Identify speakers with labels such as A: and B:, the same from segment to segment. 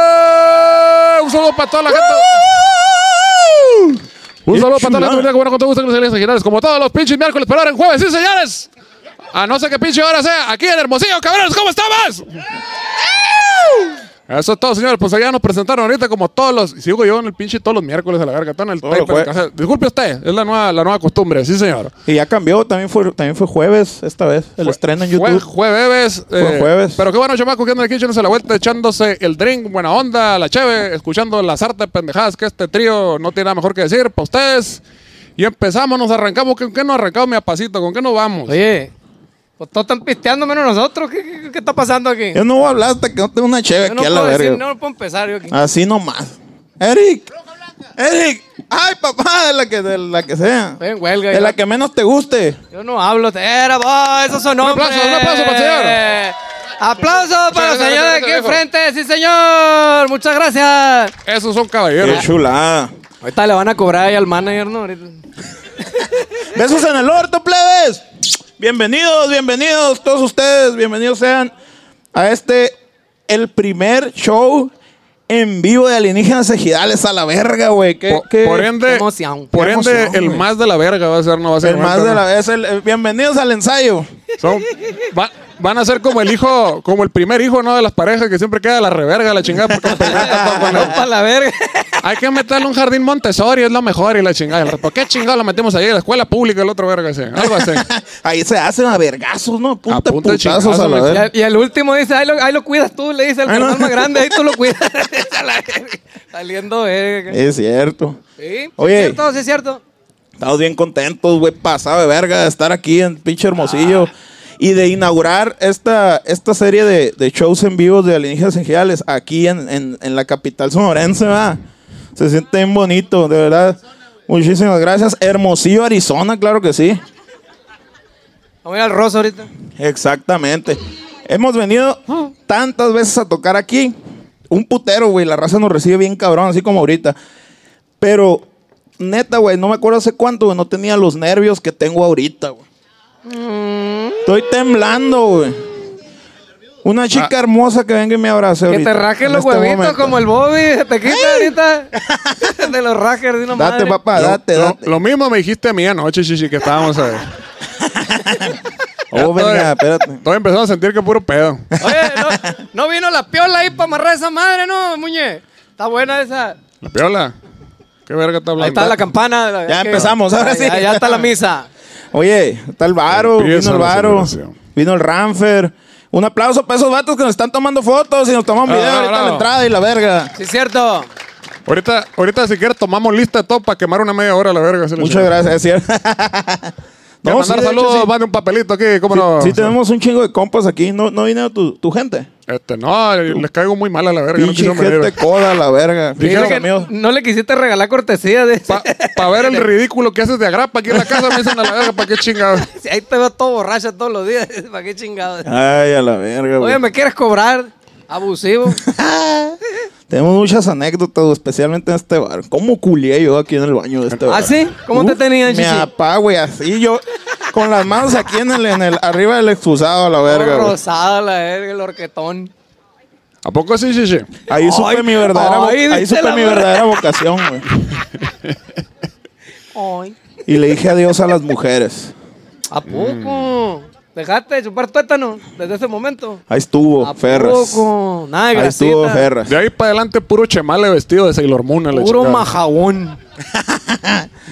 A: ¡Wow! Un saludo para toda la gente. Un
B: ¡Qué
A: saludo para toda la gente.
B: chulada!
A: bonita, que Bueno, con todo gusto que nos salen originales, como todos los pinches miércoles, pero ahora en jueves, sí, señores. A no ser que pinche hora sea, aquí en Hermosillo, cabrones, ¿cómo estamos? Eso es todo, señores. Pues allá nos presentaron ahorita como todos los. Sigo yo en el pinche todos los miércoles a la verga. Están en el
B: Todos los
A: tape de
B: jue-
A: cassette. Disculpe usted, es la nueva, la nueva costumbre, sí, señor.
B: Y ya cambió, también fue, también fue jueves esta vez, el estreno en
A: Fue
B: YouTube.
A: jueves. eh,
B: Fue jueves.
A: Pero qué bueno, chamacos, que andan aquí echándose la vuelta, echándose el drink, buena onda, la cheve, escuchando las artes pendejadas que este trío no tiene nada mejor que decir para ustedes. Y empezamos, nos arrancamos. ¿Con qué nos arrancamos, mi apacito? ¿Con qué nos vamos?
C: Oye, pues todos están pisteando menos nosotros. ¿Qué, qué- qué está pasando aquí?
B: Yo no voy a hablar hasta que no tenga una cheve
C: Yo no
B: aquí a la
C: puedo decir,
B: verga. Ah.
C: no puedo empezar yo aquí.
B: Así nomás. Eric. Eric. Ay, papá, de la que, de la que sea.
C: Estoy en huelga.
B: De
C: yo,
B: la que menos te guste.
C: yo no hablo. Era, vos, esos son
A: aplauso,
C: nombres.
A: un aplauso para el señor.
C: Aplauso para el
A: gracias,
C: señor de
A: gracias,
C: aquí
A: viejo.
C: enfrente. Sí, señor. Muchas gracias.
A: Esos son
B: Qué
A: caballeros.
B: chulada.
C: Ahorita le van a cobrar ahí al manager, ¿no? Ahorita.
B: Besos en el orto, plebes. Bienvenidos, bienvenidos todos ustedes. Bienvenidos sean a este, el primer show en vivo de alienígenas ejidales a la verga, güey. ¿Qué,
A: Por,
B: qué-
A: por ende,
C: qué emoción.
A: por
B: Qué
A: ende
B: emoción,
A: el
B: güey.
A: más de la verga va a ser, no va a ser.
B: el más de la vez. el- el- bienvenidos al ensayo.
A: Son- va- van a ser como el hijo, como el primer hijo, ¿no? De las parejas que siempre queda la reverga, la chingada, porque el primero está todo con el-
C: para la verga.
A: Hay que meterle un jardín Montessori, es lo mejor y la chingada. El- ¿Por qué chingado lo metemos ahí? La escuela pública, el otro verga, ese, algo así.
B: Ahí se hacen a vergazos, ¿no? Punta,
A: A punta de
B: putazos a la
A: chingazos,
C: Y
B: verga.
C: al- Y el último dice, ahí lo, ahí lo cuidas tú, le dice al
B: Ahí lo-
C: carnal más grande, ahí tú lo cuidas. A la verga. Saliendo verga.
B: Es cierto.
C: Sí, sí
B: Eh, Oye.
C: es cierto, sí es cierto.
B: Estamos bien contentos, güey, pasado de verga de estar aquí en pinche Hermosillo
A: Ah.
B: y de inaugurar esta, esta serie de, de shows en vivo de Alienígenas Ejidales aquí en, en- en la capital sonorense, va. Se siente bien bonito, de verdad. Muchísimas gracias. Hermosillo, Arizona, claro que sí.
C: Vamos a ir al Rosso ahorita.
B: Exactamente. Hemos venido tantas veces a tocar aquí. Un putero, güey. La raza nos recibe bien cabrón, así como ahorita. Pero, neta, güey, no me acuerdo hace cuánto, güey. No tenía los nervios que tengo ahorita, güey. Estoy temblando, güey. Una chica hermosa que venga y me abrace
C: Que
B: ahorita,
C: te rajen
B: en
C: los
B: este
C: huevitos
B: momento.
C: como el Bobby, se te quita ahorita. de los rajes de una
B: Date,
C: madre.
B: papá, date,
A: lo,
B: date.
A: lo mismo me dijiste a mí anoche, chichi, que estábamos eh, a ver.
B: Oh, venga, espérate.
A: Estoy empezando a sentir que puro pedo.
C: Oye, no, no vino la piola ahí para amarrar esa madre, ¿no, Muñe? Está buena esa.
A: La piola. ¿Qué verga está hablando?
C: Ahí está la campana. la-
B: Ya
C: que-
B: empezamos, ahora
C: ya-
B: sí.
C: Ya, ya está la misa.
B: Oye, está el Varo,
A: Empieza
B: vino el
A: la
B: Varo,
A: celebración.
B: vino el Ramfer. Un aplauso para esos vatos que nos están tomando fotos y nos toman video
A: Bravo,
B: ahorita a
A: Ah, bravo.
B: la entrada y la verga.
C: Sí, es cierto.
A: Ahorita, ahorita si quieres tomamos lista de todo para quemar una media hora la verga. sí, la
B: Muchas
A: chingada.
B: gracias, es cierto.
A: Quiero
B: No, sí,
A: mandar
B: de hecho,
A: saludos,
B: sí.
A: mande un papelito aquí, cómo
B: Sí,
A: no.
B: sí tenemos un chingo de compas aquí. ¿No, no vino tu, tu gente?
A: Este, no, les caigo muy mal a la verga. No
B: Pinche
A: quiso eh.
B: gente
A: venir.
B: coda, la verga.
A: Dijeron-
B: Pinches
C: Que
B: amigos.
C: no le quisiste regalar cortesía de
A: Para ver el ridículo que haces de agrapa aquí en la casa, me dicen a la verga, ¿para qué chingado?
C: Si ahí te veo todo borracha todos los días. ¿Para qué chingado?
B: Ay, a la verga, Ah, güey.
C: Oye, ¿me quieres cobrar? Abusivo.
B: Tenemos muchas anécdotas, güey, especialmente en este bar. ¿Cómo culié yo aquí en el baño de este bar?
C: ¿Ah, sí? ¿Cómo te tenían,
B: Mi
C: Chichi?
B: papá, güey, así yo, con las manos aquí en el, en el arriba del excusado, a la verga,
C: Todo
B: güey.
C: rosado, la verga, el orquetón.
A: ¿A poco sí, sí, sí?
B: Ahí supe
C: Ay,
B: mi verdadera, vo-
C: ay,
B: ahí
C: dice
B: supe
C: la
B: mi
C: verdad.
B: verdadera vocación, güey.
C: Ay.
B: Y le dije adiós a las mujeres.
C: ¿A
B: Mm.
C: poco? ¿Dejaste de chupar tuétano desde ese momento?
B: Ahí estuvo,
C: ¿A
B: Ferras.
C: poco? Nada de
B: Ahí estuvo
C: grasita.
B: Ferras.
A: De ahí para adelante, puro chemale vestido de Sailor Moon. a La
C: Puro
A: chingada.
C: majabón.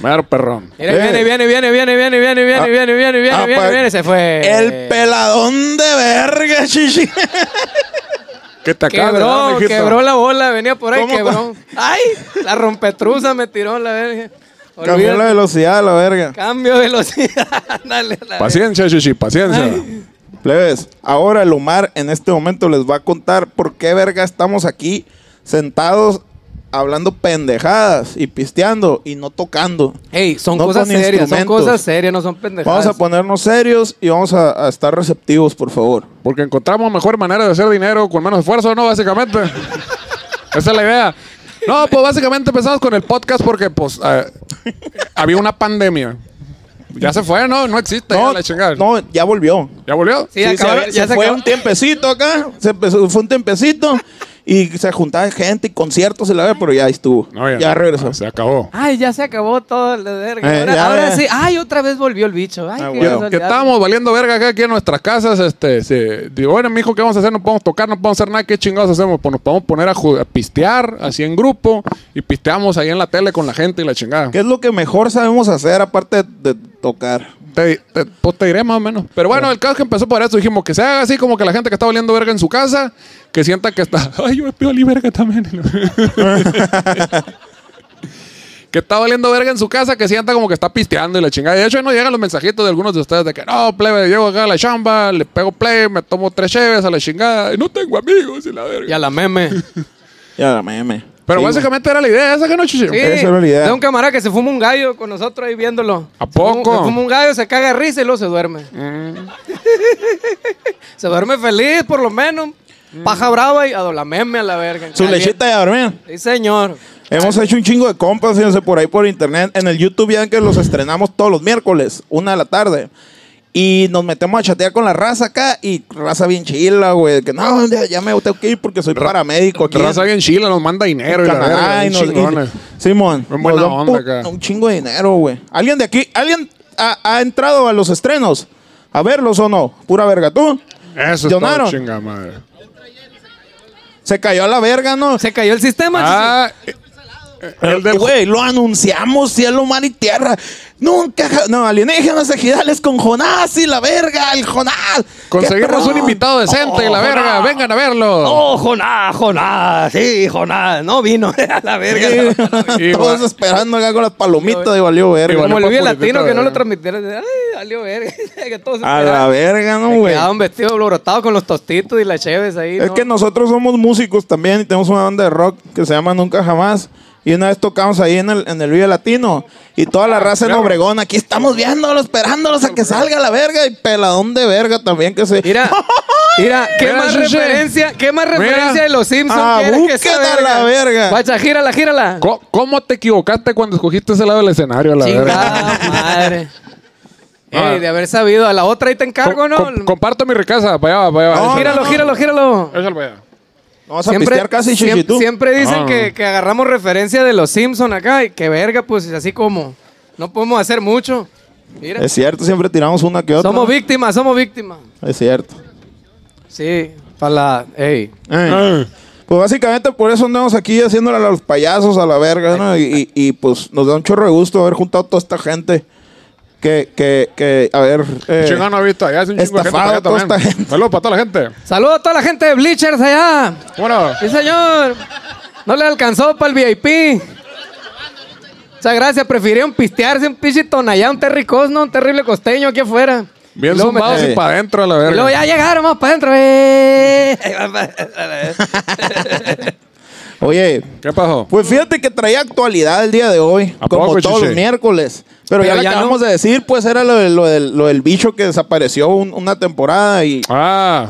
A: Mero perrón.
C: Mira,
B: Eh.
C: viene, viene, viene, viene, viene, viene, viene,
B: Ah,
C: viene, viene, viene,
B: ah,
C: viene,
B: pa-
C: viene, se fue.
B: El peladón de verga, chichi.
A: Que te acabas de dar,
C: Quebró,
A: mijito.
C: quebró la bola, venía por ahí,
B: ¿Cómo?
C: quebró. ¡Ay! La rompetruza me tiró la verga.
B: Cambió la
C: Olvídate.
B: velocidad, la verga.
C: Cambio de velocidad. Dale, la verga.
A: Paciencia, Shishi, paciencia.
B: Plebes, ahora el Omar en este momento les va a contar por qué verga estamos aquí sentados hablando pendejadas y pisteando y no tocando.
C: Ey, son
B: No
C: cosas
B: con
C: serias, son
B: instrumentos.
C: cosas serias, no son pendejadas.
B: Vamos a ponernos serios y vamos a, a estar receptivos, por favor.
A: Porque encontramos mejor manera de hacer dinero con menos esfuerzo, ¿no? Básicamente. Esa es la idea. No, pues básicamente empezamos con el podcast porque, pues, eh, había una pandemia. Ya se fue, ¿no? No existe ya la chingada.
B: no, ya volvió.
A: ¿Ya volvió?
C: Sí, acabaron-
B: se,
C: ya
B: se
C: se
B: fue
C: acabó-
B: un tiempecito acá. Se empezó- fue un tiempecito. Y se juntaba gente y conciertos y la verdad, pero ya ahí estuvo.
A: No, Ah,
B: ya, regresó.
A: Se acabó.
C: Ay, ya se acabó todo el de verga.
B: Eh,
C: ahora,
B: ya,
C: ahora
B: ya.
C: sí. Ay, otra vez volvió el bicho. Ay,
B: Ah,
C: qué
B: bueno.
A: Que
C: casualidad.
A: estábamos valiendo verga acá aquí en nuestras casas, este, se- digo, bueno, mijo, ¿qué vamos a hacer? No podemos tocar, no podemos hacer nada, ¿qué chingados hacemos? Pues nos podemos poner a, ju- a pistear, así en grupo, y pisteamos ahí en la tele con la gente y la chingada.
B: ¿Qué es lo que mejor sabemos hacer aparte de tocar?
A: Te, te- pues te diré más o menos. Pero bueno, el caso es que empezó por eso, dijimos que se haga así como que la gente que está valiendo verga en su casa, que sienta que está, ay, yo pido li verga también. que está valiendo verga en su casa, que sienta como que está pisteando y la chingada. De hecho, ahí nos llegan los mensajitos de algunos de ustedes de que, no, plebe, llego acá a la chamba, le pego play, me tomo tres cheves a la chingada, y no tengo amigos y la verga.
C: Y a la meme.
B: Ya la meme.
A: Pero
B: Sí,
A: básicamente era la idea esa que no chichi.
C: Sí,
B: Esa era la idea.
C: de un camarada que se fuma un gallo con nosotros ahí viéndolo.
A: ¿A
C: Se fuma-
A: poco?
C: Se fuma un gallo, se caga de risa y luego se duerme.
B: Mm.
C: se duerme feliz, por lo menos. Paja brava y a do- la meme a la verga.
B: Mm. Su
C: Caliente.
B: lechita de dormir.
C: Sí, señor.
B: Hemos hecho un chingo de compas, fíjense, por ahí por internet. En el YouTube ya que los estrenamos todos los miércoles, una de la tarde. Y nos metemos a chatear con la raza acá y raza bien chila, güey. Que no, ya, ya me tengo que ir porque soy paramédico aquí.
A: Raza bien chila, nos manda
B: en
A: dinero y la
B: Canadá
A: verga,
B: y
A: bien
B: nos- y-
A: chingones.
B: Simón,
A: Bien
B: nos
A: buena
B: da un,
A: onda
B: pu-
A: acá.
B: un chingo de dinero, güey. ¿Alguien de aquí, alguien ha, ha entrado a los estrenos? ¿A verlos o no? Pura verga, tú.
A: Eso es
B: Donaron.
A: todo, chinga madre.
B: Se cayó a la verga, ¿no?
C: Se cayó el sistema.
A: Ah, eh, el del
B: Güey, lo anunciamos, cielo, mar y tierra. Nunca, ja- no, alienígenas ejidales con Jonás y la verga, el Jonás. Qué
A: Conseguimos
B: perrón.
A: un invitado decente y la
C: Oh,
A: verga.
C: no.
A: Vengan a verlo.
C: Oh, Jonás, Jonás, sí, Jonás, no vino a la verga.
B: Sí, Todos
A: Y-
B: esperando acá con las palomitas y valió verga.
A: valió
C: Como el
A: pa'
C: video
A: puritito,
C: latino que no lo
A: verga.
C: transmitieron, ay, salió verga, que todos
B: A la
C: esperaban.
B: verga, no,
C: Se
B: güey.
C: Quedaban vestidos brotados con los tostitos y las cheves ahí.
B: Es
C: ¿no?
B: que nosotros somos músicos también y tenemos una banda de rock que se llama Nunca Jamás. Y una vez tocamos ahí en el, en el Vive Latino. Y toda
A: Ah,
B: la raza en Obregón, aquí estamos viéndolos, esperándolos a que salga la verga. Y peladón de verga también que se.
C: Mira, mira, qué
A: Mira,
C: más
A: Xuxa.
C: referencia, qué más referencia de los Simpsons.
B: Ah,
C: quieres que
B: búsqueda
C: esa
B: la verga.
C: Guacha, gírala, gírala.
A: Co- ¿Cómo te equivocaste cuando escogiste ese lado del escenario, la verga?
C: Chingada madre.
A: Ah.
C: Ey, de haber sabido, a la otra ahí te encargo,
A: Com-
C: ¿no?
A: com- comparto mi riqueza. Para allá, para allá.
B: No,
A: Échale,
C: gíralo, gíralo, gíralo.
A: échale para allá.
B: Vamos a pistear casi
C: siem-
B: chichitú.
C: siempre dicen
A: Ah.
C: que, que agarramos referencia de los Simpsons acá. Y que verga, pues así como. No podemos hacer mucho. Mira,
B: Es cierto, siempre tiramos una que otra.
C: somos
B: ¿no?
C: víctimas, somos víctimas.
B: Es cierto.
C: Sí, para la. Ey.
B: Ey.
A: Ah.
B: Pues básicamente por eso andamos aquí haciéndole a los payasos a la verga, ¿no? Y, y- y, pues nos da un chorro de gusto haber juntado toda esta gente que, que, que a ver... eh,
A: Chingada, no vista. Ya es un chingo de gente para
B: estafado
A: allá
B: toda esta
A: también.
B: gente.
A: Saludos para toda la gente.
C: Saludos a toda la gente de Bleachers allá.
A: Bueno,
C: Sí, señor. No le alcanzó para el VIP. Muchas gracias. Prefirieron pistearse un pinche tonallá, un Terry Cosno, un terrible costeño aquí afuera.
A: bien
C: Y luego me-
A: zumbados
B: metí.
A: y para adentro, la
C: Y luego
A: verga.
C: ya llegaron, vamos para adentro. eh.
B: Oye,
A: ¿Qué pasó?
B: pues fíjate que traía actualidad el día de hoy,
A: ¿A
B: como
A: poco,
B: todos
A: Chiche?
B: los miércoles. Pero,
C: Pero
B: ya, lo
C: ya
B: acabamos
C: no.
B: de decir, pues era lo, de- lo del, lo del bicho que desapareció un- una temporada y,
A: Ah,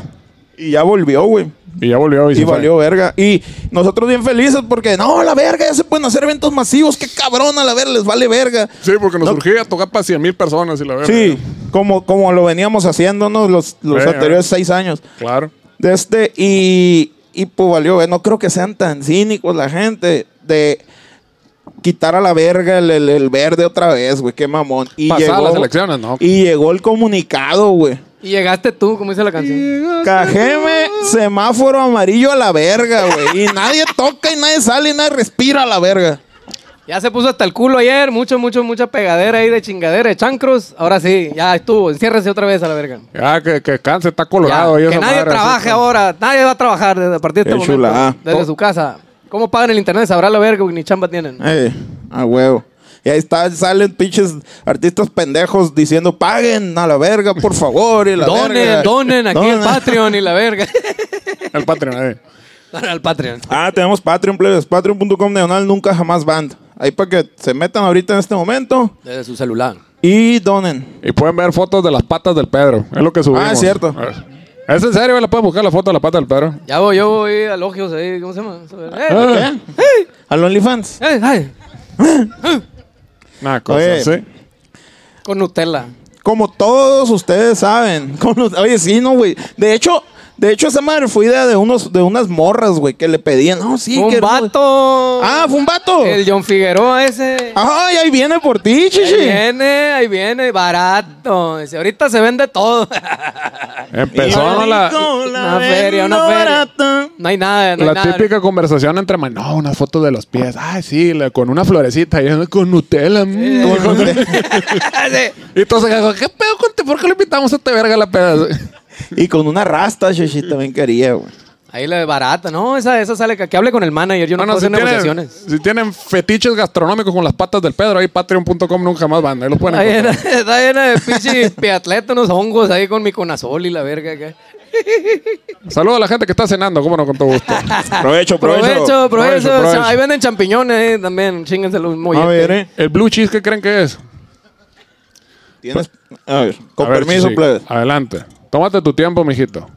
B: y ya volvió, güey.
A: y ya volvió.
B: Y
A: se fue.
B: valió verga. Y nosotros bien felices porque, no, la verga, ya se pueden hacer eventos masivos. Qué cabrón, a la verga, les vale verga.
A: Sí, porque nos
B: No.
A: surgía tocar para 100 mil personas y la verga.
B: Sí, como, como lo veníamos haciendo ¿no? los, los
A: Sí,
B: anteriores seis años.
A: Claro.
B: De este, y, y pues valió, verga. no creo que sean tan cínicos la gente de quitar a la verga el, el- el verde otra vez, güey, qué mamón. Y
A: Pasar las elecciones, ¿no?
B: Y llegó el comunicado, güey.
C: y llegaste tú, como dice la canción.
B: Cajeme, semáforo amarillo a la verga, güey. Y nadie toca y nadie sale y nadie respira a la verga.
C: Ya se puso hasta el culo ayer. Mucho, mucho, mucha pegadera ahí de chingadera, de chancros. Ahora sí, ya estuvo. Enciérrese otra vez a la verga.
A: Ya, que, que canse, está
C: Ya,
A: colorado. y
C: que
A: esa
C: nadie
A: madre, así.
C: trabaje ahora, nadie va a trabajar desde, a partir de
B: Qué
C: este momento,
B: chulada.
C: desde
A: To-
C: su casa. ¿Cómo pagan el internet? Sabrá la verga, porque ni chamba tienen.
B: Eh, a huevo. Y ahí está, salen pinches artistas pendejos diciendo, paguen a la verga, por favor. Y la
C: donen,
B: verga.
C: donen aquí el
B: Donen.
C: Patreon y la verga.
A: El Patreon, eh.
C: Donen al Patreon.
B: Ah, tenemos Patreon, plebes. Patreon.com diagonal nunca jamás band. Ahí para que se metan ahorita en este momento
C: Desde su celular.
B: y donen.
A: Y pueden ver fotos de las patas del Pedro. Es lo que subimos. Eh,
B: Ah, es cierto.
A: Es en serio, la pueden buscar la foto de la pata del Pedro.
C: Ya voy, yo voy a Logios ahí, ¿cómo se llama? Eh,
A: Ah,
B: Al OnlyFans.
C: eh, ay,
A: Una cosa
B: Oye.
A: así.
C: con Nutella.
B: Como todos ustedes saben. con los- Oye, sí, no, güey. De hecho, De hecho, esa madre fue idea de, unos, de unas morras, güey, que le pedían. No, sí, que
C: un vato.
B: Ah, fue un vato.
C: El John Figueroa ese.
B: Ay, ahí viene por ti,
C: Ahí
B: chichi.
C: viene, ahí viene, barato. Dice, ahorita se vende todo.
A: Empezó la,
C: Una feria, una feria. No hay nada, no hay
A: la
C: nada.
A: típica conversación entre man, no, unas fotos de los pies. Ah, sí, la- con una florecita y ella, con Nutella. mm, con Nutella".
C: Ah, Sí.
A: Y entonces, ¿qué pedo con te? ¿Por qué le invitamos a este verga a la peda?
B: Y con una rasta, chichi, también quería, güey.
C: Ahí la de barata. No, esa, esa sale. Que, que hable con el manager. Yo no,
A: Bueno,
C: puedo
A: si
C: hacer
A: tienen,
C: pues negociaciones.
A: si tienen fetiches gastronómicos con las patas del Pedro, ahí patreon.com nunca más van. Ahí los pueden
C: Está llena,
A: encontrar.
C: está llena de pinche piatleta, unos hongos ahí con mi conazol y la verga. acá.
A: Saludos a la gente que está cenando, cómo no, con todo gusto.
B: Provecho,
C: Provecho, provecho.
A: provecho, provecho.
C: Ahí venden champiñones eh, también. Chínganse los muy
B: A ver, eh.
A: ¿El blue cheese qué creen que es?
B: Tienes. A ver, con
A: A ver,
B: permiso,
A: Chichi,
B: plebe.
A: Adelante. Tómate tu tiempo, mijito.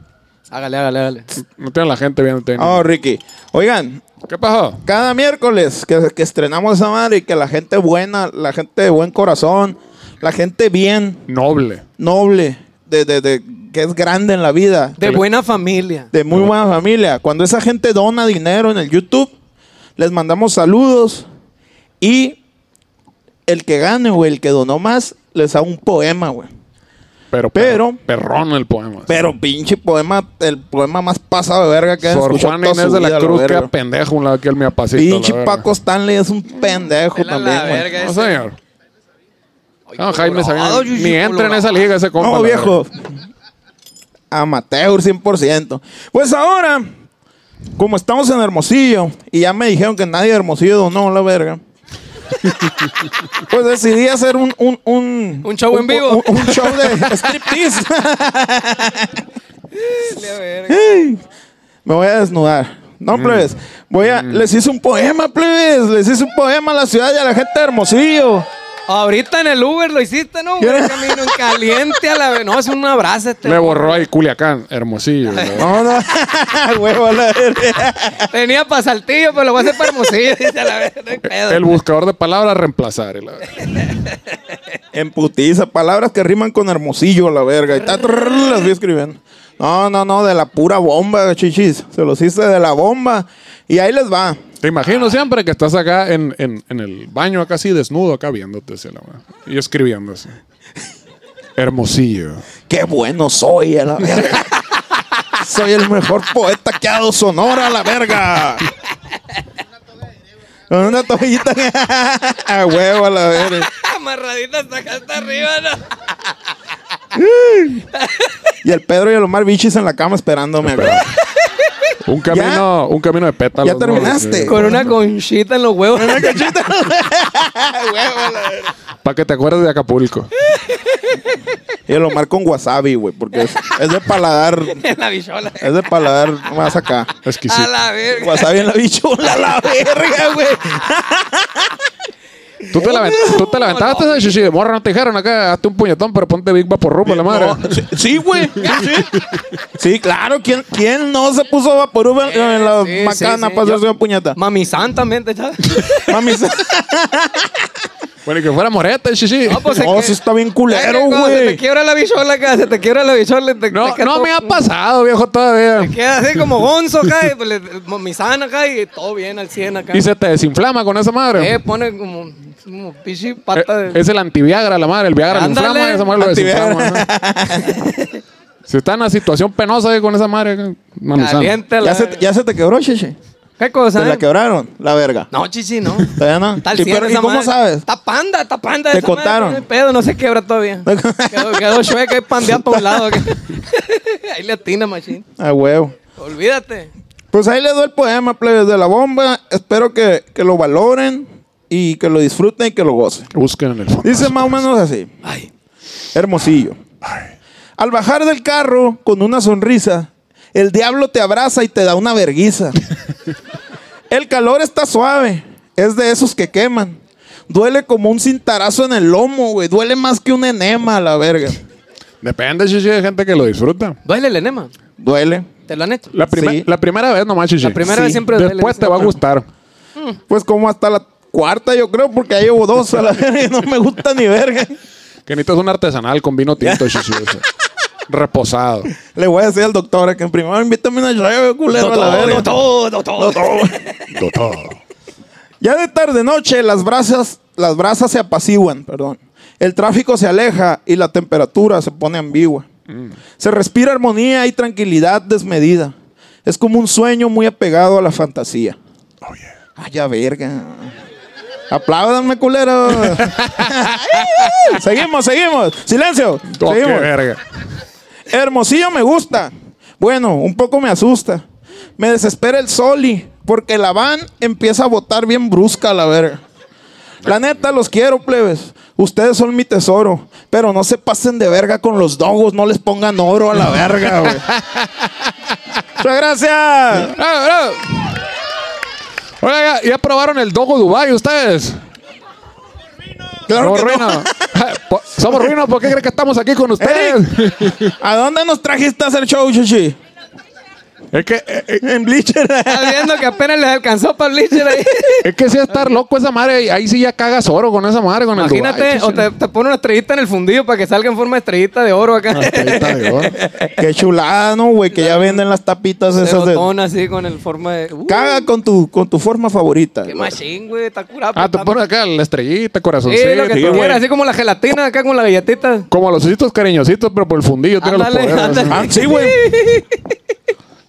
C: Hágale, hágale, hágale.
A: No tiene la gente viendo.
B: Oh, Ricky. Oigan,
A: ¿Qué pasó?
B: cada miércoles que, que estrenamos esa madre y que la gente buena, la gente de buen corazón, la gente bien,
A: Noble.
B: noble, de, de- de- que es grande en la vida,
C: De buena familia.
B: de muy buena familia. Cuando esa gente dona dinero en el YouTube, les mandamos saludos y el que gane, güey, el que donó más, les da un poema, güey.
A: Pero,
B: Pero-
A: perrón el poema.
B: Pero pinche poema, el poema más pasado de verga que han
A: Sor
B: escuchado
A: Juan
B: toda
A: Inés
B: su
A: de la
B: vida,
A: Cruz
B: verga.
A: queda pendejo un lado aquí el miapacito. la
B: Pinche
A: verga.
B: Paco Stanley es un pendejo
C: Mm, Pela la
B: también, güey.
C: verga.
A: No, señor.
C: Ay,
A: No, Jaime
C: colorado,
A: Sabina.
C: Yuyu,
A: Ni entra en
C: colorado.
A: esa liga ese compa.
B: No,
A: la
B: viejo. Amateur 100%. Pues ahora, como estamos en Hermosillo, y ya me dijeron que nadie de Hermosillo donó la verga. pues decidí hacer un... Un, un,
C: Un show en vivo.
B: Un, un show de striptease.
C: La verga.
B: me voy a desnudar. No, plebes. Voy a... Les hice un poema, plebes. Les hice un poema a la ciudad y a la gente de Hermosillo.
C: Ahorita en el Uber lo hiciste, ¿no? güey? camino en caliente a la vez. No, es un abrazo este.
A: Le borró ahí Culiacán, hermosillo. la verga.
B: No, no. Huevo, la verga.
C: Tenía para saltillo, pero lo voy a hacer para hermosillo. Dice a la vez, no hay pedo.
A: el buscador de palabras reemplazar. y la verga.
B: En putiza, palabras que riman con hermosillo, la verga. Y ta- trrr, las vi escribiendo. No, no, no, de la pura bomba, chichis. Se los hice de la bomba. Y ahí les va.
A: Te imagino siempre que estás acá en, en- en el baño, acá así desnudo, acá viéndote. así, la verga. y escribiendo así. Hermosillo.
B: Qué bueno soy, a la verga. soy el mejor poeta que ha dado Sonora, a la verga. Con una toallita a huevo, a la verga.
C: Amarradita hasta acá, hasta arriba, ¿no?
B: Y el Pedro y el Omar Bichis en la cama esperándome. güey.
A: Un camino, un camino de pétalos.
B: ¿Ya terminaste?
C: Con una conchita en los huevos.
A: Para que te acuerdes de Acapulco.
B: Y el Omar con wasabi, güey, porque es, es de paladar.
C: en la bichola.
B: Es de paladar más acá.
C: A
A: Exquisito.
C: la verga.
B: Wasabi en la bichula, la verga, güey.
A: ¿Tú te, la, avent- tú te la aventaste esa chichi de morra, no te dijeron acá, hazte un puñetón, pero ponte Big Vapor por la madre.
B: No, sí- sí, güey. Sí, Sí, claro. ¿Quién, quién no se puso vapor en, en la
C: Eh, Sí,
B: macana
C: sí, sí.
B: para hacerse
C: Yo-
B: una puñeta?
C: Mami San también te echaba.
B: Mami, se-
A: Bueno, y que fuera moreta, el chichi.
C: No, pues, se
B: no,
C: que-
B: oh, sí está bien
C: Ay,
B: culero,
C: que cuando Se te
B: güey.
C: quiebra la bichola acá, se te quiebra la bichola. Te,
A: No,
C: te queda
A: no
C: todo-
A: me ha pasado, viejo, todavía.
C: Queda así como gonzo acá, y, pues, le- Mami San acá y todo bien al 100 acá.
A: Y se te desinflama con esa madre.
C: Eh, pone como, como pichi
A: Eh,
C: pata de...
A: es el antiviagra, la madre. El Viagra lo
C: Ándale.
A: inflama, esa madre lo desinflama. ¿no? si está en una situación penosa ahí con esa madre, acá, mami sana.
C: Caliente la...
B: Ya se, ya se te quebró, chichi.
C: ¿Qué cosa,
B: Te
C: eh?
B: la quebraron, la verga.
C: No, chichi, no.
B: ¿Todavía no?
C: Está al
B: ¿Y,
C: cien
B: pero- ¿y
C: esa
B: cómo
C: madre.
B: sabes?
C: Está panda, está panda.
B: Te
C: esa madre,
B: contaron.
C: no hay pedo, no se quebra todavía. quedó, quedó chueca y pandeada para un lado. Ahí le atina, machín.
B: A Ah, huevo.
C: Olvídate.
B: Pues ahí les doy el poema, plebes, de la bomba. Espero que, que lo valoren y que lo disfruten y que lo gocen.
A: Busquen en el fondo.
B: Dice más o menos así. Hermosillo. Al bajar del carro con una sonrisa, el diablo te abraza y te da una verguiza. el calor está suave, es de esos que queman. Duele como un cintarazo en el lomo, güey. Duele más que un enema, la verga.
A: Depende, chichi, de gente que lo disfruta.
C: Duele el enema.
B: Duele.
C: ¿Te lo han hecho?
A: La, prime-
B: Sí.
A: la primera vez nomás, chichi.
C: La primera
B: Sí.
C: vez siempre duele.
A: Después te
C: dice.
A: va a gustar.
B: Pues como hasta la cuarta, yo creo, porque ya llevo dos a la verga y no me gusta ni verga.
A: Que necesitas un artesanal con vino tinto, chichi. o sea. reposado.
B: Le voy a decir al doctor eh, que en primero invítame una llave, culero. a la verga.
D: Doctor, doctor, doctor.
B: Ya de tarde noche las brasas, las brasas se apaciguan, perdón. El tráfico se aleja y la temperatura se pone ambigua. Se respira armonía y tranquilidad desmedida. Es como un sueño muy apegado a la fantasía. Ay, ya verga. Apláudanme, culero. seguimos, seguimos. Silencio.
A: Oh, qué
B: Seguimos.
A: verga.
B: Hermosillo me gusta. Bueno, un poco me asusta. Me desespera el soli, porque la van empieza a botar bien brusca a la verga. La neta, los quiero, plebes. Ustedes son mi tesoro. Pero no se pasen de verga con los dogos. No les pongan oro a la verga, güey. Muchas gracias.
A: ¡Bravo, bravo! Ah, Oiga, ya, ya probaron el Dogo Dubai ustedes.
B: Claro
A: Somos
B: que no.
A: ruinos. Ah, Po- Somos ruinos, ¿por qué creen que estamos aquí con ustedes?
B: ¿A dónde nos trajiste a hacer show, Chuchi?
A: es que eh, eh,
B: En Bleacher.
C: Estás viendo que apenas les alcanzó para el bleacher ahí.
A: es que sí estar loco esa madre, ahí sí ya cagas oro con esa madre con
C: Imagínate,
A: el
C: o te,
A: Dubai.
C: te pone una estrellita en el fundido para que salga en forma de estrellita de oro acá.
B: Qué chulada, ¿no, güey? Que ya venden las tapitas
C: De
B: esas de...
C: botón así con el forma de. Uh,
B: Caga con tu, con tu forma favorita.
C: ¡Qué machín, güey! Está curado. pues,
A: Ah, te
C: está-
A: pones acá la estrellita, corazoncito.
C: Sí, lo que
A: sí,
C: tú
A: güey.
C: quieras, así como la gelatina acá con la galletita.
A: Como los ositos cariñositos, pero por el fundillo. tiene los
C: Ándale,
A: poderes.
C: ándale.
B: Ah, sí, güey.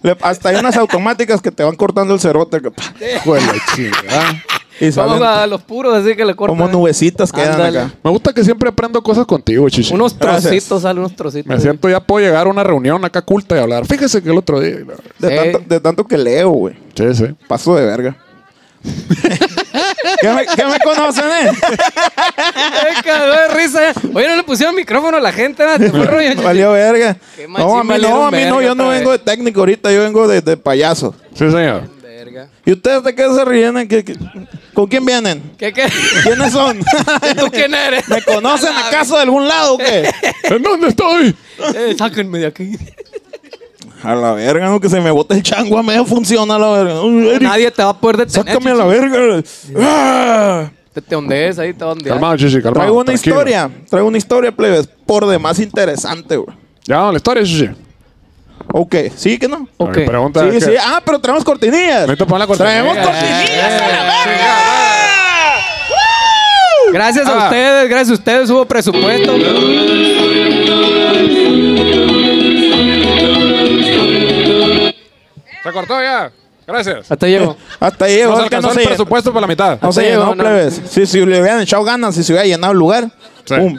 B: Le- hasta hay unas automáticas que te van cortando el cerote. que pa,
A: Hijo de la chingada.
B: y salen
C: Vamos a los puros, así que le cortan.
B: como nubecitas quedan
C: Ándale.
B: acá.
A: Me gusta que siempre aprendo cosas contigo, chichi.
C: Unos
B: Gracias.
C: trocitos, sale unos trocitos.
A: Me siento ya puedo llegar a una reunión acá culta y hablar. Fíjese que el otro día.
B: De,
C: Sí.
B: tanto, de tanto que leo, güey.
A: Sí, sí.
B: Paso de verga. ¿Qué, me, qué me conocen, eh?
C: Ay, cagó de risa. Oye, no le pusieron micrófono a la gente, ¿no? Te fue rollo.
B: Valió verga.
C: Qué machín
B: No, a mí
C: valieron
B: no, a mí no.
C: verga
B: Yo no
C: otra vez.
B: vengo de técnico ahorita. Yo vengo de, de payaso.
A: Sí, señor.
C: Verga.
B: ¿Y ustedes de qué se ríen? ¿Qué- qué- ¿Con quién vienen?
C: ¿Qué, qué?
B: ¿Quiénes son?
C: ¿Tú quién eres?
B: ¿Me conocen acaso de algún lado o qué?
A: ¿En dónde estoy?
C: Eh, sáquenme de aquí.
B: A la verga, no, que se me bote el chango a medio funciona la verga. Uy, Eric,
C: Nadie te va a poder detener.
B: Sácame a
C: chichi.
B: la verga. Ah.
C: Te, te ondees ahí, te ondeas.
A: Calmado, chichi, calmado.
B: Traigo una
A: tranquilo.
B: historia, traigo una historia, plebes, por demás interesante, güey.
A: Ya, la historia, chichi.
B: Ok, ¿sí que no?
C: Ok.
A: Ok, pregunta.
B: sí,
A: es que-
B: sí. Ah, pero traemos cortinillas.
A: Necesito poner la cortinilla.
B: Traemos
A: Eh,
B: cortinillas a la
C: Gracias a
A: Ah.
C: ustedes, gracias a ustedes, hubo presupuesto.
A: Se cortó ya. Gracias.
C: Hasta llego.
B: verga. Hasta ahí,
A: Nos
B: o sea, que
A: alcanzó
B: no Ah,
A: el
B: se llenó.
A: presupuesto para la mitad.
B: No se
C: Hasta
B: llenó,
C: llegó, no.
B: plebes. Sí, si le hubieran echado ganas, si se hubiera llenado el lugar.
A: Sí.
B: pum,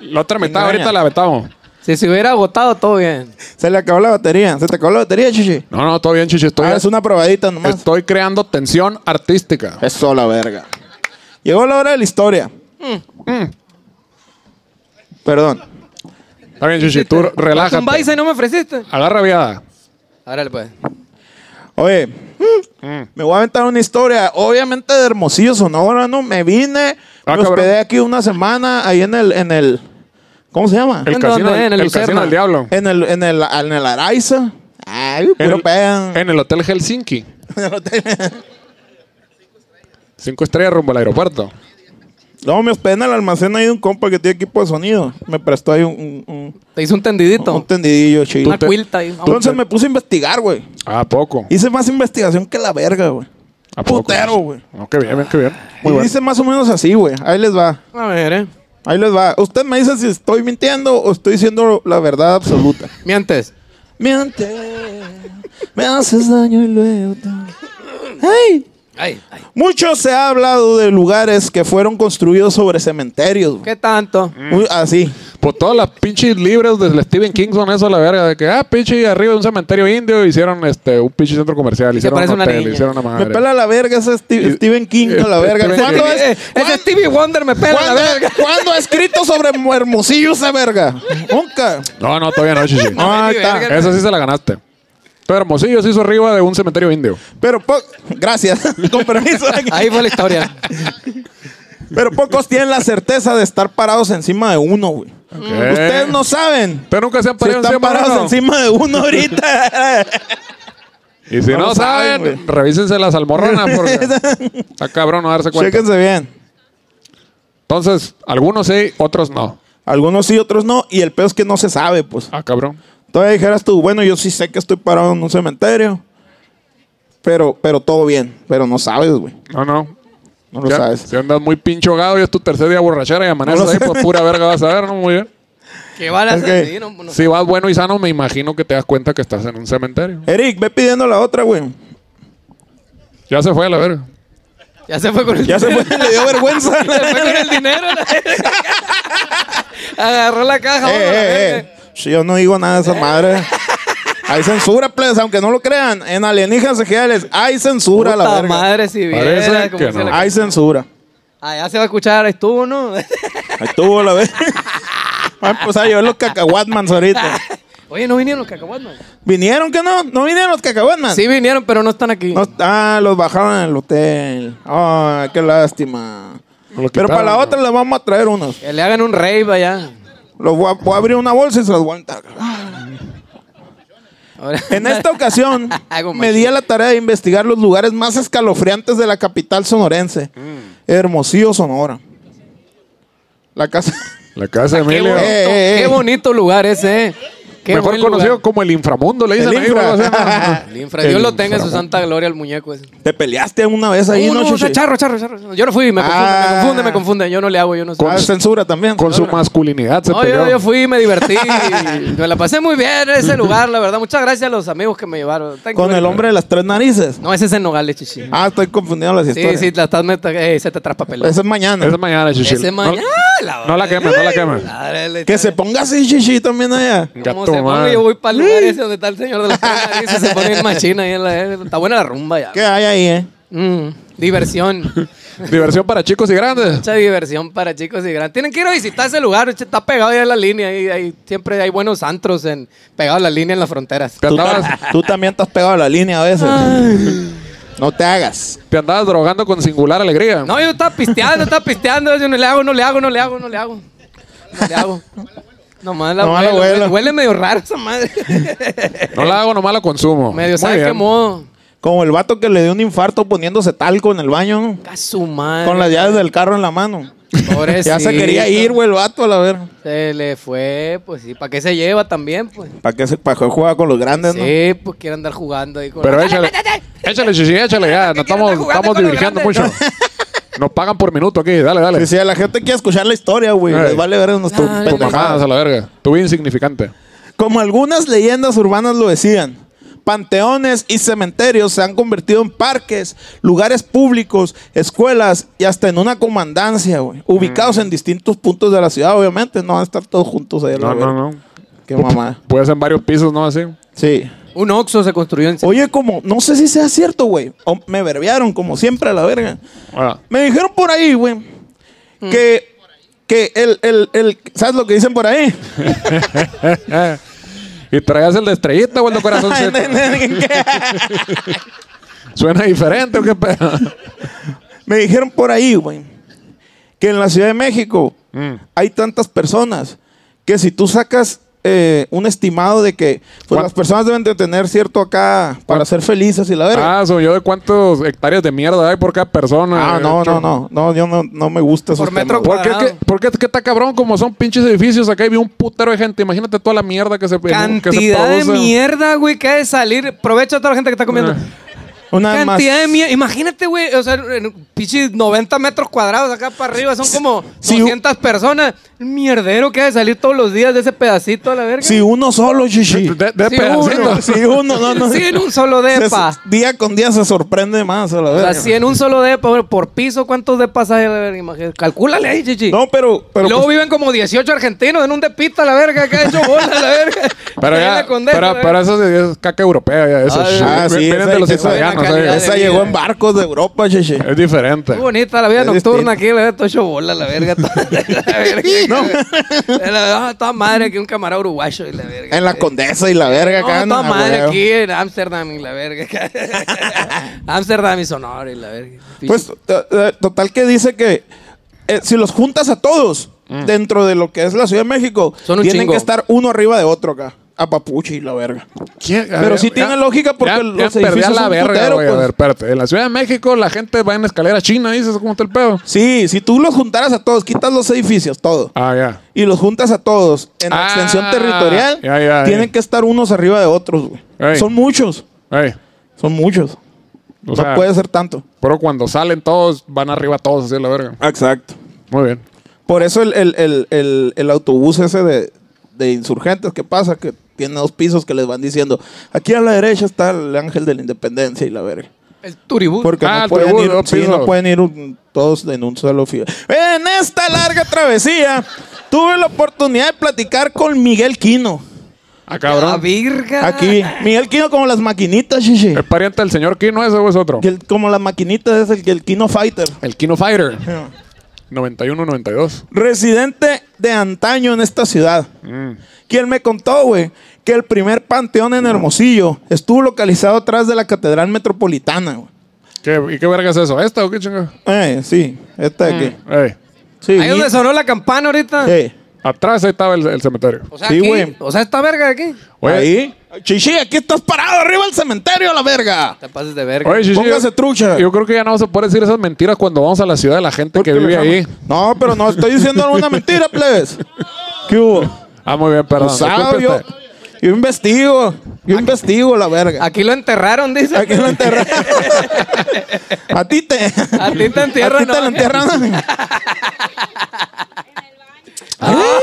A: La otra mitad
B: Engaña.
A: ahorita la vetamos.
C: Si se hubiera agotado, todo bien.
B: Se le acabó la batería. Se te acabó la batería, chichi.
A: No, no, todo bien, chichi. Estoy,
B: Ah, es una probadita nomás.
A: estoy creando tensión artística.
B: Eso, la verga. Llegó la hora de la historia. Perdón.
A: Está bien, chichi. Tú
C: ¿Tú un
A: relájate.
C: y no me ofreciste?
A: Agarra viada.
C: Árale, pues.
B: Oye, me voy a aventar una historia, obviamente de Hermosillo, Sonora, ¿no? Me vine,
A: Ah,
B: me hospedé
A: cabrón.
B: aquí una semana, ahí en el, en el, ¿cómo se llama?
A: El
C: ¿En dónde?
A: casino,
C: En el
A: del- el
C: Lucerna.
A: casino del diablo.
B: en el, en el, en el Araiza. Ay,
A: En
B: puro
A: el-
B: pedo.
A: en el Hotel Helsinki. Cinco estrellas rumbo al aeropuerto.
B: No, me hospedé en el almacén ahí de un compa que tiene equipo de sonido. Me prestó ahí un, un,
C: Te hice un
B: un,
C: tendidito.
B: un tendidillo chido.
C: Una cuilta ahí.
B: Entonces me puse a investigar, güey.
A: Ah, poco.
B: Hice más investigación que la verga, güey.
A: ¿A poco?
B: Putero, güey.
A: No, qué bien, qué bien.
B: Y
A: Muy bueno.
B: dice más o menos así, güey. Ahí les va.
C: A ver, eh.
B: Ahí les va. Usted me dice si estoy mintiendo o estoy diciendo la verdad absoluta.
C: Mientes.
B: Miente, me haces daño y luego te... ¡Ay!
C: Ay, ay.
B: Mucho se ha hablado de lugares que fueron construidos sobre cementerios. güey.
C: ¿Qué tanto?
B: Muy- así.
A: Pues todas las pinches libres del Stephen King son eso, la verga. De que, ah, pinche, arriba de un cementerio indio hicieron este, un pinche centro comercial, hicieron
C: parece
A: un
C: una
A: hotel,
C: niña.
A: hicieron una
B: Me
A: madre.
B: pela la verga ese Sti- Stephen King a la verga.
A: Stephen
B: ¿Cuándo
A: King.
C: Eh,
B: es?
C: eh, Ese Stevie Wonder me pela la
B: ¿Cuándo,
C: verga.
B: ¿Cuándo ha escrito sobre Hermosillo esa verga? Nunca.
A: No, no, todavía no, chichi.
B: No, ahí está.
C: verga.
A: Esa sí se la ganaste. Pero Hermosillo se hizo arriba de un cementerio indio.
B: Pero po- gracias. Con permiso.
C: Ahí fue la historia.
B: Pero pocos tienen la certeza de estar parados encima de uno, güey. Ustedes no saben.
A: Pero nunca se han
B: Se
A: parado
B: están
A: encima de
B: parados
A: uno.
B: encima de uno ahorita.
A: Y si
B: No
A: no,
B: lo saben,
A: saben, revísense las almorranas porque está cabrón no darse cuenta.
B: Chéquense bien.
A: Entonces, algunos sí, otros no.
B: Algunos sí, otros no. Y el peor es que no se sabe, pues.
A: Ah, cabrón.
B: Todavía dijeras tú, bueno, yo sí sé que estoy parado en un cementerio. Pero, pero todo bien. Pero no sabes, güey.
A: No, no.
B: No lo
A: Ya-
B: sabes.
A: Si andas muy pincho gado y es tu tercer día borrachera y amaneces
B: No lo
A: ahí,
B: sé.
A: pues pura verga vas a ver, ¿no? Muy bien.
C: Que van a
B: Es
C: hacer?
B: que-
C: Sí, no, no.
A: Si vas bueno y sano, me imagino que te das cuenta que estás en un cementerio.
B: Eric, ve pidiendo la otra, güey.
A: Ya se fue a la verga.
C: Ya se fue con el
B: Ya se fue, le dio vergüenza.
C: Se fue con el dinero. la verga. Agarró la caja.
B: Eh,
C: vámonos, la
B: eh,
C: verga.
B: eh. Si Yo no digo nada de esa madre. Hay censura, please, aunque no lo crean. En alienígenas Ejidales hay censura, la
C: Puta
B: verga.
C: madre, si
A: Parece
C: viera. como
A: que
C: dice
A: no.
C: la-
B: Hay censura.
C: Allá se va a escuchar, ahí estuvo, ¿no?
B: Ahí estuvo la verga. Va a empezar a llover los cacahuatmans ahorita.
C: Oye, no vinieron los cacahuates.
B: ¿Vinieron que no? ¿No vinieron los cacahuatmans?
C: Sí vinieron, pero no están aquí.
B: No, ah, los bajaron en el hotel. Ay, qué lástima.
A: Lo
B: Pero
A: quitaron,
B: para la
A: ¿no?
B: otra les vamos a traer unos.
C: Que le hagan un rave allá.
B: Los voy a, voy a abrir una bolsa y se las voy a entregar.
C: Ahora-
B: En esta ocasión
C: Hago
B: me di a la tarea de investigar los lugares más escalofriantes de la capital sonorense,
C: Mm.
B: Hermosillo, Sonora. La casa.
A: La casa de
C: Qué
A: Emilio.
C: bonito,
B: Eh, eh,
C: qué
B: eh.
C: bonito lugar ese, eh. Qué
A: Mejor
C: buen
A: conocido
C: lugar.
A: como el inframundo, le dicen
B: El
A: ahí, o algo
B: infra.
A: así, ¿no?
C: El infra. Dios
A: El
C: lo tenga en su
A: inframundo.
C: santa gloria el muñeco ese.
B: Te peleaste una vez ahí,
C: Uh,
B: ¿no,
C: no, o sea,
B: Chuchi?
C: charro, charro, charro. Yo no fui, me confunde,
B: Ah.
C: me confunde, me confunde. Yo no le hago, yo no sé.
B: Ah, censura también.
A: Con su masculinidad se
C: No,
A: peleó.
C: yo, yo fui, me divertí. me la pasé muy bien en ese lugar, la verdad. Muchas gracias a los amigos que me llevaron. Thank
B: Con
C: you.
B: el hombre de las tres narices.
C: No, ese es en Nogales, chichi.
B: Ah, estoy confundiendo las
C: Sí,
B: historias.
C: sí, la estás meta- eh, se te traspapeló.
B: Esa es mañana.
A: Esa es mañana, Chichi.
C: Ese ah,
A: No-
C: mañana.
A: No, la quemes, no la quemes.
B: Que se ponga así, chichi, también allá.
C: ¿Cómo
A: Gato,
C: se
A: madre.
C: pone? Yo voy para el lugar ese donde está el señor de la cara y se pone en machina. Ahí en la, está buena la rumba ya.
B: ¿Qué hay ahí, eh?
C: Mm, diversión.
A: Diversión para chicos y grandes.
C: Mucha diversión para chicos y grandes. Tienen que ir a visitar ese lugar. che, Está pegado ya a la línea. ahí- ahí siempre hay buenos antros en, pegados a la línea en las fronteras.
A: Te
B: Tú,
A: andabas,
B: ta- tú también estás pegado a la línea a veces. No te hagas.
A: te andabas drogando con singular alegría.
C: No, yo estaba pisteando, estaba pisteando. Yo no le hago, no le hago, no le hago, no le hago. No le hago. Nomás la
B: Nomás la
C: huelo,
B: huelo.
C: huele, huele medio raro esa madre.
A: No la hago, nomás la consumo.
C: medio,
A: Muy
C: ¿sabes
A: bien.
C: qué modo?
B: Como el vato que le dio un infarto poniéndose talco en el baño, ¿no?
C: A su madre.
B: con las llaves del carro en la mano.
C: Pobrecito.
B: Ya se quería ir, güey, el vato, a la ver.
C: Se le fue, pues sí. ¿Para qué se lleva también, pues?
B: ¿Para qué se para qué juega con los grandes, no?
C: Sí, pues quiere andar jugando ahí con
A: Pero
C: ¡Dale,
A: échale,
C: métete!
A: échale, Chichi, échale ya. Nos
C: Que quieren
A: estamos,
C: estar jugando
A: estamos
C: con los
A: divirtiendo mucho.
C: grandes.
A: Nos pagan por minuto aquí. Dale,
B: Sí,
A: dale.
B: sí, a la gente quiere escuchar la historia, güey.
A: Ey.
B: Les vale ver nuestro
C: Claro.
A: Tu majadas a la verga. Tu vida insignificante.
B: Como algunas leyendas urbanas lo decían, panteones y cementerios se han convertido en parques, lugares públicos, escuelas y hasta en una comandancia, güey.
A: Mm.
B: Ubicados en distintos puntos de la ciudad, obviamente. No van a estar todos juntos ahí. a
A: No,
B: la
A: no,
B: verga.
A: no.
B: Qué mamada.
A: Puedes en varios pisos, ¿no? Así.
B: Sí.
C: Un Oxxo se construyó en
B: Oye, como, no sé si sea cierto, güey. O Me verbearon, como siempre, a la verga.
A: Ah,
B: Me dijeron por ahí, güey, que, que el, el, el, ¿sabes lo que dicen por ahí?
A: eh. Y traías el de estrellita o el de corazoncito. Suena diferente o qué pedo.
B: Me dijeron por ahí, güey, que en la Ciudad de México
A: Mm.
B: hay tantas personas que si tú sacas eh, un estimado de que pues,
A: ¿Cuán-
B: las personas deben de tener cierto acá para ser felices y la verga.
A: Ah, soy yo de cuántos hectáreas de mierda hay por cada persona.
B: Ah, no,
A: Ocho.
B: no, no, no, yo no, no me gusta esos
C: Por metro
B: temas, güey.
A: ¿Por qué,
C: Cuadrado.
A: qué- por qué- qué está cabrón? Como son pinches edificios acá y vi un putero de gente. Imagínate toda la mierda que se
B: pues,
A: que se
C: Cantidad de
A: produce.
C: mierda, güey, que ha de salir. Aprovecha a toda la gente que está comiendo.
A: Ah.
B: Una vez más,
C: Cantidad de mierda. Imagínate, güey, o sea, en pinches 90 metros cuadrados acá para arriba. Son como
B: si-
C: 200 personas. El mierdero que ha de salir todos los días de ese pedacito a la verga.
B: si uno solo, chichi.
A: De, de
C: Sí,
A: pedacito.
C: uno.
B: Si uno, no, no.
C: Sí, en un solo
B: Se-
C: depa.
B: día con día se sorprende más, a la
C: O sea,
B: verga.
C: si en un solo depa, güey, por piso, ¿cuántos depas hay a la verga? Imagínate. Calcúlale ahí, chichi.
B: No, pero, pero
C: Y luego
B: pues,
C: viven como 18 argentinos en un depita a la verga, que ha hecho bola a la verga.
A: Pero
C: Ahí en
A: ya,
C: la Condesa,
B: ¿eh?
A: pero,
C: la verga.
A: pero eso sí es caca europea, ya, eso.
C: Ah,
A: shit.
B: ah, sí,
A: Vienen
B: esa-
A: de los
B: esa-
A: italianos,
C: buena calidad
A: ¿sabes?
B: esa
C: de
B: llegó
C: vida.
B: en barcos de Europa, chichi.
A: es diferente.
C: Muy bonita la vida
B: Es distinto.
C: nocturna aquí, la verdad, todo hecho bola, la verga. Toda, la verga la, ah, toda madre aquí, un camarada uruguayo y la verga.
B: En la condesa y la verga
C: No,
B: acá.
C: toda
B: eh, no,
C: madre
B: güey.
C: aquí en Ámsterdam y la verga. Ámsterdam y Sonora y la verga.
B: Pues t- eh, total que dice que eh, si los juntas a todos dentro de lo que es la Ciudad de México,
C: Mm. Son un
B: tienen
C: chingo.
B: que estar uno arriba de otro acá. a Papuchi, la verga.
A: ¿Quién? A
B: Pero sí tiene lógica porque
A: ya,
B: los
A: ya
B: edificios
A: perdí a la
B: son
A: verga,
B: putero,
A: güey. A
B: pues.
A: ver, espérate. En la Ciudad de México la gente va en escalera china, dices, ¿cómo está el pedo?
B: Sí, si tú los juntaras a todos, quitas los edificios, todo.
A: Ah, ya.
B: Y los juntas a todos en la
A: Ah,
B: extensión territorial,
A: ya, ya, ya.
B: tienen que estar unos arriba de otros, güey.
A: Ey.
B: Son muchos,
A: Ey,
B: son muchos.
A: o
B: no
A: sea,
B: puede ser tanto.
A: Pero cuando salen todos, van arriba todos, así a la verga.
B: Exacto.
A: Muy bien.
B: Por eso el, el- el- el- el autobús ese de, de insurgentes que pasa, que tiene dos pisos que les van diciendo, aquí a la derecha está el ángel de la independencia y la verga.
C: El turibú.
B: Porque
A: Ah,
B: no,
A: el
B: pueden
A: autobús,
B: ir,
A: dos
B: sí,
A: pisos.
B: no pueden ir un- todos en un solo fío. En esta larga travesía tuve la oportunidad de platicar con Miguel Quino.
A: Ah,
C: La
A: cabrón.
C: virga.
B: Aquí, Miguel Quino como las maquinitas, chichi.
A: Es pariente del señor Kino, ese o es otro.
B: Que el- como las maquinitas es el, el Kino Fighter.
A: El Kino Fighter. 91-92.
B: Residente de antaño en esta ciudad. Quien me contó, güey, que el primer panteón en Hermosillo estuvo localizado atrás de la Catedral Metropolitana, güey.
A: ¿Qué, ¿Y qué verga es eso? ¿Esta o qué chingo?
B: Eh, sí, esta de aquí.
A: Ey,
B: Sí,
C: Mm. Ahí donde sonó la campana ahorita.
B: eh,
A: atrás ahí estaba el, el cementerio.
C: O sea,
B: Sí,
C: aquí-
B: güey.
C: O sea, esta verga de aquí.
A: Oye,
B: Ahí. Chichi, aquí estás parado arriba del cementerio, la verga.
C: Te pases de verga.
A: oye, Shishi,
B: Póngase
A: yo-
B: trucha.
A: Yo creo que ya no vamos a poder decir esas mentiras cuando vamos a la ciudad de la gente que vive ahí.
B: No, pero no estoy diciendo alguna mentira, plebes. ¿Qué hubo?
A: Ah, muy bien, perdón.
B: Sabe,
A: Disculpe
B: yo,
A: usted.
B: yo investigo. Yo investigo, la verga.
C: Aquí lo enterraron, dice.
B: Aquí lo enterran. A ti te.
C: A ti te entierran,
B: A ti te
C: ¿no?
B: lo entierran. Ya ¡Ah!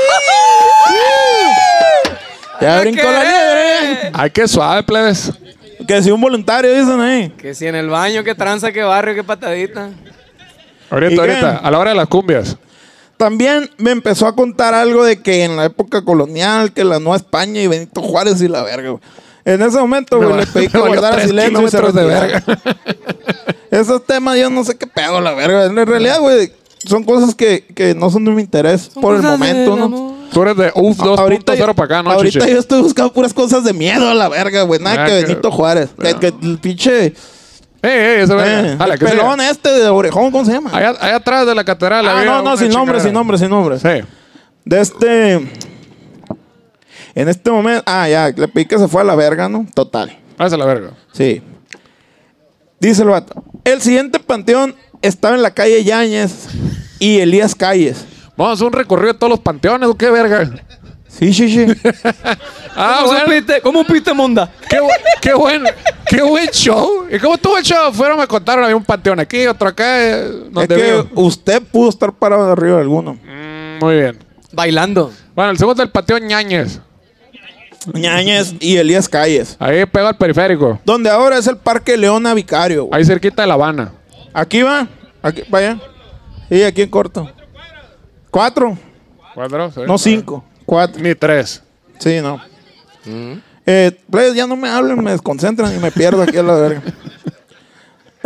C: ¡Ah! Anda
B: brincó
C: que-
B: la liebre.
A: Ay, qué suave, plebes.
B: Que si un voluntario, dicen ahí.
C: Que si en el baño, qué tranza, qué barrio, qué patadita.
A: Ahorita,
B: ¿Y qué?
A: ahorita, a la hora de las cumbias.
B: También me empezó a contar algo de que en la época colonial, que la Nueva España y Benito Juárez y la verga, güey. En ese momento,
A: Me
B: güey,
A: va-
B: le pedí
A: me
B: que
A: valió
B: guardara
A: tres
B: silencio y se
A: kilómetros de
B: de verga. Esos temas yo no sé qué pedo, la verga. En realidad, güey, son cosas que, que no son de mi interés por el
C: cosas
B: momento,
C: del
B: ¿no?
C: amor.
A: Tú eres de UF
B: Ahorita
A: 2.0
B: yo-
A: para acá, ¿no?
B: Ahorita
A: Chichi?
B: yo estoy buscando puras cosas de miedo a la verga, güey. Nada
A: Ah,
B: que
A: que-
B: Benito Juárez. Que, que el pinche...
A: Ey, ey, ese verga.
B: eh,
A: Jala,
B: el
A: que siga.
B: pelón este de orejón, ¿cómo se llama?
A: Allá, allá atrás de la catedral.
B: ah,
A: había
B: no, no,
A: una
B: sin nombre,
A: chingadera.
B: sin nombre, sin nombre.
A: Sí.
B: De este. En este momento. Ah, ya, le pedí que se fue a la verga, ¿no? Total.
A: Váyase a la verga.
B: Sí. Dice el vato. El siguiente panteón estaba en la calle Yáñez y Elías Calles.
A: Vamos a hacer un recorrido de todos los panteones, ¿o qué verga?
B: Sí, sí, sí.
A: Ah,
C: ¿Cómo
A: bueno.
C: supiste? ¿Cómo piste monda?
A: Qué, bu- qué buen, qué buen show. ¿Y cómo estuvo el show? Fueron, me contaron, había un panteón aquí, otro acá, eh,
B: es
A: donde
B: que
A: vivo.
B: usted pudo estar parado de arriba de alguno.
A: Mm, Muy bien.
C: Bailando.
A: Bueno, el segundo del panteón Ñañez.
B: Yáñez y Elías Calles.
A: Ahí pegó al periférico.
B: Donde ahora es el Parque Leona Vicario. güey.
A: Ahí cerquita de La Habana.
B: Aquí va. Aquí, vaya. Sí, aquí en corto. Cuatro.
A: ¿Cuatro? Sí.
B: No cinco. Cuatro.
A: Ni tres.
B: Sí, no.
C: Mm.
B: Eh, plebes, ya no me hablen, me desconcentran y me pierdo aquí a la verga.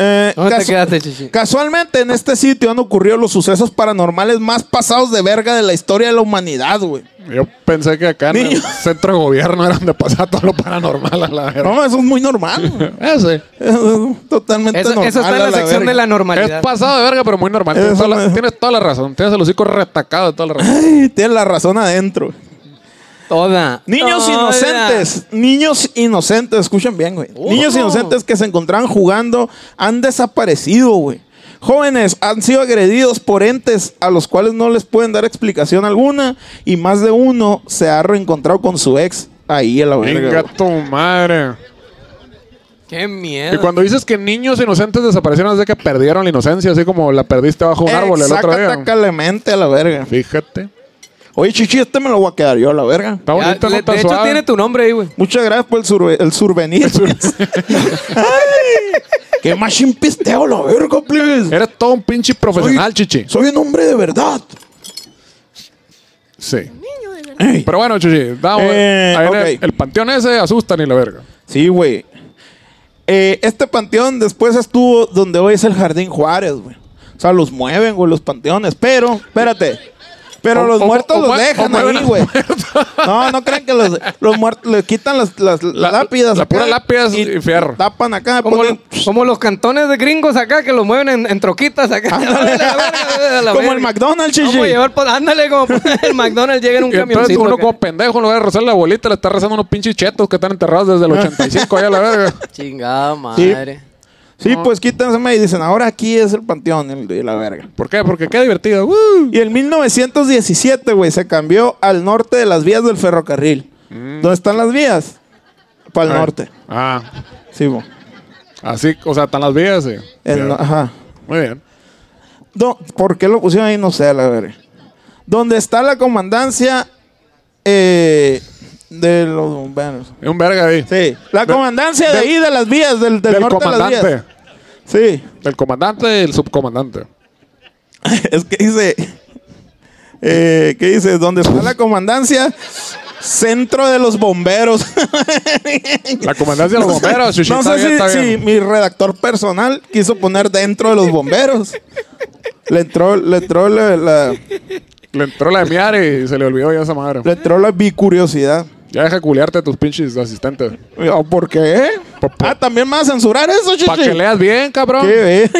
B: Eh,
C: ¿Dónde te
B: casu-
C: quedaste, chichi?
B: Casualmente en este sitio han ocurrido los sucesos paranormales más pasados de verga de la historia de la humanidad, güey.
A: Yo pensé que acá en el
B: Niño.
A: centro de gobierno era donde pasaba todo lo paranormal a la verga. Eh,
B: No, eso es muy normal. güey.
A: Ese.
B: Eso es totalmente
C: Eso,
B: normal.
C: eso está en
B: a
C: la sección
B: verga.
C: de la
A: Es
C: normalidad.
A: pasado de verga, pero muy normal. Tienes
B: Eso
A: toda, la,
B: me-
A: tienes toda la razón. Tienes el hocico retacado de toda la razón.
B: Ay, tiene la razón adentro.
C: Toda.
B: Niños
C: Toda.
B: inocentes, niños inocentes, escuchen bien, güey. Niños inocentes que se encontraban jugando han desaparecido, güey. Jóvenes han sido agredidos por entes a los cuales no les pueden dar explicación alguna y más de uno se ha reencontrado con su ex ahí en la verga.
A: Venga
B: güey.
A: tu madre.
C: Qué
A: Y
C: miedo.
A: cuando dices que niños inocentes desaparecieron es de que perdieron la inocencia, así como la perdiste bajo un árbol el otro día.
B: Exactamente a la verga.
A: Fíjate.
B: Oye, chichi, este me lo voy a quedar yo a la verga.
A: Está
C: Ya,
A: bonito, no
C: le- de
A: está
C: hecho,
A: suave.
C: tiene tu nombre ahí, güey.
B: Muchas gracias por el, surve- el survenir. Ay, ¡Qué machín pisteo la verga, please!
A: Eres todo un pinche profesional,
B: Soy-
A: chichi.
B: Soy un hombre de verdad.
A: Sí.
B: Ey.
A: Pero bueno, chichi, vamos.
B: Eh,
A: ahí en el-
B: ok.
A: el, panteón ese asustan y la verga.
B: Sí, güey. Eh, este panteón después estuvo donde hoy es el Jardín Juárez, güey. O sea, los mueven, güey, los panteones. Pero, espérate. Pero
A: O-
B: los
A: o-
B: muertos
A: o
B: los
A: mue- o
B: dejan
A: mueven
B: ahí,
A: a-
B: güey. No, no creen que los, los muertos les quitan las, las lápidas.
A: la
B: acá
A: pura lápidas y fierro.
B: Tapan acá,
C: Como,
B: ponen-
C: lo- como los cantones de gringos acá que los mueven en, en troquitas acá.
B: Ándale.
C: La verga, la
B: Como
C: verga.
B: el McDonald's, chichi.
C: Vamos a llevar por- ándale, como poner el McDonald's llega en un
A: Y entonces
C: camioncito.
A: uno
C: acá.
A: como pendejo, en lugar de rezar la abuelita, le está rezando unos pinches chetos que están enterrados desde el 85 allá a la verga.
C: Chingada
B: Sí.
C: madre.
B: Sí, pues quítanseme y dicen, ahora aquí es el panteón el- y la verga.
A: ¿Por qué? Porque qué divertido. ¡Woo!
B: Y en 1917, güey, se cambió al norte de las vías del ferrocarril. ¿Dónde están las vías? Para el norte.
A: Ah,
B: Sí, güey.
A: así, o sea, están las vías, sí.
B: El
A: Bien.
B: no- Ajá.
A: Muy bien.
B: Do- ¿Por qué lo pusieron ahí? No sé, la verga. Donde está la comandancia eh, de los bomberos.
A: Es un verga ahí.
B: Sí. La
A: Del-
B: comandancia de
A: del-
B: ahí de las vías, del, del
A: Del
B: norte de las
A: comandante.
B: vías. Sí.
A: Del comandante y el subcomandante.
B: Es que dice. Eh, ¿Qué dice? ¿Dónde está la comandancia? Centro de los bomberos.
A: La comandancia de los bomberos. sí, sí,
B: no
A: está
B: sé
A: bien,
B: si,
A: está
B: si
A: bien.
B: mi redactor personal quiso poner dentro de los bomberos. Le entró, le entró la, la-
A: Le entró la de miar y se le olvidó ya esa madre.
B: le entró la bicuriosidad.
A: Ya deja culiarte a tus pinches asistentes.
B: Oh, ¿Por qué?
A: Por- por-
B: Ah, también me vas a censurar eso, chichi.
A: Para que leas bien, cabrón.
B: ¿Qué ve?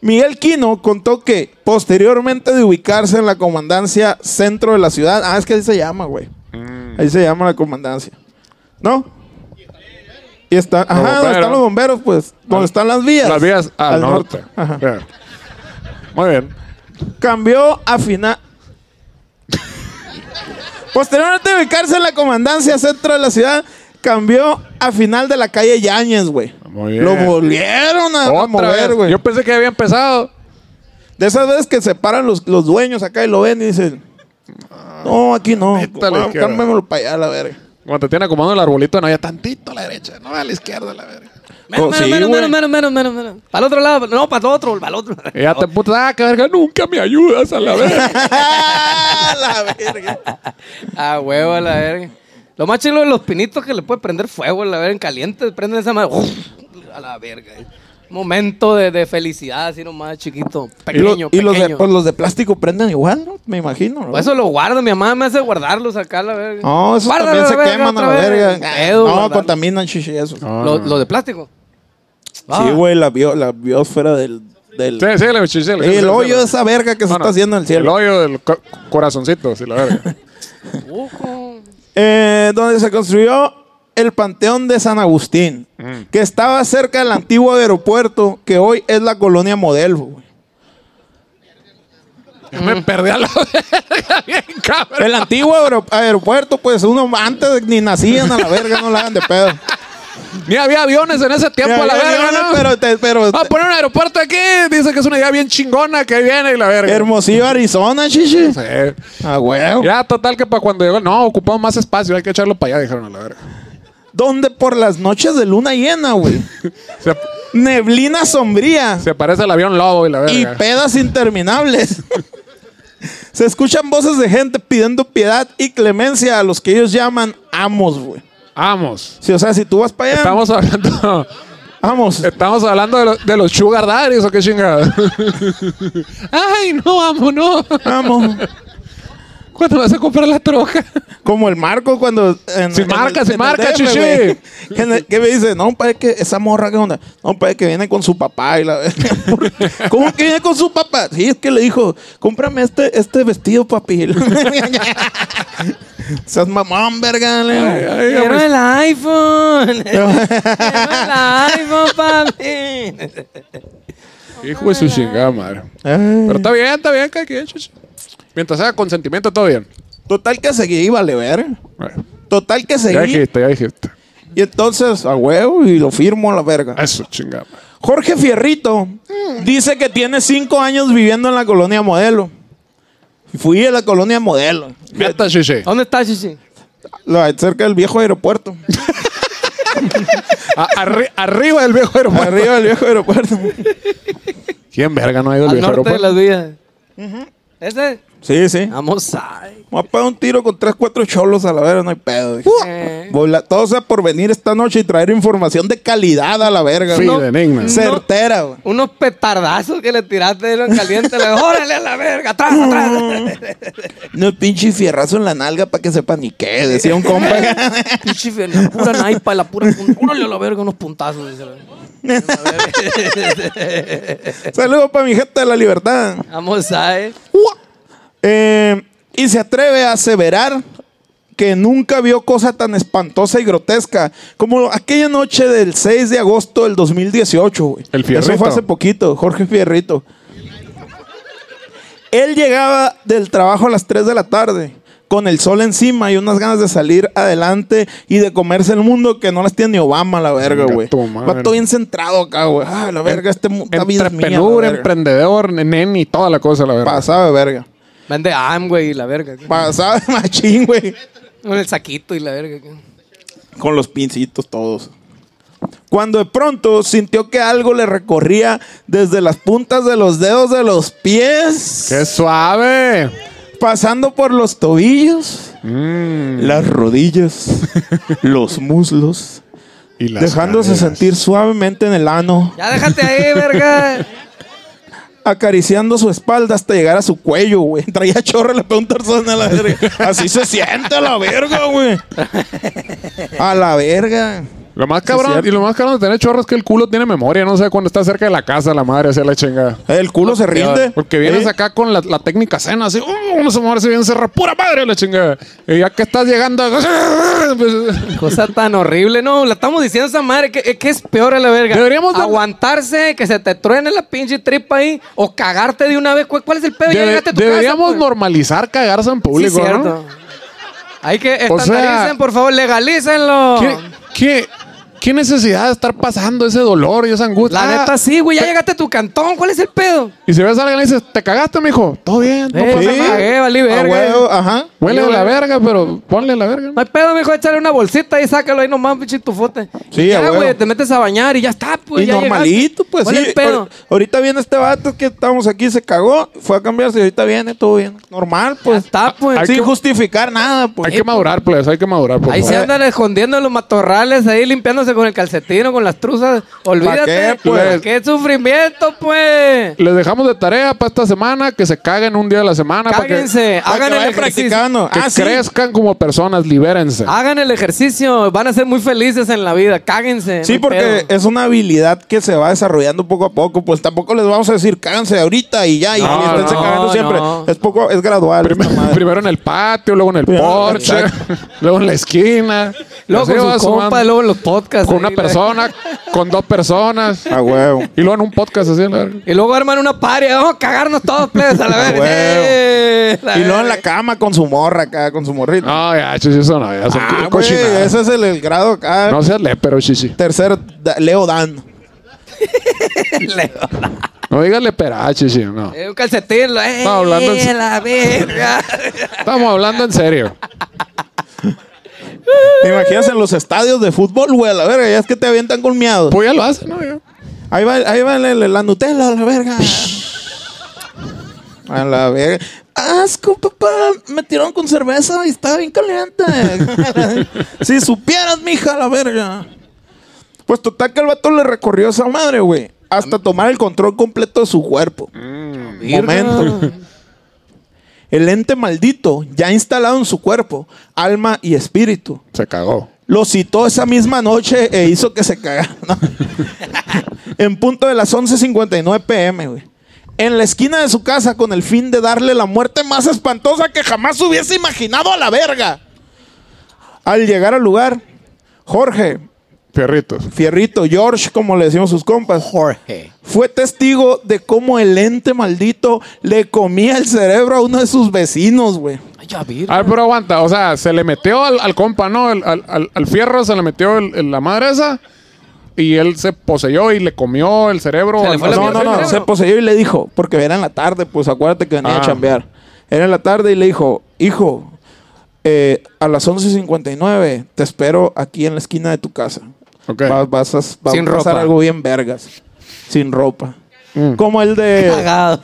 B: Miguel Quino contó que posteriormente de ubicarse en la comandancia centro de la ciudad. Ah, es que así se llama, güey.
A: Mm.
B: Ahí se llama la comandancia. ¿No? Y está, ajá, donde
A: bomberos.
B: están los bomberos, pues, donde están las vías.
A: Las vías al, norte.
B: Ajá.
A: Bien. Muy bien.
B: Cambió a final. Posteriormente de ubicarse en la comandancia centro de la ciudad, cambió a final de la calle Yáñez, güey.
A: Muy bien.
B: Lo volvieron a, a
A: Otra
B: Ah, mover,
A: vez.
B: güey.
A: Yo pensé que había empezado.
B: De esas veces que se paran los, los dueños acá y lo ven y dicen, no, aquí no,
A: Métale,
B: Vamos,
A: que era".
B: cámbiamelo para allá, la verga.
A: Cuando te tiene acomodando el arbolito, no, ya tantito a la derecha, no a la izquierda, la verga.
B: Oh,
C: Menos, menos,
B: sí,
C: menos,
B: güey.
C: menos, menos, menos, menos, menos. Para el otro lado, no, para el otro, para el otro.
A: Y ya te emputas, ah, que verga, nunca me ayudas a la verga.
B: la verga.
C: Ah, huevo, a la verga. Lo más chilo de los pinitos que le puede prender fuego, a la verga, en caliente, prenden esa madre. uf, a la verga. Momento de, de felicidad, así nomás, chiquito.
B: Y, lo-
C: Pequeño,
B: y los, de,
C: pequeño.
B: pues, los de plástico prenden igual, ¿no? Me imagino. ¿no?
C: Pues eso lo guardo, mi mamá me hace guardarlos acá, la verga.
B: no, esos
C: Guárdalo
B: también se
C: la verga,
B: queman a la
C: otra vez.
B: verga.
C: Pedo,
B: no,
C: guardarlo.
B: contaminan chichi eso.
A: No,
C: Lo,
A: no.
C: lo de plástico.
B: Sí,
C: Ah.
B: güey, la, bio- la biosfera del... del
A: Sí, sí, le sí, sí, le- sí,
B: el
A: le-
B: hoyo de
A: sí,
B: esa verga que
A: le-
B: se
A: no,
B: está
A: no.
B: haciendo en el
A: El
B: cielo.
A: hoyo del co- corazoncito, sí, la verga.
C: Ojo.
B: Eh, donde se construyó el Panteón de San Agustín,
A: Mm.
B: que estaba cerca del antiguo aeropuerto, que hoy es la colonia Modelo. güey.
A: Ya Me perdí a la verga, bien cabrón.
B: El antiguo aero- aeropuerto, pues uno antes ni nacían a la verga, no la hagan de pedo.
A: Ni había aviones en ese tiempo, a la
B: Había
A: verga,
B: aviones,
A: ¿no? Ah,
B: Pero, te- pero
A: Vamos a poner un aeropuerto aquí. Dice que es una idea bien chingona que ahí viene y la verga.
B: Hermosillo, Arizona, chichi.
A: pues. Sí.
B: Ah, huevo.
A: Ya, total que para cuando llegó, no, ocupamos más espacio, hay que echarlo para allá, dijeron a la verga.
B: Donde por las noches de luna llena, güey.
A: Se,
B: Neblina sombría.
A: se parece al avión lobo y la
B: y
A: verga.
B: pedas interminables. Se escuchan voces de gente pidiendo piedad y clemencia a los que ellos llaman amos, güey.
A: Vamos.
B: Sí, o sea, si tú vas para allá,
A: Estamos hablando,
B: amos.
A: estamos hablando de, lo- de los sugar daddies o qué chingada. Ay, no, amo, no.
B: Amos.
A: ¿Cuándo vas a comprar la troca?
B: Como el Marco cuando... En,
A: Sin
B: en
A: marca, sin
B: el- en el
A: marca,
B: DF,
A: chichi.
B: güey. Que, en el- que me dice, no, pa, es que esa morra, ¿qué onda? No, pa, es que viene con su papá y la verga. ¿Por qué? ¿Cómo que viene con su papá? Sí, es que le dijo, cómprame este, este vestido, papi. Seas mamón, verga. le digo.
A: Ay,
C: Quiero
A: hombre,
C: el iPhone. Quiero el iPhone, papi.
A: Hijo de su chingada, madre.
B: Ay.
A: Pero está bien, está bien, cada quien, chichi. Mientras sea consentimiento, todo bien.
B: Total que seguí, vale, ver.
A: Bueno,
B: Total que
A: Ya
B: seguí.
A: dijiste, ya dijiste.
B: Y entonces, a huevo, y lo firmo a la verga.
A: Eso, chingada. madre.
B: Jorge Fierrito dice que tiene cinco años viviendo en la colonia modelo. Fui a la colonia modelo,
A: Neta, chichi.
C: ¿Dónde está Chichi?
B: la- cerca del viejo aeropuerto.
A: A- arri- arriba del viejo aeropuerto.
B: Arriba del viejo aeropuerto.
A: ¿Quién verga no ha ido al
C: Al
A: viejo
C: norte de
A: aeropuerto?
C: las villas. ¿Ese?
B: Sí, sí.
A: Ah.
C: Vamos a.
B: Voy a pegar un tiro con tres, cuatro cholos a la verga, no hay pedo. dije.
A: Uh.
C: Eh.
B: Voy la- todo sea por venir esta noche y traer información de calidad a la verga,
A: Sí,
B: güey.
A: de enigma.
B: Certera, güey.
C: Unos petardazos que le tiraste de lo en caliente. Le órale a la verga, atrás, atrás.
B: No pinche fierrazo en la nalga para que sepa ni qué, decía un compa.
C: Pinche fiel, la pura naipa, la pura punta. Órale a la verga, unos puntazos. dice la-
B: Saludos para mi gente de la libertad.
C: Vamos a. eh.
B: Eh, y se atreve a aseverar que nunca vio cosa tan espantosa y grotesca como aquella noche del 6 de agosto del 2018, güey.
A: El Fierrito.
B: Eso fue hace poquito, Jorge Fierrito. Él llegaba del trabajo a las 3 de la tarde, con el sol encima y unas ganas de salir adelante y de comerse el mundo que no las tiene ni Obama, la verga,
A: Venga,
B: güey.
A: tu madre.
B: Va todo bien centrado acá, güey. Ah, la verga, este mu- esta vida
A: Entre
B: es mía, la
A: peludo,
B: verga.
A: emprendedor, nene y toda la cosa, la verdad.
B: Pasaba de verga.
C: Vende AM, güey, y la verga.
B: Pasaba de machín, güey.
C: Con el saquito y la verga.
B: con los pincitos todos. Cuando de pronto sintió que algo le recorría desde las puntas de los dedos de los pies,
A: ¡Qué suave!
B: pasando por los tobillos,
A: Mm,
B: las rodillas, los muslos,
A: y las
B: dejándose
A: caderas.
B: sentir suavemente en el ano,
C: Ya déjate ahí, verga.
B: acariciando su espalda hasta llegar a su cuello, güey. Traía chorro, le pegó un tarzón a la verga. Así se siente a la verga, güey. A la verga.
A: Lo más
B: Sí,
A: cabrón,
B: cierto.
A: y lo más cabrón de tener chorros es que el culo tiene memoria, no sé, cuando está cerca de la casa, la madre hace la chingada.
B: El culo se rinde.
A: Porque vienes
B: ¿Eh?
A: acá con la, la técnica cena, así, uh, vamos a moverse bien, cerrar pura madre la chingada. Y ya que estás llegando, pues,
C: Cosa tan horrible, no, la estamos diciendo esa madre, que, eh, que es peor a la verga.
A: Deberíamos de-
C: aguantarse, que se te truene la pinche tripa ahí, o cagarte de una vez. ¿Cuál, cuál es el pedo? Ya
A: debe-
C: llegaste a tu
A: deberíamos
C: casa, pues.
A: normalizar cagarse en público,
C: Sí, cierto.
A: ¿no?
C: Hay que
A: O sea-
C: estandaricen, por favor, legalícenlo.
A: ¿Qué, qué, qué necesidad de estar pasando ese dolor y esa angustia?
C: La
A: Ah,
C: neta sí, güey, ya llegaste a tu cantón, ¿cuál es el pedo?
A: Y si ves a alguien y le dices, ¿te cagaste, mijo? Todo bien, no
C: Eh,
A: pasa
C: sí.
A: nada.
C: Cagué, valí
B: A
C: verga.
B: huevo, ajá.
A: Huele a
C: Sí,
A: la
C: güey.
A: verga, pero ponle la verga.
C: No hay pedo, mijo, échale una bolsita y sácalo ahí nomás, pinche tufote.
B: Sí,
C: Y
B: a
C: ya,
B: huevo.
C: güey, te metes a bañar y ya está, pues.
B: y
C: ya
B: normalito,
C: llegaste.
B: pues
C: ¿Cuál
B: sí.
C: es el pedo?
B: Ahor- Ahorita viene este vato que estábamos aquí, se cagó, fue a cambiarse y ahorita viene todo bien. Normal,
C: Ya
B: pues.
C: está, pues.
B: Sin justificar nada, pues.
A: Hay que madurar, please, hay que madurar, por
C: Ahí se
B: eh.
A: favor.
C: andan escondiendo en los matorrales, ahí limpiándose con el calcetín o con las truzas. Olvídate.
B: qué, pues?
C: ¿Pa' qué sufrimiento, pues?
A: Les dejamos de tarea para esta semana que se caguen un día de la semana. para que-
C: Cáguense,
B: Para que
C: hagan el
B: vayan
C: ejercicio.
B: practicando.
A: Que
B: ah, sí.
A: crezcan como personas, libérense.
C: Hagan el ejercicio, van a ser muy felices en la vida. Cáguense. no
B: Sí,
C: hay
B: porque eh,
C: pedo.
B: es una habilidad que se va desarrollando poco a poco. Pues tampoco les vamos a decir cáganse ahorita y ya, y,
A: No,
B: y esténse
A: no,
B: cagando siempre.
C: no.
B: Es poco, es gradual.
A: Primero,
B: esta madre.
A: primero en el patio, luego en el
B: Primero,
A: porche, luego en la esquina.
C: Luego
A: Así
C: con
A: vas
C: su compa,
A: sumando.
C: luego en los podcasts.
A: Con una
C: ahí, la-
A: persona, con dos personas.
B: A huevo.
A: Y luego en un podcast así. la verga.
C: Y luego arman una paria. Vamos a cagarnos todos, plebes, a la verga.
B: huevo.
C: Eh,
B: Y
C: la
B: luego en la
C: verga.
B: cama con su morra acá, con su morrito.
A: No, ya, chichi, eso no. Ya Ah, pues, son
B: ah, güey,
A: cochinadas.
B: ese es el, el grado acá.
A: No seas lepero, chichi.
B: Tercer, da- Leo Dan.
A: No digas lepera, chichi. No.
C: Eh, Un calcetín. lo- Eh,
A: Estaba hablando en-
C: la verga.
A: Estamos hablando en serio.
B: ¿Te imaginas en los estadios de fútbol, güey? A La verga, ya es que te avientan colmeados.
A: Pues ya lo hacen, ¿no? Ya.
B: Ahí va, ahí va la, la- la Nutella, a la verga. A la verga. Asco, papá. Me tiraron con cerveza y estaba bien caliente. si supieras, mija, a la verga. Pues total que el vato le recorrió esa madre, güey. Hasta tomar el control completo de su cuerpo. Momento. El ente maldito, ya instalado en su cuerpo, alma y espíritu,
A: Se cagó.
B: lo citó esa misma noche e hizo que se cagara. ¿no? en punto de las 11.59 pm, güey. En la esquina de su casa con el fin de darle la muerte más espantosa que jamás hubiese imaginado a la verga. Al llegar al lugar, Jorge,
A: Fierritos.
B: Fierrito, George, como le decimos sus compas,
C: Jorge.
B: fue testigo de cómo el ente maldito le comía el cerebro a uno de sus vecinos, güey.
C: Ay, ya vi.
A: A ver, pero aguanta. O sea, se le metió al, al compa, ¿no? El- al, al- al fierro se le metió el- el- la madre esa. Y él se poseyó y le comió el cerebro.
C: Se le fue la
B: No,
C: mierda
B: no,
C: el
B: no,
C: cerebro.
B: se poseyó y le dijo, porque era en la tarde, pues acuérdate que venía
A: Ah.
B: a chambear. Era en la tarde y le dijo, hijo, eh, a las 11.59 te espero aquí en la esquina de tu casa.
A: Ok.
B: Va- Vas, a, va
C: Sin
B: a pasar
C: ropa.
A: Mm.
B: algo
C: pues,
B: bien vergas. Sin ropa. Como el de...
C: Cagado.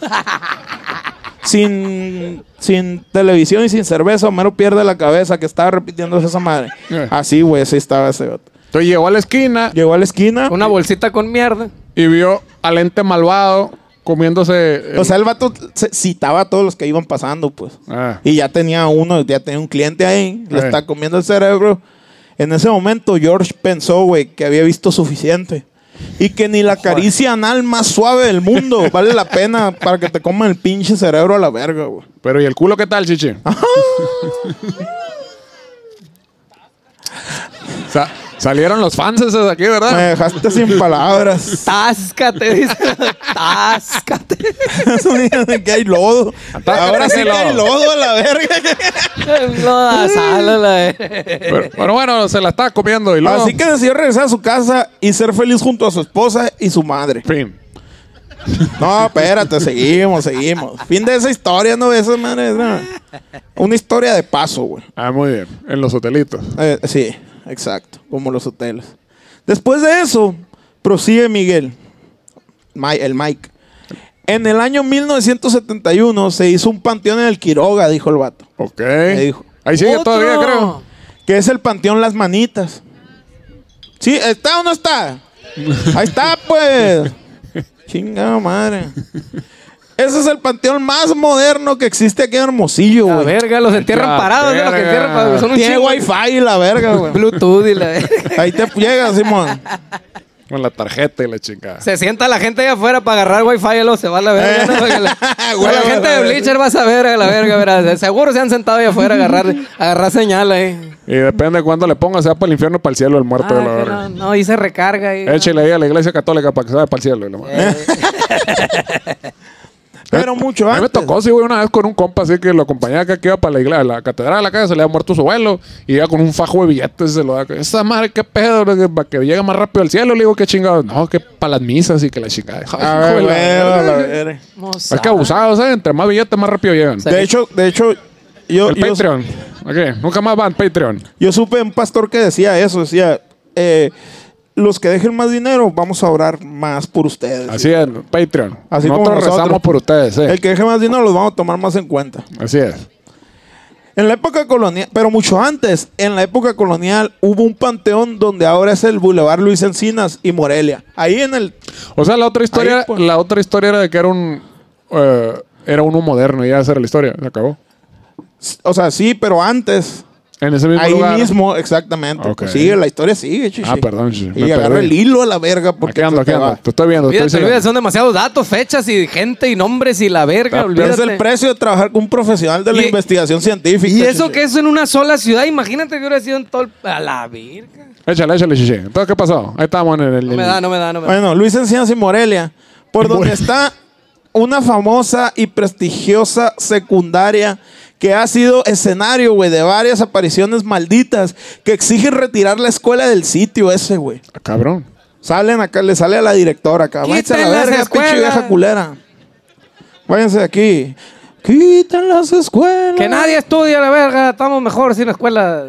B: sin, sin televisión y sin cerveza, Homero pierde la cabeza que estaba repitiendo esa madre.
A: Eh.
B: Así, güey, así estaba ese vato.
A: Entonces llegó a la esquina
B: Llegó a la esquina.
C: Una bolsita con mierda.
A: y vio al ente malvado comiéndose. el-
B: O sea, el vato se- citaba a todos los que iban pasando, pues.
A: Ah.
B: Y ya tenía uno, ya tenía un cliente ahí, le
A: Eh.
B: está comiendo el cerebro. En ese momento, George pensó, güey, que había visto suficiente. Y que ni la caricia anal más suave del mundo vale la pena para que te coman el pinche cerebro a la verga, güey.
A: Pero ¿y el culo qué tal, chichi? Sa- salieron los fans esos aquí,
B: Me
A: ¿verdad?
B: dejaste sin palabras.
C: Táscate, dice. Táscate.
B: Eso dice que hay lodo.
A: Atácate,
B: Ahora sí que
A: lodo.
B: hay lodo a la verga.
C: No da sal a la verga.
A: Pero, pero bueno, se la estaba comiendo y luego...
B: Así que decidió regresar a su casa y ser feliz junto a su esposa y su madre.
A: Fin.
B: No, espérate, seguimos, seguimos. Fin de esa historia, no de esa madre. es una- Una historia de paso, güey.
A: Ah, muy bien. En los hotelitos.
B: Eh, sí, exacto, como los hoteles. Después de eso, prosigue Miguel, Mi- el Mike. En el año 1971 se hizo un panteón en el Quiroga, dijo el vato,
A: Ok.
B: dijo.
A: Ahí sigue
C: Otro.
A: todavía, creo.
B: que es el panteón Las Manitas. ¿Sí? ¿Está o no está? Ahí está, pues. Chingada madre. Ese es el panteón más moderno que existe aquí en Hermosillo,
C: La
B: güey.
C: verga, los entierran
A: La
C: parados, güey, los que
A: verga.
C: entierran parados. Son un
B: Tiene
C: chingo.
B: wifi y la verga, güey.
C: Bluetooth y la verga.
B: Ahí te llega, Simón.
A: Con la tarjeta y la chingada.
C: Se sienta la gente allá afuera para agarrar wifi y luego se va a la verga. ¿no? Porque la,
B: Güey,
C: la
B: güey,
C: gente de
B: güey.
C: Bleacher va a saber a la verga, verás. Seguro se han sentado allá afuera a agarrar, a agarrar señal ahí.
A: Y depende de cuándo le ponga, sea para el infierno o para el cielo el muerto de la
C: Ah, que
A: verga.
C: no, no, y se recarga ahí. ¿no?
A: Échale ahí a la iglesia católica para que se vaya para el cielo. y la madre.
B: Pero mucho
A: A mí me
B: antes.
A: tocó, sí, güey, una vez con un compa así que lo acompañaba acá que iba para la iglesia, a la catedral, acá se le había muerto su abuelo y iba con un fajo de billetes y se lo da. Esa madre, qué pedo, bro, que- para que llegue más rápido al cielo. Le digo, qué chingados. No, que para las misas y que la chingada. Ay,
B: A
A: hijo de
B: ver,
A: la verga.
B: güey, a la verga.
C: Mozart.
A: Es que abusados, ¿eh? Entre más billetes, más rápido llegan.
C: Sí.
B: De hecho, de hecho, yo,
A: El
B: yo,
A: Patreon. Ok, nunca más van Patreon.
B: yo supe un pastor que decía eso, decía, eh, los que dejen más dinero, vamos a orar más por ustedes.
A: Así es, Patreon.
B: Así como
A: nosotros
B: nosotros.
A: rezamos por ustedes, sí.
B: El que deje más dinero los vamos a tomar más en cuenta.
A: Así es.
B: En la época colonial, pero mucho antes, en la época colonial hubo un panteón donde ahora es el Boulevard Luis Encinas y Morelia. Ahí en el
A: O sea, la otra historia,
B: Ahí, pues.
A: la otra historia era de que era un eh, era uno moderno y ya esa era la historia, se acabó.
B: o sea, sí, pero antes
A: En ese mismo
B: ahí
A: lugar.
B: mismo, exactamente.
A: Ok.
B: Pues sigue, la historia sigue, chichi.
A: Ah, perdón, chichi,
B: Y
A: me
B: agarra
A: perdí.
B: el hilo a la verga porque
A: Aquí ando,
B: se
A: aquí
B: te
A: ando.
B: va.
A: Te estoy viendo.
C: Olvídate,
A: estoy siguiendo.
C: olvídate, son demasiados datos, fechas y gente y nombres y la verga,
A: Ah, pero
B: Pero
C: olvídate.
B: es el precio de trabajar con un profesional de la
C: Y-
B: investigación científica.
C: Y eso
B: chichi.
C: que es en una sola ciudad, imagínate que hubiera sido en todo el... A la verga.
A: Échale, échale, chiche. Entonces, ¿qué pasó? Ahí estamos en el.
C: No me da, no me da, no me da.
B: Bueno, Luis Encinas y Morelia, por donde
A: Bueno.
B: está una famosa y prestigiosa secundaria que ha sido escenario, güey, de varias apariciones malditas que exigen retirar la escuela del sitio ese, güey.
A: Ah, Cabrón.
B: Salen acá, le sale a la directora acá. Váyanse a la
C: Quiten las
B: verga, pinche
C: escuelas.
B: vieja culera. Váyanse de aquí. Quiten las escuelas.
C: Que nadie estudia la verga, estamos mejor sin la escuela.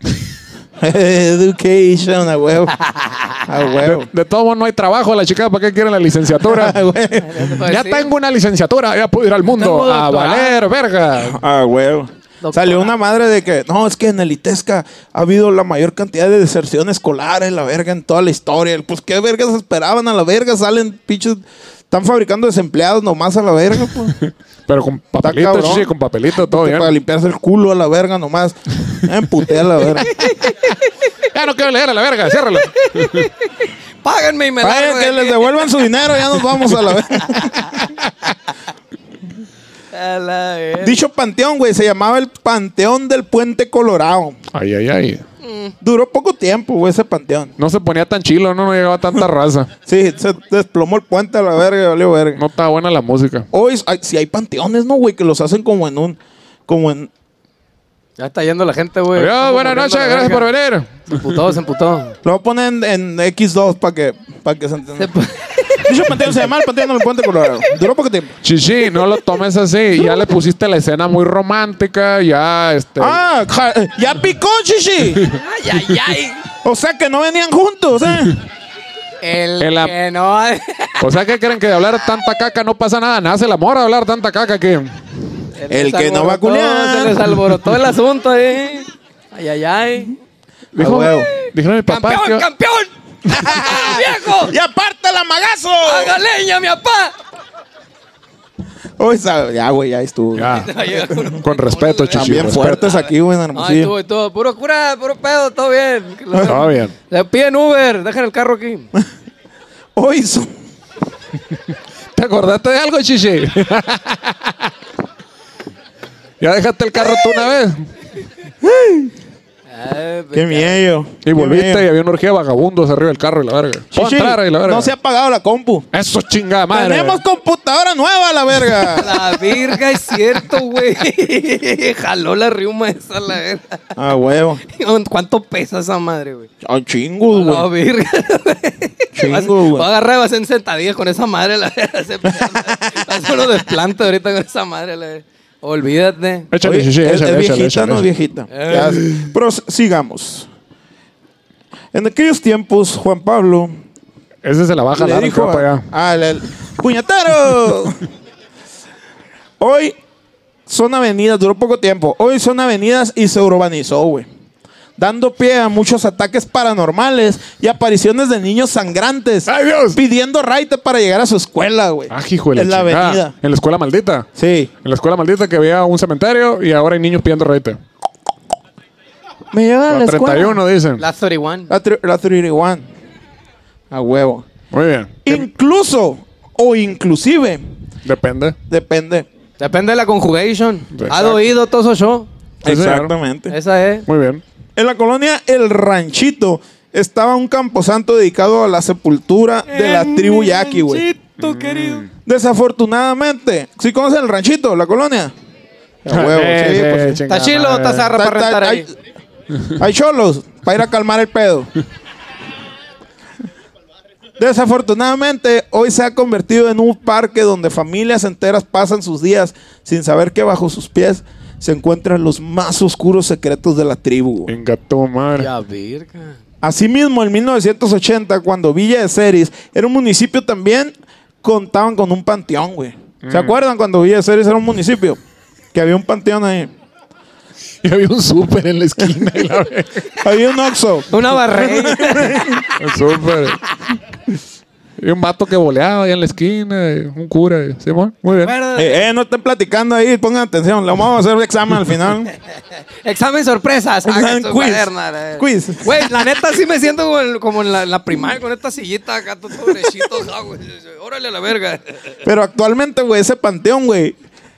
B: Education, a huevo. A huevo.
A: De todo modo, no hay trabajo. La chica, ¿para qué quieren la licenciatura?
B: A huevo.
A: ya
C: pues Sí.
A: tengo una licenciatura. Ya puedo ir al mundo
C: Tengo
A: a
C: doctorado.
A: valer, verga.
B: Ah, huevo.
C: Doctora.
B: Salió una madre de que, no, es que en el E ITESCA ha habido la mayor cantidad de deserción escolar en la verga en toda la historia. Pues qué vergas esperaban a la verga, salen pinches, están fabricando desempleados nomás a la verga, pues.
A: Pero con papelito,
B: cabrón.
A: chiche, con papelito, todo bien.
B: Para limpiarse el culo a la verga nomás. Emputé a la verga.
A: Ya no quiero leer a la verga, ciérralo.
C: Páganme y me
B: Vaya,
C: largo de
B: que les
C: aquí.
B: devuelvan su dinero, ya nos vamos a la verga.
C: A la verga.
B: Dicho panteón, güey, se llamaba el Panteón del Puente Colorado.
A: Ay, ay, ay.
B: Duró poco tiempo, güey, ese panteón.
A: No se ponía tan chilo, no, no llegaba tanta raza.
B: Sí, se desplomó el puente a la verga, y valió verga.
A: No estaba buena la música.
B: Hoy, hay- si hay panteones, ¿no, güey? Que los hacen como en un... Como en...
C: Ya está yendo la gente, güey.
A: Adiós,
C: Estamos
A: buenas
C: muriendo
A: noches,
C: la
A: gracias
C: verga.
A: por venir.
C: Se emputó, se emputó.
B: Lo ponen en, X2 para que, pa' que se
C: Se
B: entienda.
C: pu-
B: Dicho panteón se llama el panteón del puente colorado. Duró poco tiempo.
A: Chichi, no lo tomes así. Ya le pusiste la escena muy romántica, ya este.
B: Ah, ja- ya picó, chichi.
C: Ay, ay, ay.
B: O sea que no venían juntos, ¿eh?
C: El,
A: El ap-
C: que no...
A: O sea, ¿qué creen que de hablar tanta caca no pasa nada? Nace el amor a hablar tanta caca que.
B: El
C: les
B: que no va a
C: alborotó,
B: culiar.
C: Se les alborotó el asunto, ¿eh? Ay, ay, ay.
A: Dijo,
B: huevo.
A: dijeron mi papá.
C: ¡Campeón,
A: que-
C: campeón! Ah, ¡Viejo!
B: ¡Y aparte la magazo!
C: ¡Haga leña, mi papá!
B: Uy, sabe- ya, güey, ya estuvo.
A: Ya.
C: Con
A: Con respeto, chichi.
B: También
A: respeto.
B: fuertes aquí, güey, en
C: No, y
B: Hermosillo.
C: todo, y todo. Puro cura, puro pedo, todo bien.
A: Ah, Todo bien.
C: Le piden Uber, dejan el carro aquí.
B: Uy, su-
A: ¿Te acordaste de algo, chichi? ya dejaste el carro tú una vez.
C: Ay,
B: qué miedo.
A: Y volviste y había una orgía de vagabundos arriba del carro y la verga. Puedo entrar ahí, la verga.
B: no se ha apagado la compu.
A: Eso chingada madre.
B: Tenemos computadora nueva, la verga.
C: La virga es cierto, güey. Jaló la riuma esa, la verga.
B: ah, huevo.
C: ¿Cuánto pesa esa madre, güey?
B: Ah, chingo,
C: La
B: güey.
C: virga,
B: Chingo,
C: Vas-
B: güey.
C: Voy a agarrar y vas en sentadillas con esa madre, la verga. Se- Vas uno de planta ahorita con esa madre, la verga. Olvídate.
A: Échale,
B: Oye,
A: chichi,
B: es-
A: échale,
B: es
A: échale,
B: viejita,
A: échale,
B: no es
A: échale.
B: viejita.
C: Eh.
B: Ya sé. Pero s- sigamos. En aquellos tiempos, Juan Pablo
A: Ese se la baja
B: le
A: la
B: dijo
A: dijo para allá.
B: a- al al- puñetero. Hoy son avenidas, duró poco tiempo. Hoy son avenidas y se urbanizó, güey. Dando pie a muchos ataques paranormales y apariciones de niños sangrantes.
A: ¡Ay, Dios!
B: Pidiendo raite para llegar a su escuela, güey.
A: Ah, hijo de la
B: En la
A: chingada.
B: avenida.
A: En la escuela maldita.
B: Sí.
A: En la escuela maldita que había un cementerio y ahora hay niños pidiendo reite.
B: Me lleva a
A: La
B: la escuela.
A: 31 dicen.
C: La 31.
B: La, tri- la 31. A huevo.
A: Muy bien.
B: Incluso o inclusive,
A: Depende.
B: depende.
C: Depende de la conjugation.
A: Exacto.
C: ¿Has oído todo eso show?
A: Sí, señor.
C: Esa es.
A: Muy bien.
B: En la colonia El Ranchito estaba un camposanto dedicado a la sepultura de la tribu Yaqui, güey.
C: Ranchito, querido.
B: Desafortunadamente, ¿sí conoces El Ranchito, la colonia? A huevo, sí,
A: Eh,
B: pues,
A: eh,
B: sí.
A: chingada
C: ¿Está chilo o
A: madre.
C: está zarra
B: Ta-
C: para
B: ta-
C: rentar ahí?
B: hay, hay cholos para ir a calmar el pedo. Desafortunadamente, hoy se ha convertido en un parque donde familias enteras pasan sus días sin saber que bajo sus pies se encuentran los más oscuros secretos de la tribu. güey.
A: Venga, tu madre.
C: Ya, virga.
B: Asimismo, en 1980, cuando Villa de Ceres era un municipio también, contaban con un panteón, güey. ¿Se acuerdan cuando Villa de Ceres era un municipio? Que había un panteón ahí.
A: Y había un súper en la esquina. y la verga.
B: Había un Oxxo.
C: Una barreña.
A: Un súper. Y un vato que boleaba ahí en la esquina. y Un cura. y- ¿Sí, amor? Muy bien.
C: Acuérdate.
B: Eh, eh, no estén platicando ahí, pongan atención. Le vamos a hacer un examen al final.
C: Examen sorpresa.
B: Examen
C: Saca tu
B: quiz.
C: cuaderno, la verga.
B: Quiz.
C: Güey, la neta sí me siento como, en- como en, la, en la primaria con esta sillita acá, todo derechito. ja, güey. Órale a la verga.
B: Pero actualmente, güey, ese panteón, güey,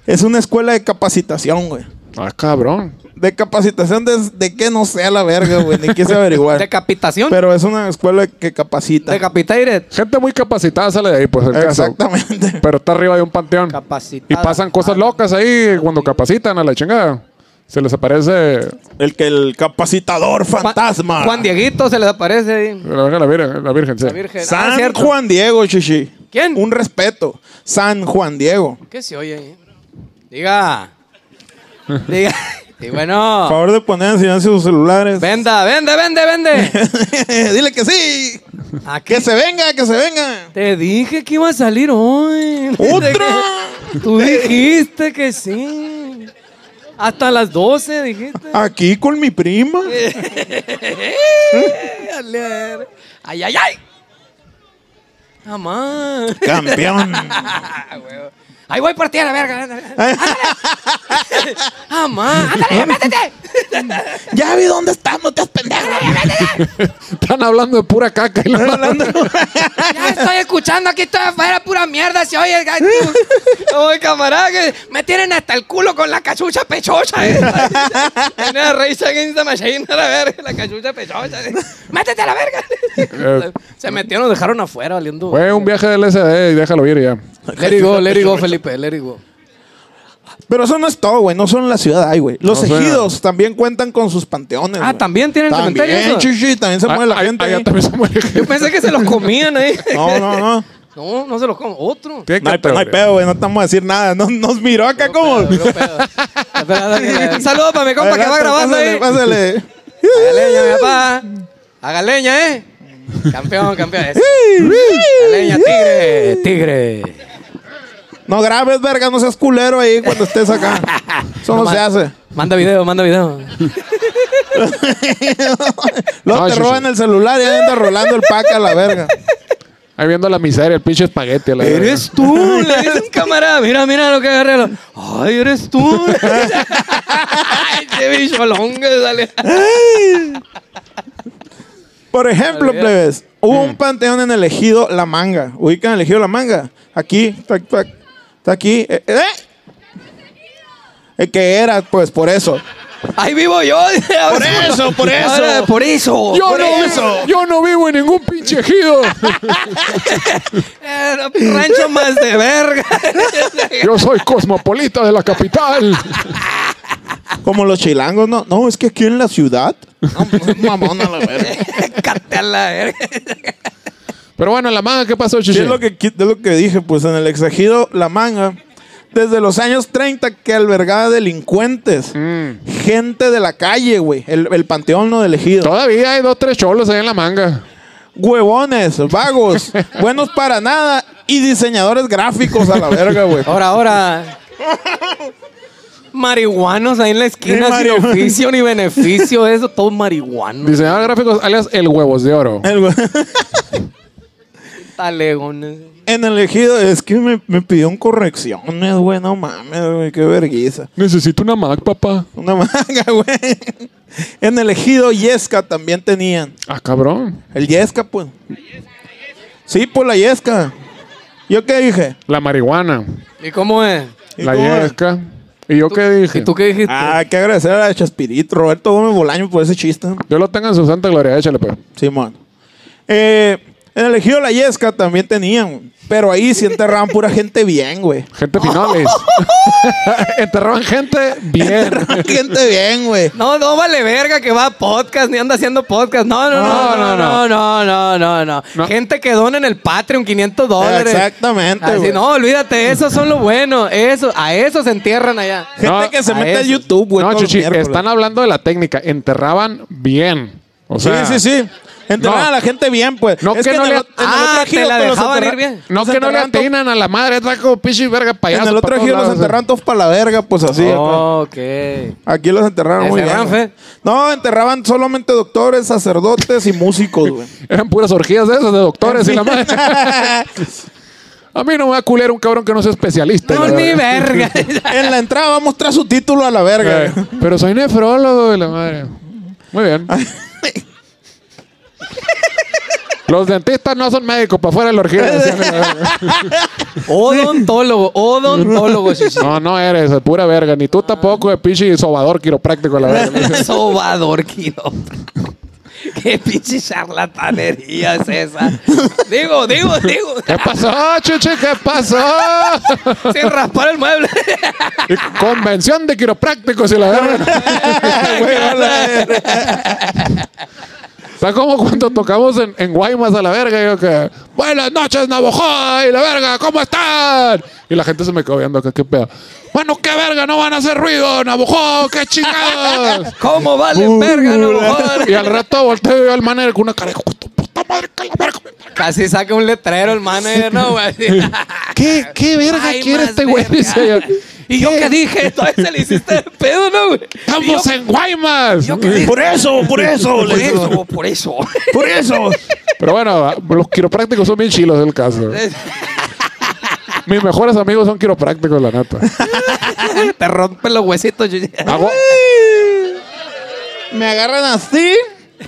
B: es una escuela de capacitación, güey.
A: Ah, cabrón.
B: De capacitación de, de que no sea la verga, güey. Ni quise averiguar.
C: Decapitación.
B: Pero es una escuela que capacita.
C: Decapitated.
A: Gente muy capacitada sale de ahí, pues el caso.
B: Exactamente.
A: Pero está arriba de un panteón. Y
C: Capacitada.
A: pasan cosas locas ahí cuando capacitan a la chingada. Se les aparece.
B: El que el capacitador
C: Juan-
B: fantasma.
C: Juan Dieguito se les aparece ahí.
A: La verga, la Virgen. La virgen, sí.
C: La Virgen. Ah,
B: San
C: cierto.
B: Juan Diego, chichi.
C: ¿Quién?
B: Un respeto. San Juan Diego.
C: ¿Qué se oye ahí? Diga. Diga. Y
B: Por
C: bueno.
B: favor de poner en silencio sus celulares.
C: Venda, vende, vende, vende.
B: Dile que sí.
C: ¿A
B: Que se venga, que se venga.
C: Te dije que iba a salir hoy.
B: ¡Otra!
C: Tú dijiste que sí. Hasta las 12 dijiste.
B: Aquí con mi prima.
C: A leer. ¡Ay, ay, ay! ¡Mamá!
B: Campeón.
C: ¡Ahí voy por ti a la verga! ándale. ¡Mamá! ¡Ándale, métete!
B: ya vi dónde estás, no te has pendejo.
A: Están hablando de pura caca. y la madre.
C: Ya estoy escuchando aquí estoy afuera, pura mierda. Se oye el gato. Oye, camarada, que me tienen hasta el culo con la cachucha pechocha. eh. Una raíz against the machine, a la verga, la cachucha pechocha. eh. Métete a la
B: Eh.
C: verga. Se metieron, nos dejaron afuera, valiendo.
A: Fue un viaje del SD y déjalo ir ya.
C: Let it go, let it go, Felipe, let it go.
B: Pero eso no es todo, güey. No solo en la ciudad hay, güey. Los
A: No suena.
B: ejidos también cuentan con sus panteones.
C: Ah,
B: güey.
C: ¿también tienen cementerio
B: También,
C: eso?
B: chichi. También se mueve la
A: Ah,
B: gente.
A: allá
B: ahí.
A: también se muere gente.
C: Yo pensé que se los comían ahí.
B: No, no, no.
C: No, no se los comen. Otro.
A: Tiene que
B: No hay, no hay
A: teoría.
B: pedo, güey. No estamos a decir nada. No, nos miró acá como.
C: Puro pedo. Espera, dale. Un saludo para mi compa que va
B: Adelante,
C: grabando ahí.
B: pásale, pásale.
C: Haga leña, mi papá. Haga leña, ¿eh? Campeón, campeón. Eso. Leña, tigre, tigre.
B: No grabes, verga, no seas culero ahí cuando estés acá. Eso no,
C: Ma-
B: se hace.
C: Manda video, manda video.
B: Luego
A: No,
B: te
A: sí,
B: roban
A: sí.
B: el celular y ahí andas rolando el pack a la verga.
A: Ahí viendo la miseria, el pinche espagueti. a La verga.
C: Eres tú, le dice un camarada. Mira, mira lo que agarré. Lo- Ay, eres tú. Ay, qué bicholonga sale.
B: Por ejemplo,
C: Olvídate.
B: plebes, hubo un panteón en el ejido La Manga. Ubican el ejido La Manga. Aquí, tac, tac. Está aquí. Eh, eh. Eh, que era, pues, por eso.
C: Ahí vivo yo. Por
B: eso, por eso.
C: por eso.
A: Yo
C: por
A: no, vi-
C: eso.
A: yo no vivo en ningún pinche ejido.
C: Era un rancho más de verga.
A: Yo soy cosmopolita de la capital.
B: Como los chilangos, no. No, es que aquí en la ciudad. No, pues, mamón a la verga.
C: Cate a la verga.
A: Pero bueno, en la manga, ¿qué pasó,
B: Sí,
A: Chichi?
B: es lo que, qui- es lo que dije, pues en el exagido La Manga, desde los años 30 que albergaba delincuentes, gente de la calle, güey, el, el panteón no del ejido.
A: Todavía hay dos, tres cholos ahí en la manga.
B: Huevones, vagos, buenos para nada y diseñadores gráficos a la verga, güey.
C: Ahora, ahora. Marihuanos ahí en la esquina
B: Sí,
C: sin
B: marihuana.
C: oficio ni beneficio, eso, todo marihuano.
A: Diseñador "Ah, gráficos alias El Huevos de Oro.
B: El güey-
C: Talegones.
B: en el ejido es que me, me pidieron correcciones, güey, no mames, güey, qué vergüenza.
A: Necesito una Mac, papá.
B: Una manga, güey. En el ejido Yesca también tenían.
A: Ah, cabrón.
B: El Yesca, pues. Sí, pues la Yesca. ¿Yo qué dije?
A: La marihuana.
C: ¿Y cómo es?
B: ¿Y
A: La
B: cómo es?
A: yesca. ¿Y yo qué
C: ¿Y
A: dije?
C: tú qué dijiste?
B: Ah, hay que agradecer a Chaspirito, Roberto Gómez Bolaño por ese chiste.
A: Yo lo tengo en su santa gloria. Échale, pues.
B: Simón. Eh, en el ejido La Yesca también tenían, pero ahí sí enterraban pura gente bien, güey.
A: Gente finales. Enterraban gente bien.
B: Enterraban gente bien, güey.
C: No, no vale verga que va a podcast, ni anda haciendo podcast. No, no, no, no, no, no, no, no, no.
A: No.
C: Gente que dona en el Patreon 500 dólares.
B: Exactamente,
C: Así,
B: güey.
C: no, olvídate, esos son lo bueno. Eso, a eso se entierran allá.
B: Gente
A: No,
B: que se
C: a
B: mete a
C: eso.
B: YouTube, güey.
A: no,
B: todos los
A: Chichi,
B: miércoles.
A: están hablando de la técnica. Enterraban bien. O sea,
B: sí, sí, sí. Enterraban
A: no.
B: a la gente bien, pues.
A: No, que no
B: en el
A: le-
B: o- en el
C: Ah,
B: otro
C: te
B: ejido
C: la
B: los
C: dejaban ir
B: enterra-
C: bien.
A: No
B: los
A: que no le
B: enterraban to-
A: atinan a la madre, está como pinche verga payaso.
B: En el otro
A: para todos
B: ejido los
A: lados, o sea.
B: enterran todos para la verga, pues así. acá.
C: ok.
B: Aquí los enterraron muy bien.
C: ¿Encerraron,
B: güey.
C: Fe?
B: No, enterraban solamente doctores, sacerdotes y músicos, güey.
A: Eran puras orgías de esas, de doctores y la madre. a mí no me va a culer un cabrón que no sea especialista.
C: No,
A: la
C: ni
A: verdad.
C: verga.
B: en la entrada va a mostrar su título a la verga.
A: Eh, Pero soy nefrólogo y la madre. Muy bien. Los dentistas no son médicos, para afuera el orgía. decían. eh,
C: odontólogo, odontólogo, sí, sí.
A: No, no eres, de pura verga. Ni tú tampoco, de pinche sobador quiropráctico, la verga.
C: Sobador quirófano. Qué pinche charlatanería es esa. Digo, digo, digo.
A: ¿Qué pasó, chuche? ¿Qué pasó?
C: Sin raspar el mueble.
A: Y Convención de quiroprácticos y la verga.
B: Güey, a la verga.
A: Está como cuando tocamos en, en Guaymas a la verga. y Yo que, buenas noches, Navajo y la verga, ¿cómo están? Y la gente se me quedó viendo, que qué pedo. Bueno, qué verga, no van a hacer ruido, Navajo, qué chingados.
C: ¿Cómo valen verga, no
A: y al rato volteo y veo al manager con una cara de "Hijo de tu puta madre, que la verga.
C: Casi saca un letrero el manager, ¿no, güey?
A: ¿Qué, qué verga
C: Ay,
A: quiere
C: más
A: este güey?
C: verga.
A: Dice yo.
C: ¿Y yo qué dije? Todavía se le hiciste de pedo, ¿no, güey? ¿Y yo-
A: Estamos en Guaymas.
C: yo qué dije?
B: Por eso, por eso,
C: Por
B: le digo.
C: eso, por eso.
B: Por eso.
A: Pero bueno, los quiroprácticos son bien chilos del caso. Mis mejores amigos son quiroprácticos, la neta.
C: Te rompen los huesitos. yo-
A: Hago-
B: Me agarran así.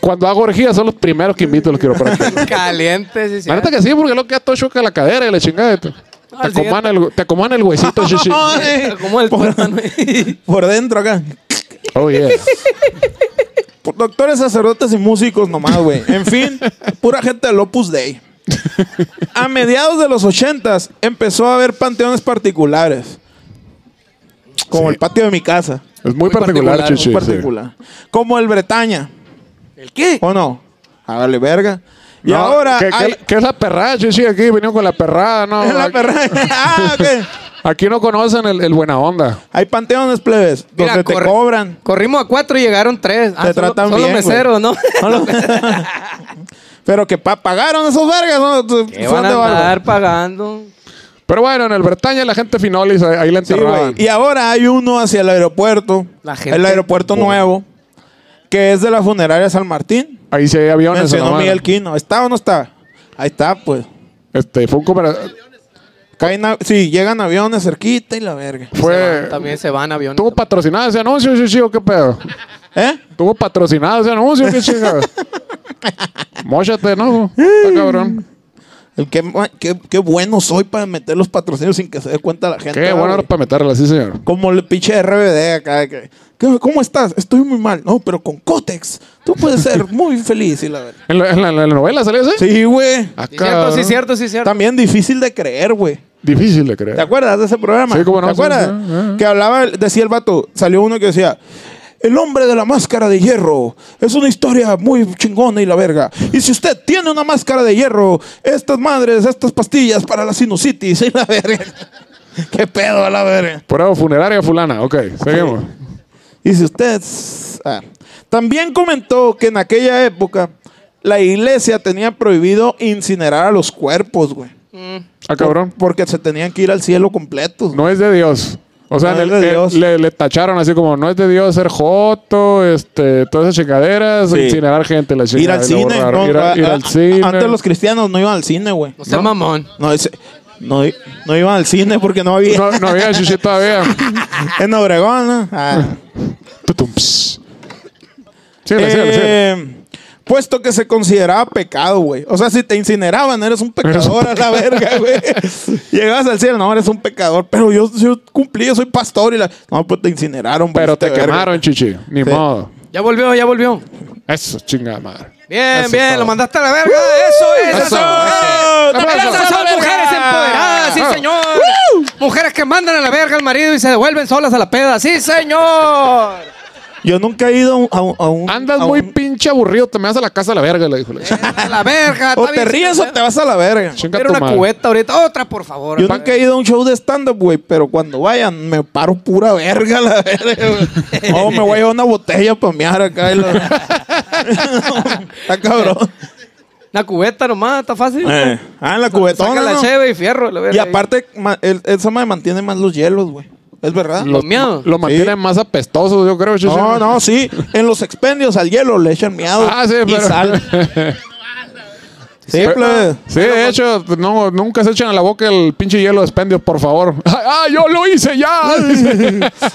A: cuando hago orgías son los primeros que invito a los quiroprácticos.
C: Calientes, sí, sí.
A: La neta que sí, porque lo que todo choca la cadera y la chingada. Te, te,
C: Ah, sí,
A: acomodan el, te acomodan el huesito, chichi.
B: Ay,
C: Ah, Como el
B: por,
C: tuétano.
B: por dentro acá.
A: Oh, yeah.
B: Por doctores, sacerdotes y músicos nomás, güey. En fin, pura gente del Opus Dei. A mediados de los ochentas empezó a haber panteones particulares. Como el patio de mi casa.
A: Es muy, particular,
C: particular,
A: chichi. sí.
B: en particular. Como el Bretaña.
C: ¿El qué?
B: ¿O no? Hágale verga. Y
A: No,
B: ahora
A: ¿qué, qué-
B: hay...
A: qué es la perrada, chichi? Aquí venimos con la perrada, ¿no?
B: la perra- ah, ok.
A: Aquí no conocen el, el buena onda.
B: Hay panteones plebes
C: Mira,
B: donde te
C: corre-
B: cobran.
C: Corrimos a cuatro y llegaron tres. Ah,
B: Te
C: solo-
B: tratan
C: solo
B: bien, güey.
C: meseros, ¿no?
B: Solo- Pero que pa- pagaron esos vergas, ¿no? Son
C: Que van a
B: de barba.
C: andar pagando.
A: Pero bueno, en el Bretaña la gente finolis, ahí, ahí la
B: Sí,
A: enterraban.
B: güey. Y ahora hay uno hacia el aeropuerto.
C: La gente-
B: El aeropuerto nuevo. Que es de la funeraria San Martín.
A: ahí sí hay aviones.
B: Mencionó
A: nomás.
B: Miguel Quino. ¿Está o no está? Ahí está, pues.
A: Este, fue un comer-
B: Caen a- sí, llegan aviones cerquita y la verga.
C: Se
A: Fue,
C: van, también se van aviones.
A: ¿Tuvo patrocinado ese anuncio, sí, sí, o qué pedo?
B: ¿Eh?
A: ¿Tuvo patrocinado ese anuncio, qué chingada? Móchate, ¿no? Está cabrón.
B: El que- qué, qué bueno soy para meter los patrocinios sin que se dé cuenta la gente.
A: Qué bueno
B: güey.
A: para meterla, sí, señor.
B: Como el pinche RBD acá. que, ¿qué- ¿Cómo estás? Estoy muy mal. No, pero con Cotex. Tú puedes ser muy feliz y la verga.
A: ¿En la, en la- en la novela salió ese?
B: Sí, güey.
A: Ah,
C: Sí, cierto, sí,
A: cabrón.
C: cierto, sí, cierto.
B: También difícil de creer, güey.
A: Difícil de
B: ¿Te
A: creer.
B: acuerdas de ese programa?
A: Sí, cómo no,
B: ¿Te
A: sí,
B: acuerdas?
A: sí, sí, sí.
B: Que hablaba, decía el vato, salió uno que decía, el hombre de la máscara de hierro es una historia muy chingona y la verga. Y si usted tiene una máscara de hierro, estas madres, estas pastillas para la sinusitis y la verga. ¿Qué pedo a la verga?
A: Prueba funeraria fulana. Ok, seguimos.
B: Y si usted... s- ah. También comentó que en aquella época la iglesia tenía prohibido incinerar a los cuerpos, güey.
A: Ah, cabrón.
B: Porque se tenían que ir al cielo completos.
A: No es de Dios. O sea,
B: No
A: en
B: es
A: el-
B: de
A: el-
B: Dios.
A: Le, le tacharon así como, no es de Dios ser joto, este, todas esas chingaderas,
B: Sí.
A: incinerar gente, la
B: Ir
A: chingada.
B: al
A: y lo
B: cine.
A: borraron.
B: no,
A: ir, a-
B: a-
A: ir
B: a-
A: al cine.
B: Antes los cristianos no iban al cine, güey.
C: No sea mamón.
B: No, ese- no, i- no iban al cine porque no había.
A: No, no había chichi todavía.
B: En Obregón, ¿no? Ah.
A: Tutum, pss. Síguele, síguele, síguele.
B: Eh, Puesto que se consideraba pecado, güey. O sea, si te incineraban, eres un pecador a la verga, güey. Llegabas al cielo, no, eres un pecador. Pero yo, yo cumplí, yo soy pastor y la. No, pues te incineraron. güey,
A: Pero
B: este
A: te
B: verga.
A: quemaron, chichi. Ni
B: Sí.
A: modo.
C: Ya volvió, ya volvió.
A: Eso, chingada madre.
C: Bien,
B: Eso
C: bien,
B: todo.
C: lo mandaste a la verga. Eso es,
A: Eso,
C: eso,
A: eso.
C: es.
A: Aplausos
C: Esas
A: a
C: son
A: la verga.
C: mujeres empoderadas, sí,
A: Bravo.
C: señor. Mujeres que mandan a la verga al marido y se devuelven solas a la peda, sí, señor.
B: Yo nunca he ido a un. a un- a un-
A: Andas
B: a
A: muy
B: un-
A: pinche aburrido, te me vas a la casa a la verga, le dijo.
C: A la verga.
B: O
C: está
B: te
C: bien,
B: ríes o
C: señor.
B: te vas a la verga.
A: Chinga
C: Quiero
A: tu
C: una
A: madre.
C: cubeta ahorita. Otra, por favor.
B: Yo nunca he ido a un show de stand-up, güey, pero cuando vayan me paro pura verga, la verga, güey. Oh, me voy a llevar una botella para mear acá. y la- Está cabrón.
C: Una cubeta nomás, está fácil.
A: Eh.
B: Ah, en la
C: Saca
B: cubetona,
C: la
B: ¿no?
C: cheve y fierro. la verga.
B: Y aparte, ma- el, esa madre mantiene más los hielos, güey. ¿Es verdad?
A: Los-
C: miados.
A: Lo mantienen más apestosos, yo creo, chichi.
B: No, no, sí. En los expendios al hielo le echan miado
A: Ah, sí,
B: y
A: pero-
B: sal. Sí,
A: Pero-
B: plebe.
A: Sí, de hecho, no, nunca se echan a la boca el pinche hielo de expendio, por favor. ¡Ah, yo lo hice ya!
C: Sí,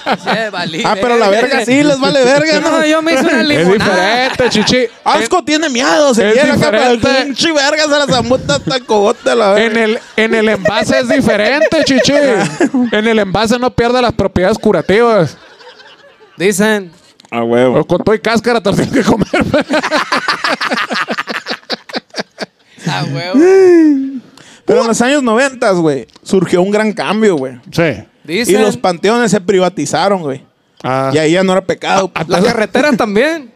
C: valí,
B: Ah, pero la verga sí, les vale verga,
C: No,
B: ¿no?
C: yo me hice una
A: es
C: limonada.
A: diferente, chichi. En,
B: Asco tiene miado, se
A: Eh, es
B: llega acá para el
A: diferente.
B: pinche verga, se la zambuta hasta cogote la verga.
A: en el, en el envase es diferente, chichi. En el envase no pierde las propiedades curativas.
C: Dicen.
B: A huevo.
A: Pues con todo y cáscara te lo tienes que comer.
C: Ah, huevo.
B: Pero en los años 90, güey, surgió un gran cambio, güey.
A: sí.
B: Y
C: Dicen.
B: los panteones se privatizaron, güey.
A: Ah,
B: Y ahí ya no era pecado.
C: Ah, Las carreteras también.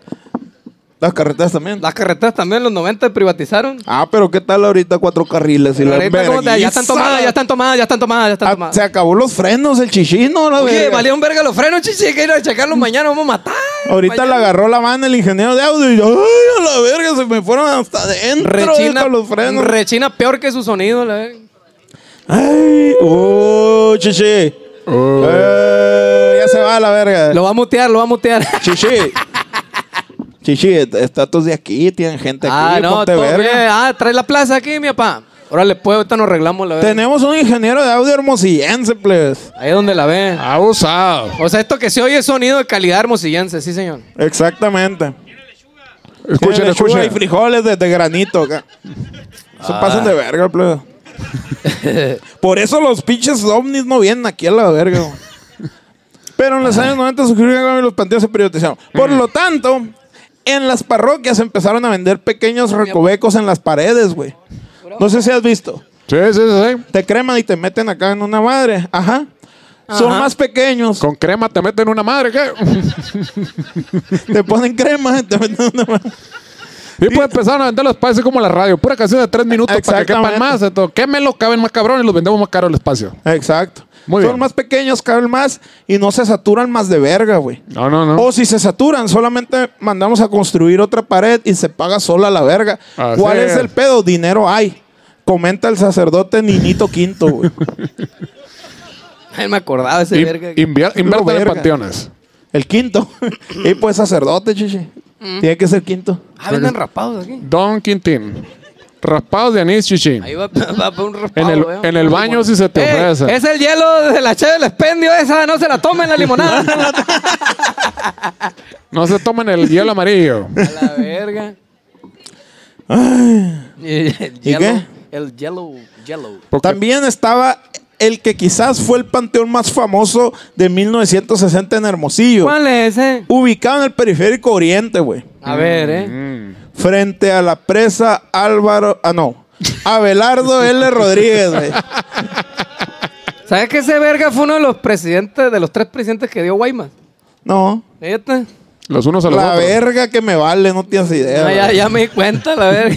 B: Las carreteras también.
C: Las carreteras también en los 90 privatizaron.
B: Ah, pero ¿qué tal ahorita cuatro carriles? Y la
C: Ahorita como te-
B: verguiza.
C: ya están tomadas, ya están tomadas, ya están tomadas, ya están
B: Ah,
C: tomadas.
B: se acabó los frenos, el chichino, la
C: Oye,
B: verga.
C: valía un verga los frenos, chichi. Hay que ir a checarlos mañana, vamos a matar.
B: Ahorita
C: Mañana.
B: la agarró la mano el ingeniero de audio y yo, ¡ay, a la verga! Se me fueron hasta adentro
C: Rechina,
B: con los frenos.
C: rechina peor que su sonido, la verga.
B: ¡Ay! ¡Oh, chichi! Eh, ya se va la verga.
C: Lo va a mutear, lo va a mutear.
B: Chichi. Chichi, estatus de aquí, tienen gente aquí.
C: ah, no,
B: ponte
C: todo
B: verga.
C: bien. Ah, trae la plaza aquí, mi papá. Órale, pues, ahorita nos arreglamos la verga.
B: Tenemos un ingeniero de audio hermosillense, plebes.
C: Ahí es donde la ven.
A: abusado.
C: O sea, esto que se oye es sonido de calidad hermosillense, sí, señor.
B: Exactamente.
A: Escuchen,
B: Tiene lechuga
A: escuchen.
B: Y frijoles de, de granito acá.
C: Ah.
B: Se pasan de verga, plebes. Por eso los pinches ovnis no vienen aquí a la verga, güey. Pero en los años 90 surgieron y los panteones se privatizaron. Por
C: Mm.
B: lo tanto, en las parroquias empezaron a vender pequeños recovecos en las paredes, güey. No sé si has visto.
A: Sí, sí, sí, sí.
B: Te creman y te meten acá en una madre. Ajá. Son
C: Ajá.
B: más pequeños.
A: Con crema te meten una madre, ¿qué?
B: Te ponen crema y te meten una madre.
A: Y pues empezaron a vender los espacios como la radio. Pura canción de tres minutos para que
B: Exactamente.
A: quepan más. Entonces, quémelo, caben más cabrones y los vendemos más caro el espacio.
B: Exacto.
A: Muy
B: Son
A: bien.
B: más pequeños, caben más y no se saturan más de verga, güey.
A: No, no, no.
B: O si se saturan, solamente mandamos a construir otra pared y se paga sola la verga.
A: Así
B: ¿Cuál
A: es.
B: es el pedo? Dinero hay. Comenta el sacerdote Ninito Quinto, güey.
C: Ay, me acordaba ese
A: In-
C: verga.
A: invier- invierte en
B: verga.
A: panteones.
B: El quinto. y pues sacerdote, chichi. Tiene que ser quinto.
C: ah, venden rapados aquí.
A: Don Quintín. Raspados de anís, chichi.
C: Ahí va, va para un
A: En
C: raspado.
A: el,
C: eh.
A: en el baño si se te
C: Ey,
A: ofrece.
C: es el hielo de la chave del expendio esa, no se la tomen la limonada.
A: No se tomen el hielo amarillo.
C: A la verga. el
B: ¿Y qué?
C: El yellow, yellow.
A: Porque-
B: También estaba el que quizás fue el panteón más famoso de 1960 en Hermosillo.
C: ¿Cuál es ese?
B: Ubicado en el periférico oriente, güey.
C: A ver, eh.
A: Mm.
B: Frente a la presa Álvaro. Ah, no. Abelardo L. Rodríguez, güey.
C: ¿Sabes que ese verga fue uno de los presidentes, de los tres presidentes que dio Guaymas?
B: No.
C: ¿Neta?
A: Los unos a los
B: La
A: otros.
B: verga que me vale, no tienes idea.
C: Ya, ya,
B: güey.
C: ya me di cuenta, la verga.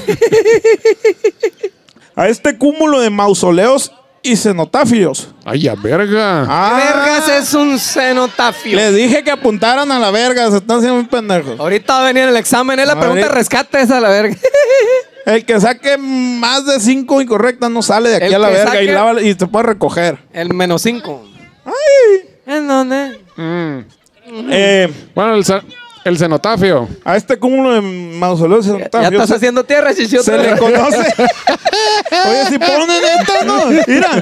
B: A este cúmulo de mausoleos y cenotafios.
A: Ay, a verga.
B: Ah,
C: Vergas es un cenotafio.
B: Les dije que apuntaran a la verga, se están haciendo muy pendejos.
C: Ahorita va a venir el examen, es la
B: Ahorita-
C: pregunta de rescate esa, la verga.
B: El que saque más de cinco incorrectas no sale de aquí
C: El
B: a la
C: que
B: verga y,
C: saque-
B: lava- y te puede recoger.
C: El menos cinco. ¿En dónde?
A: Mm.
B: Eh,
A: Bueno, el, ce- el cenotafio.
B: a este cúmulo de mausoleos y
C: Ya
B: cenotafios
C: estás
B: se,
C: haciendo tierra, chichito.
B: se le conoce. Oye, si ponen esto, ¿no? Mira.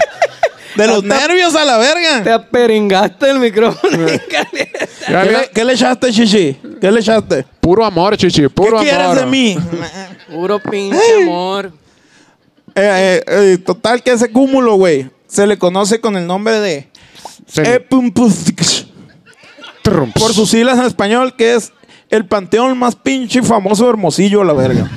B: De los nervios a la
C: Te
B: verga.
C: aperingaste el micrófono. caliente.
A: Ya
B: ¿Qué
A: le-
B: le, qué le echaste, Chichi? ¿Qué le echaste?
A: Puro amor, chichi.
B: ¿Qué
A: Puro
B: quieres
A: amor.
B: de mí?
C: Puro pinche amor.
B: Eh, eh, eh, total que ese cúmulo, güey, se le conoce con el nombre de
A: Cen-
B: Eh, Epumpustix,
A: Trumps.
B: por sus siglas en español, que es el panteón más pinche y famoso de Hermosillo, la verga.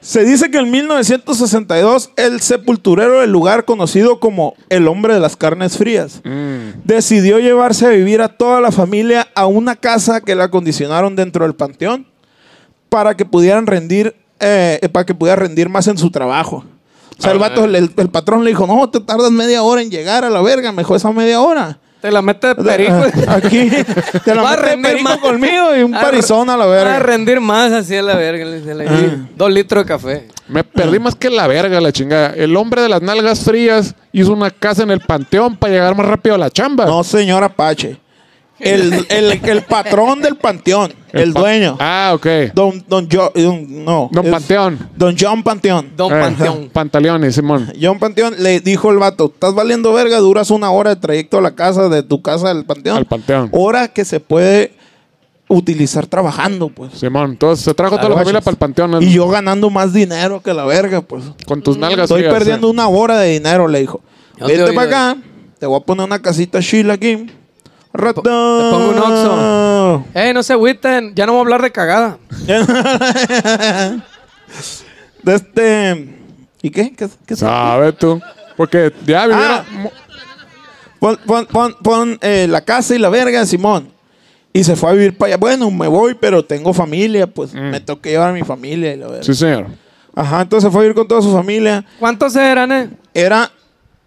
B: Se dice que en 1962 el sepulturero del lugar conocido como el hombre de las carnes frías
A: Mm.
B: decidió llevarse a vivir a toda la familia a una casa que la acondicionaron dentro del panteón para que pudieran rendir, eh, para que pudiera rendir más en su trabajo. O sea, el, vato, el, el patrón le dijo, no, te tardas media hora en llegar a la verga, mejor esa media hora.
C: Te la metes de perico.
B: Aquí ah, te la
C: Va a
B: metes de
C: rendir
B: perico
C: más.
B: conmigo y un
C: Va a
B: parizón a la
C: Va a
B: verga.
C: rendir más así a la verga. le dice, le-
B: Ah.
C: Dos litros de café.
A: Me perdí más que la verga, la chingada. El hombre de las nalgas frías hizo una casa en el panteón para llegar más rápido a la chamba.
B: No, señor Apache. El, el- el patrón del panteón, el,
A: pa-
B: dueño.
A: Ah, ok.
B: Don, don, Jo- don- no,
A: Don
B: es-
A: Panteón.
B: Don John Panteón.
C: Don
A: Eh,
C: Panteón.
A: Pantaleones, Simón.
B: John Panteón le dijo el vato, estás valiendo verga, duras una hora de trayecto a la casa, de tu casa al Panteón.
A: Al Panteón.
B: Hora que se puede utilizar trabajando, pues.
A: Simón. Entonces se trajo toda la familia para el panteón. eh,
B: Y yo ganando más dinero que la verga, pues.
A: Con tus nalgas
B: Estoy
A: frías,
B: perdiendo
A: eh.
B: una hora de dinero, le dijo.
C: Yo te
B: Vete
C: oigo.
B: para acá, te voy a poner una casita chila aquí. Ratón. Te
C: pongo un Oxxo. Ey, no se agüiten. Ya no vamos a hablar de cagada.
B: De este... ¿Y qué? ¿Qué, qué
A: Sabe tú. Porque ya vivieron.
B: Ah. Pon, pon, pon, pon, eh, la casa y la verga de Simón. Y se fue a vivir para allá. Bueno, me voy, pero tengo familia, pues me tengo que llevar a mi familia y la verga.
A: Mm. Sí, señor.
B: Ajá, entonces se fue a vivir con toda su familia.
C: ¿Cuántos eran, eh?
B: Era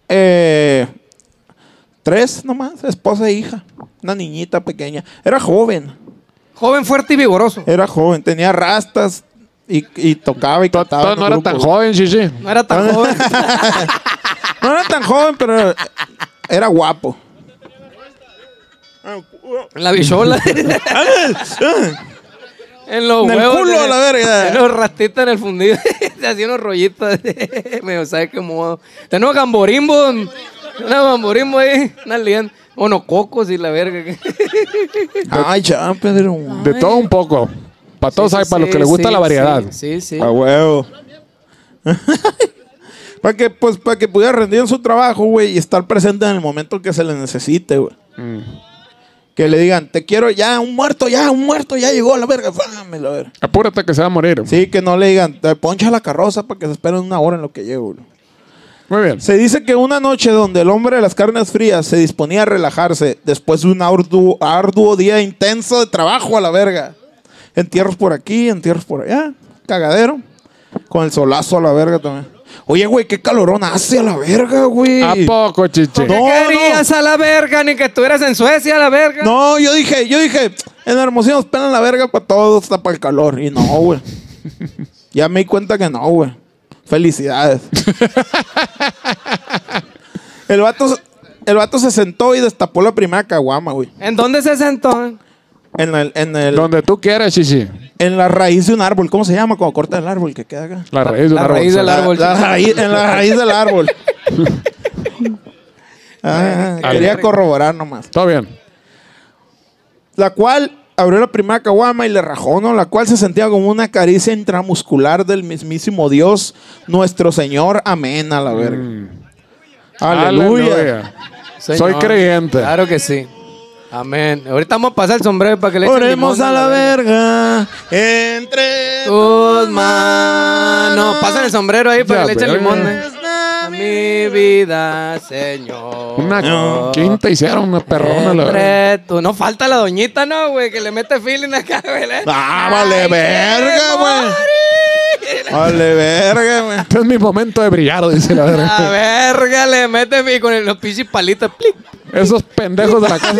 B: eh, tres nomás, esposa e hija. Una niñita pequeña. Era joven,
C: Joven, fuerte y vigoroso.
B: era joven. Tenía rastas y, y tocaba y cantaba.
A: Todo
B: en
A: no
B: un
A: era
B: Ah, grupo.
A: tan joven, chichi.
C: No era
B: Ah.
C: tan joven.
B: No era tan joven, pero era guapo.
C: En la bichola. en los
B: En el
C: huevos.
B: culo,
C: de-
B: a la verga.
C: En los rastitas en el fundido. Se hacía unos rollitos. Medio, ¿sabes qué modo? Tenemos gamborimbo. Una gamborimbo ahí. Una lian. Unos cocos y la verga.
B: Ay, ya, Pedro.
A: De todo un poco. Para todos hay, para los que les gusta
C: Sí,
A: la
C: sí,
A: variedad. Ah,
C: Sí, sí.
B: A huevo. para que, pues, para que pudiera rendir en su trabajo, güey, y estar presente en el momento que se le necesite, güey. Que le digan, te quiero ya, un muerto, ya, un muerto, ya llegó la verga. Fáme, la verga.
A: Apúrate que se va a morir.
B: Sí, que no le digan, te poncha la carroza para que se esperen una hora en lo que llego, güey.
A: Muy bien.
B: Se dice que una noche donde el hombre de las carnes frías se disponía a relajarse después de un arduo, arduo día intenso de trabajo a la verga. Entierros por aquí, entierros por allá, cagadero. Con el solazo a la verga también. Oye, güey, qué calorón hace a la verga, güey.
A: ¿A poco, chiche?
B: No,
C: ¿Qué querías a la verga? Ni que estuvieras en Suecia a la verga.
B: No, yo dije, yo dije, en Hermosillo nos pelan la verga para todos, hasta para el calor. Y no, güey. ya me di cuenta que no, güey. Felicidades. el, vato, se- el vato se sentó y destapó la primera caguama, güey.
C: ¿En dónde se sentó?
B: En, el, en, el,
A: Donde tú quieras, chichi.
B: en la raíz de un árbol. ¿Cómo se llama cuando corta el árbol que queda acá?
A: La raíz de
C: La
A: una
C: raíz del
A: rosa.
C: árbol.
B: La raíz- en la raíz del árbol. Ah,
A: Al-
B: quería corroborar nomás.
A: Todo bien.
B: la cual abrió la primera caguama y le rajó, ¿no? La cual se sentía como una caricia intramuscular del mismísimo Dios, nuestro Señor. Amén, a la verga.
C: Mm.
B: Aleluya.
A: Soy creyente.
C: Claro que sí. Amén. Ahorita vamos a pasar el sombrero para que le echen
B: Oremos
C: limón
B: a la verga, entre
C: Tus manos. Pasan el sombrero ahí para
A: Ya,
C: que le echen
A: verga.
C: limón. eh. A Mi vida, Señor.
A: Una quinta hicieron, una perrona, la verdad.
C: Entre tú. No falta la doñita, no, güey, que le mete feeling acá, güey. ¿eh?
B: Ah, vale
C: Ay,
B: verga,
C: güey.
B: Vale, verga, güey.
A: Este es mi momento de brillar, dice la verga.
C: La verga le mete mi- con el- los pinches palitos. Plic,
A: Esos pendejos de la casa,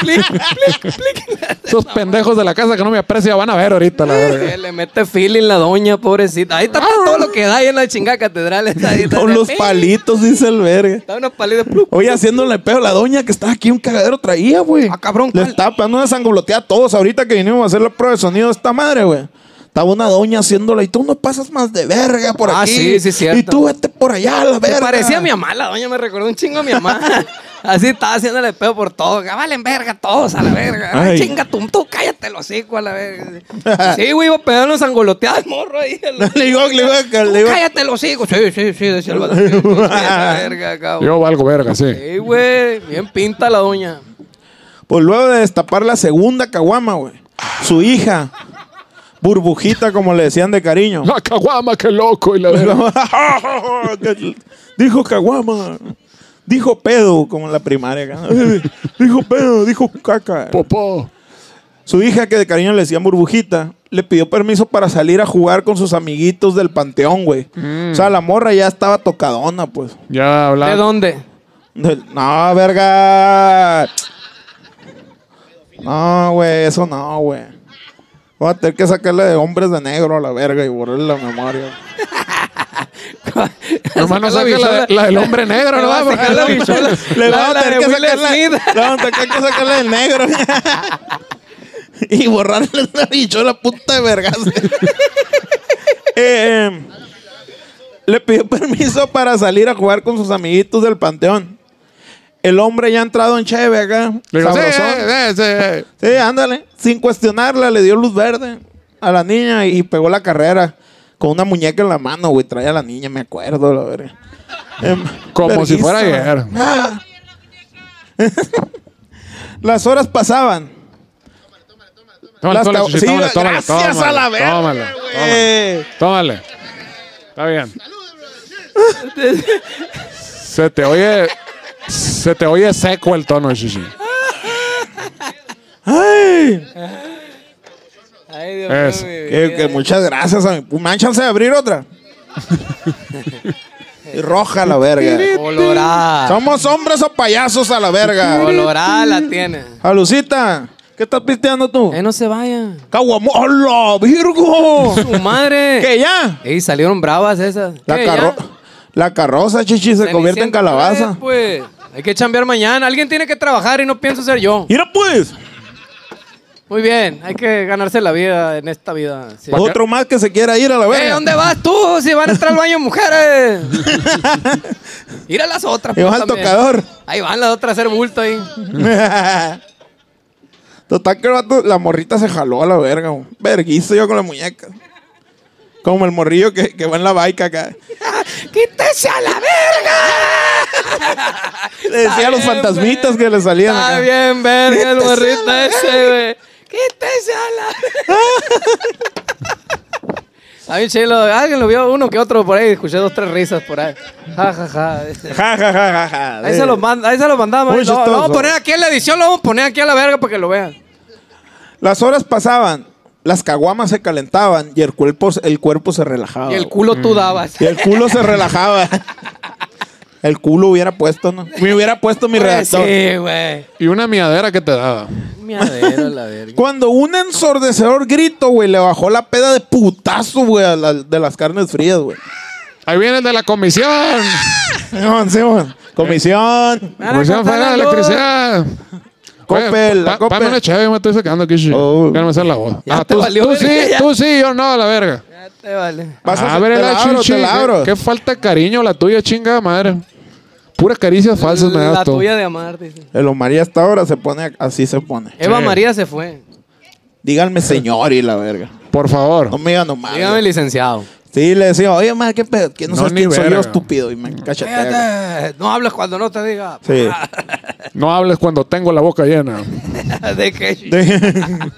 C: plic, plic, plic.
A: esos pendejos de la casa que no me aprecia van a ver ahorita, la verga.
C: Que eh, le mete feeling la doña, pobrecita. Ahí está todo lo que da ahí en la chingada catedral. Está ahí, está
B: Con
C: de-
B: los palitos, dice el verga.
C: Está unos palitos. plup.
B: Oye, haciéndole pedo a la doña que estaba aquí, un cagadero traía, güey.
C: Ah, cabrón,
B: Le
C: ¿cuál?
B: estaba pegando una sangoloteada a todos ahorita que vinimos a hacer la prueba de sonido de esta madre, güey. Estaba una doña haciéndola y tú no pasas más de verga por
C: Ah,
B: aquí.
C: sí, sí, cierto.
B: Y tú vete por allá a la
C: Se
B: verga.
C: parecía a mi mamá, la doña me recordó un chingo a mi mamá. Así estaba haciéndole pedo por todo. Que valen verga todos a la verga. Ay,
B: Ay.
C: chinga tú, tú cállate los hocico a la verga. Sí, güey, iba pegando los angoloteados, morro ahí.
B: le digo, le digo, que- le digo.
C: Cállate los hijos. Sí, sí, sí, decía el vato. Sí, sí, esa verga, cabrón.
A: Yo valgo verga, sí.
C: Sí, güey, bien pinta la doña.
B: Pues luego de destapar la segunda caguama, güey. Su hija, burbujita, como le decían de cariño.
A: La caguama, qué loco, y la verga.
B: dijo caguama. Dijo pedo, como en la primaria. acá. dijo pedo, dijo caca.
A: Popó.
B: Su hija, que de cariño le decían burbujita, le pidió permiso para salir a jugar con sus amiguitos del panteón, güey. O sea, la morra ya estaba tocadona, pues.
A: Ya
C: ¿De
A: hablando.
C: dónde?
B: Del- No, verga. No, güey, eso no, güey. Voy a tener que sacarle de hombres de negro a la verga y borrarle la memoria.
A: Nomás no saque la, la del hombre negro,
C: Le
A: ¿no?
C: va a
A: Porque-
C: sacar la bichola.
B: Le
C: La-
B: vamos
C: la
B: a tener
C: de
B: que
C: Will
B: sacarle.
C: Smith.
B: Le vamos a tener que sacarle de negro. y borrarle la bichola puta de vergas. Eh, eh, le pidió permiso para salir a jugar con sus amiguitos del panteón. El hombre ya ha entrado en cheve acá.
A: Le digo, sí,
B: sabrosón.
A: eh, eh, sí, eh.
B: Sí, ándale. Sin cuestionarla, le dio luz verde a la niña y pegó la carrera con una muñeca en la mano, güey. Traía a la niña, me acuerdo, la verga. Em,
A: Como
B: verguísima.
A: si fuera ayer.
B: Ah. Las horas pasaban.
A: Tómale,
B: Las
A: tómale,
B: cab-
A: Chuchi,
B: sí,
A: tómale, tómale,
B: gracias
A: tómale,
B: a la verga,
A: Tómale,
B: güey.
A: tómale, tómale. Está bien. Se te oye. Se te oye seco el tono, Shishi.
B: Ay,
C: Ay, Dios
A: Es-
C: mío, mi
B: que,
C: vida.
B: que muchas gracias a mi pu- man, chance de abrir otra. Y roja la verga.
C: Colorada.
B: Somos hombres o payasos a la verga.
C: Colorada la tiene.
B: Alucita, ¿qué estás pisteando tú?
C: Eh, no se vaya.
B: Caguamo, ¡Hola, Virgo!
C: ¡Tu madre!
B: ¿Qué ya?
C: Ey, salieron bravas esas.
B: La,
C: ¿Qué,
B: carro-
C: ya?
B: la carroza, chichi, se convierte en
C: Cenicienta,
B: calabaza.
C: Pues, pues. hay que chambear mañana. Alguien tiene que trabajar y no pienso ser yo.
B: Mira pues,
C: Muy bien, hay que ganarse la vida en esta vida. sí.
B: otro más que se quiera ir a la verga.
C: Eh, ¿Dónde vas tú? Si van a entrar al baño mujeres. Ir a las otras.
B: Y
C: pues,
B: va al
C: también.
B: tocador.
C: Ahí van las otras a hacer bulto ahí.
B: Total que el vato- la morrita se jaló a la verga, güey. Verguizo yo con la muñeca. Como el morrillo que, que va en la baica acá.
C: ¡Quítese a la verga!
B: Le decía a los
C: Está bien,
B: fantasmitas
C: verga.
B: que le salían
C: Está
B: acá.
C: bien, verga, el morrito ese, güey. Quítese a la verga. Está bien chilo. Alguien lo vio, uno que otro por ahí. Escuché dos, tres risas por ahí. Ja, ja, ja.
B: Ja, ja, ja, ja, ja.
C: Ahí se los manda, ahí se los mandamos.
B: Muy
C: Lo, lo
B: chistoso.
C: vamos a poner aquí en la edición, lo vamos a poner aquí a la verga para que lo vean.
B: Las horas pasaban. las caguamas se calentaban y el cuerpo, el cuerpo se relajaba.
C: Y el
B: güey.
C: culo tú dabas.
B: Y el culo se relajaba. El culo hubiera puesto, ¿no? Me hubiera puesto mi
C: Pues
B: redactor.
C: Sí, güey.
A: Y una miadera que te daba.
C: Miadero, la verga.
B: Cuando un ensordecedor grito, güey, le bajó la peda de putazo, güey, a la- de las carnes frías, güey.
A: Ahí viene el de la comisión.
B: Simón, Simón. Comisión.
A: comisión Federal de Electricidad.
B: Copel, la Copel.
A: Pámame una chave, yo me estoy sacando aquí. shit.
B: Oh.
A: Déjame hacer la voz.
C: Ya
A: ah,
C: te
A: tú,
C: valió
A: tú
C: verga,
A: sí,
C: ya.
A: tú sí, yo no, a la verga.
C: Ya te vale.
B: Vas a
A: Abre
B: te la
A: la
B: abro,
A: chichi.
B: te la abro.
A: Qué falta de cariño la tuya, chingada madre. Puras caricias falsas me das
C: La
A: tú.
C: tuya de amar, dice.
B: El Omaría hasta ahora se pone, así se pone.
C: Eva
A: Sí.
C: María se fue.
B: Díganme señor y la verga.
A: Por favor.
B: No me digan nomás.
C: Dígame, licenciado.
B: Sí, le decía, oye, más qué pedo, ¿Quién no,
A: No,
B: sabes
A: ni
B: quién soy yo,
A: verga.
B: estúpido? Y me cachetea.
C: Cállate. No hables cuando no te diga.
B: Sí.
A: No hables cuando tengo la boca llena.
C: ¿De qué?
B: De-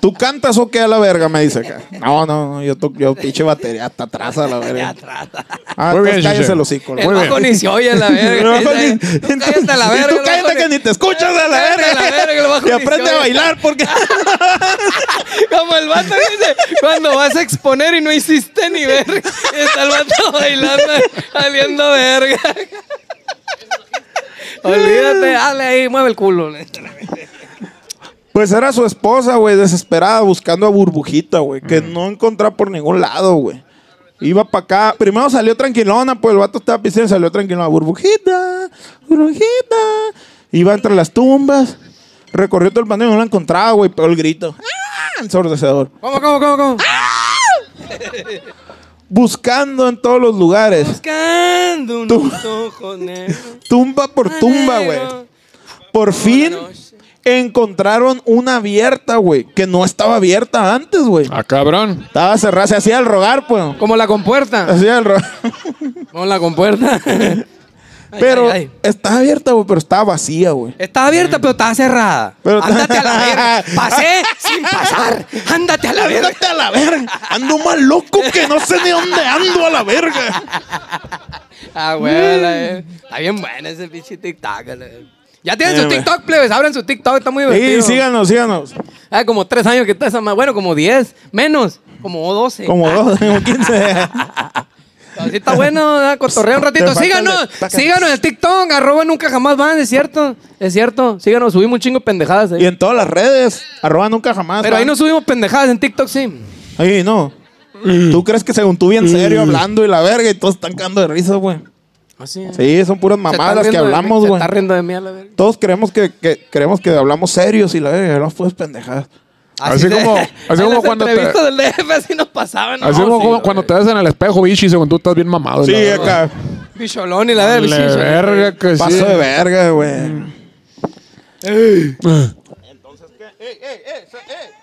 B: ¿Tú cantas o qué a la verga? Me dice acá. No, no, no, yo, to- yo pinche batería hasta atrás a la verga. Ah,
A: Muy
B: entonces
A: bien,
B: cállese
A: Chiche.
B: el hocico. la
C: El
B: verga.
C: bajo ni se oye la
B: No,
C: verga.
B: ni-
C: Dice, "Tú cállate a la
B: Y
C: verga. el
B: Tú
C: bajo
B: cállate que ni te escuchas a la
C: Cállate a la verga, el
B: verga.
C: bajo
B: Y
C: ni
B: aprende
C: se
B: a
C: oye.
B: bailar porque.
C: Como el vato dice, cuando vas a exponer y no hiciste ni verga. Y está el vato bailando, saliendo verga. Olvídate, dale ahí, mueve el culo.
B: Pues era su esposa, güey, desesperada, buscando a Burbujita, güey, que no encontraba por ningún lado, güey. Iba para acá. Primero salió tranquilona, pues el vato estaba pisando y salió tranquilona. Burbujita, burbujita. Iba entre las tumbas, recorrió todo el paneo y no la encontraba, güey, pero el grito. ¡Ah! Ensordecedor.
C: ¿Cómo, cómo, cómo, cómo?
B: Buscando en todos los lugares,
C: Buscando
B: Tú.
C: unos ojos negros.
B: tumba por tumba, güey. Por fin encontraron una abierta, güey, que no estaba abierta antes, güey.
A: Ah, cabrón.
B: Estaba cerrada, se hacía el rogar, pues.
C: Como la compuerta.
B: Hacía el rogar.
C: Como la compuerta. Ay,
B: Pero
C: ay, ay.
B: está abierta, güey, pero está vacía, güey.
C: Estaba abierta, pero estaba cerrada.
B: Pero-
C: Ándate a la verga. Pasé sin pasar. Ándate a la verga.
B: Ándate a la verga. Ando más loco que no sé ni dónde ando a la verga.
C: Ah, güey.
B: Mm.
C: la- Está bien bueno ese pinche TikTok. la- Ya tienen
B: Sí,
C: su
B: güey.
C: TikTok, plebes. Abran su TikTok. Está muy divertido.
B: Sí, síganos, síganos.
C: Ah, como tres años que está esa más. Bueno, como diez. Menos. Como doce.
B: Como dos, como quince.
C: Así está bueno, ah, cotorrea un ratito.
B: Te falta
C: Síganos,
B: el destaca.
C: síganos en el TikTok, arroba nunca jamás van, es cierto, es cierto. Síganos, subimos un chingo de pendejadas ahí.
B: Y en todas las redes, arroba nunca jamás.
C: Pero ahí
B: ¿va?
C: no subimos pendejadas en TikTok, sí.
B: Ahí no. ¿Tú crees que según tú bien serio hablando y la verga y todos están cagando de risa, güey?
C: Así.
B: Ah, Sí, son puras mamadas las que hablamos, güey.
C: Está riendo de mí a la verga.
B: Todos creemos que, que- creemos que hablamos serios y la verga, hablamos puras pendejadas.
A: Así
C: de-
A: como- así
C: en
A: como
C: las
A: cuando te-
C: entrevistas del DF así nos pasaban.
A: Así como como cuando te ves en el espejo, bichi, según tú estás bien mamado.
B: Sí,
A: la-
B: acá.
C: Bicholón y la verga.
A: Le
C: sí, sí.
A: verga que sí.
B: Paso de verga, güey.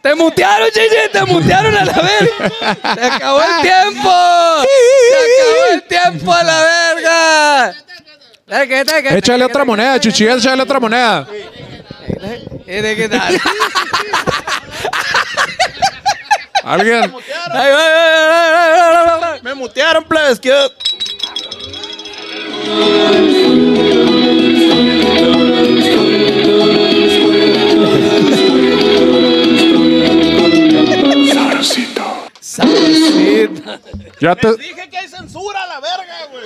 C: Te mutearon, Gigi, te mutearon a la verga. Se acabó el tiempo. Se acabó el tiempo a la verga. Verga, verga,
A: Échale otra moneda, chichi, échale otra moneda.
C: ¿Y de qué tal?
A: Alguien.
C: Ay, ay, ay, ay, ay, ay, ay.
B: Me mutearon, plebes, que
C: Sabrosita.
A: Ya te.
D: Dije que hay censura a la verga, güey.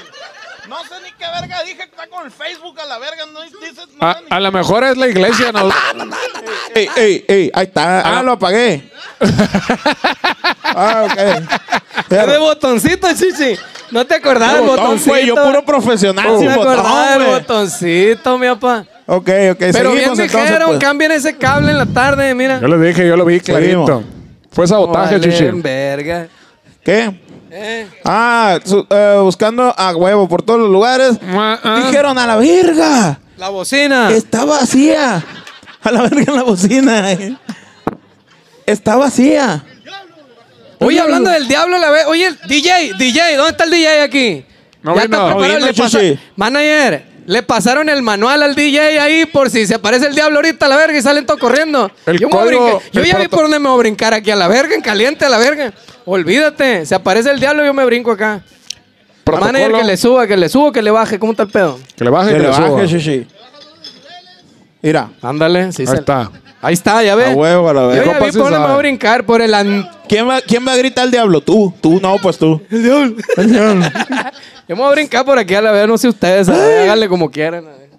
D: No sé ni qué verga dije que está con el Facebook a la verga. No dices
A: A,
D: nada.
A: a lo mejor es la iglesia. No,
B: Ey, ey, ey, ahí está. Ah, lo apagué. ah, ok.
C: Es de
B: Pero,
C: botoncito, chichi. No te acordabas del
B: botón,
C: botoncito. Ah,
B: güey, yo puro profesional
C: No
B: sin
C: te
B: botón,
C: acordabas del
B: güey.
C: botoncito, mi papá.
B: ok, ok.
C: Pero
B: seguimos
C: bien
B: entonces,
C: dijeron,
B: pues.
C: cambien ese cable en la tarde, mira.
A: yo le dije, yo lo vi clarito.
B: Seguimos.
A: Fue sabotaje,
C: Valen
A: chichi.
C: verga.
B: ¿Qué?
C: Eh.
B: Ah, su- eh, buscando a huevo por todos los lugares.
A: Mua, ah.
B: Dijeron a la verga.
C: La bocina.
B: Está vacía. A la verga la bocina. eh. Está vacía.
C: Oye, hablando del diablo, la vez. Oye, el DJ, DJ, ¿dónde está el DJ aquí?
A: No
C: ya
A: vino.
C: está
A: No
C: preparado.
B: vino,
C: le pasa-
B: Chichi.
C: Manager, le pasaron el manual al DJ ahí por si se aparece el diablo ahorita a la verga y salen todos corriendo.
A: El
C: yo me voy a
A: código-
C: brincar- yo
A: el
C: ya vi
A: proto-
C: por dónde me voy a brincar aquí a la verga, en caliente a la verga. Olvídate, se aparece el diablo yo me brinco acá. Manager, que le suba, que le suba, que le baje. ¿Cómo está el pedo?
A: Que le baje,
B: Que
A: que
B: le
A: le
B: baje,
A: suba.
B: shishi. Mira.
C: Ándale, sí,
A: Ahí
C: se-
A: está.
C: Ahí está, ya ves.
B: A huevo, a la
C: Yo
B: verga.
C: ya
A: Compa,
C: vi
A: sí
C: por dónde me
A: sabe.
C: voy a brincar, por el... an-
B: ¿Quién va, ¿Quién va a gritar al diablo? Tú, tú, no, pues tú.
C: Yo me voy a brincar por aquí a la vez, no sé ustedes, a la verga, háganle como quieran. a ver.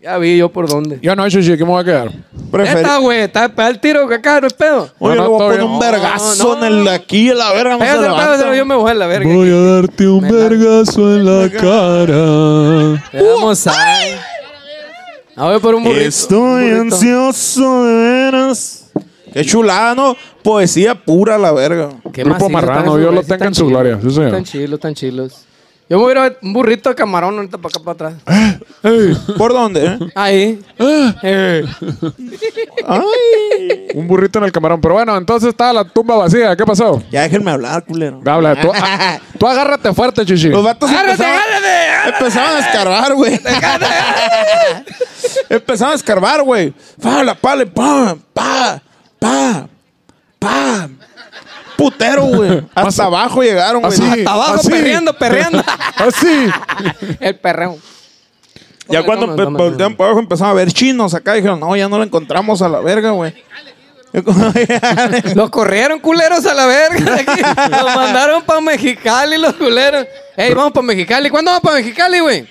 C: Ya vi yo por dónde.
A: Yo no he hecho ¿qué me voy a quedar?
B: Prefer-
C: Neta, güey, está para el tiro acá, no es pedo.
B: Oye,
A: No,
B: le
A: no,
B: voy a poner
A: todavía no.
B: un vergazo en el aquí, a la verga. no se
C: Pégate,
B: levanta.
C: pégate, yo me voy a la verga.
E: Voy a darte un
C: Me la-
E: vergazo en la cara.
C: Vamos a... A ver, por un burrito.
E: Estoy
C: un burrito.
E: ansioso de veras.
B: Qué chulada, ¿no? Poesía pura, a la verga.
C: Qué
A: Grupo
C: macizo,
A: Marrano,
C: están esos
A: Dios lo
C: güeyes,
A: tenga
C: están
A: en su
C: chilos,
A: gloria, sí, señor.
C: Están chilos, están chilos. Yo me voy a ir a un burrito de camarón ahorita para acá, para atrás.
B: ¿Por dónde? eh?
C: Ahí.
A: ¡Ah!
C: Eh.
B: Ay.
A: Un burrito en el camarón. Pero bueno, entonces estaba la tumba vacía. ¿Qué pasó?
B: Ya déjenme hablar, culero.
A: Habla, tú, a- tú agárrate fuerte, chichi.
B: Los vatos
C: ¡Agárrate,
B: empezaban,
C: agárrate!
B: empezaban a escarbar, güey. empezaban a escarbar, güey. Pa, la pala, pa, pa, pa, pa. Putero, güey. Hasta abajo llegaron, güey.
A: Así.
C: Hasta abajo,
A: Así.
C: perreando, perreando.
A: Así.
C: El perreo.
B: Ya cuando
C: No, no,
B: pe-
C: no, no,
B: voltean
C: no.
B: para abajo empezaban a ver chinos acá. Dijeron, no, ya no la encontramos a la verga, güey.
C: Los corrieron culeros a la verga. de aquí. Los mandaron para Mexicali, los culeros. Ey, vamos para Mexicali. ¿Cuándo vamos para Mexicali, güey?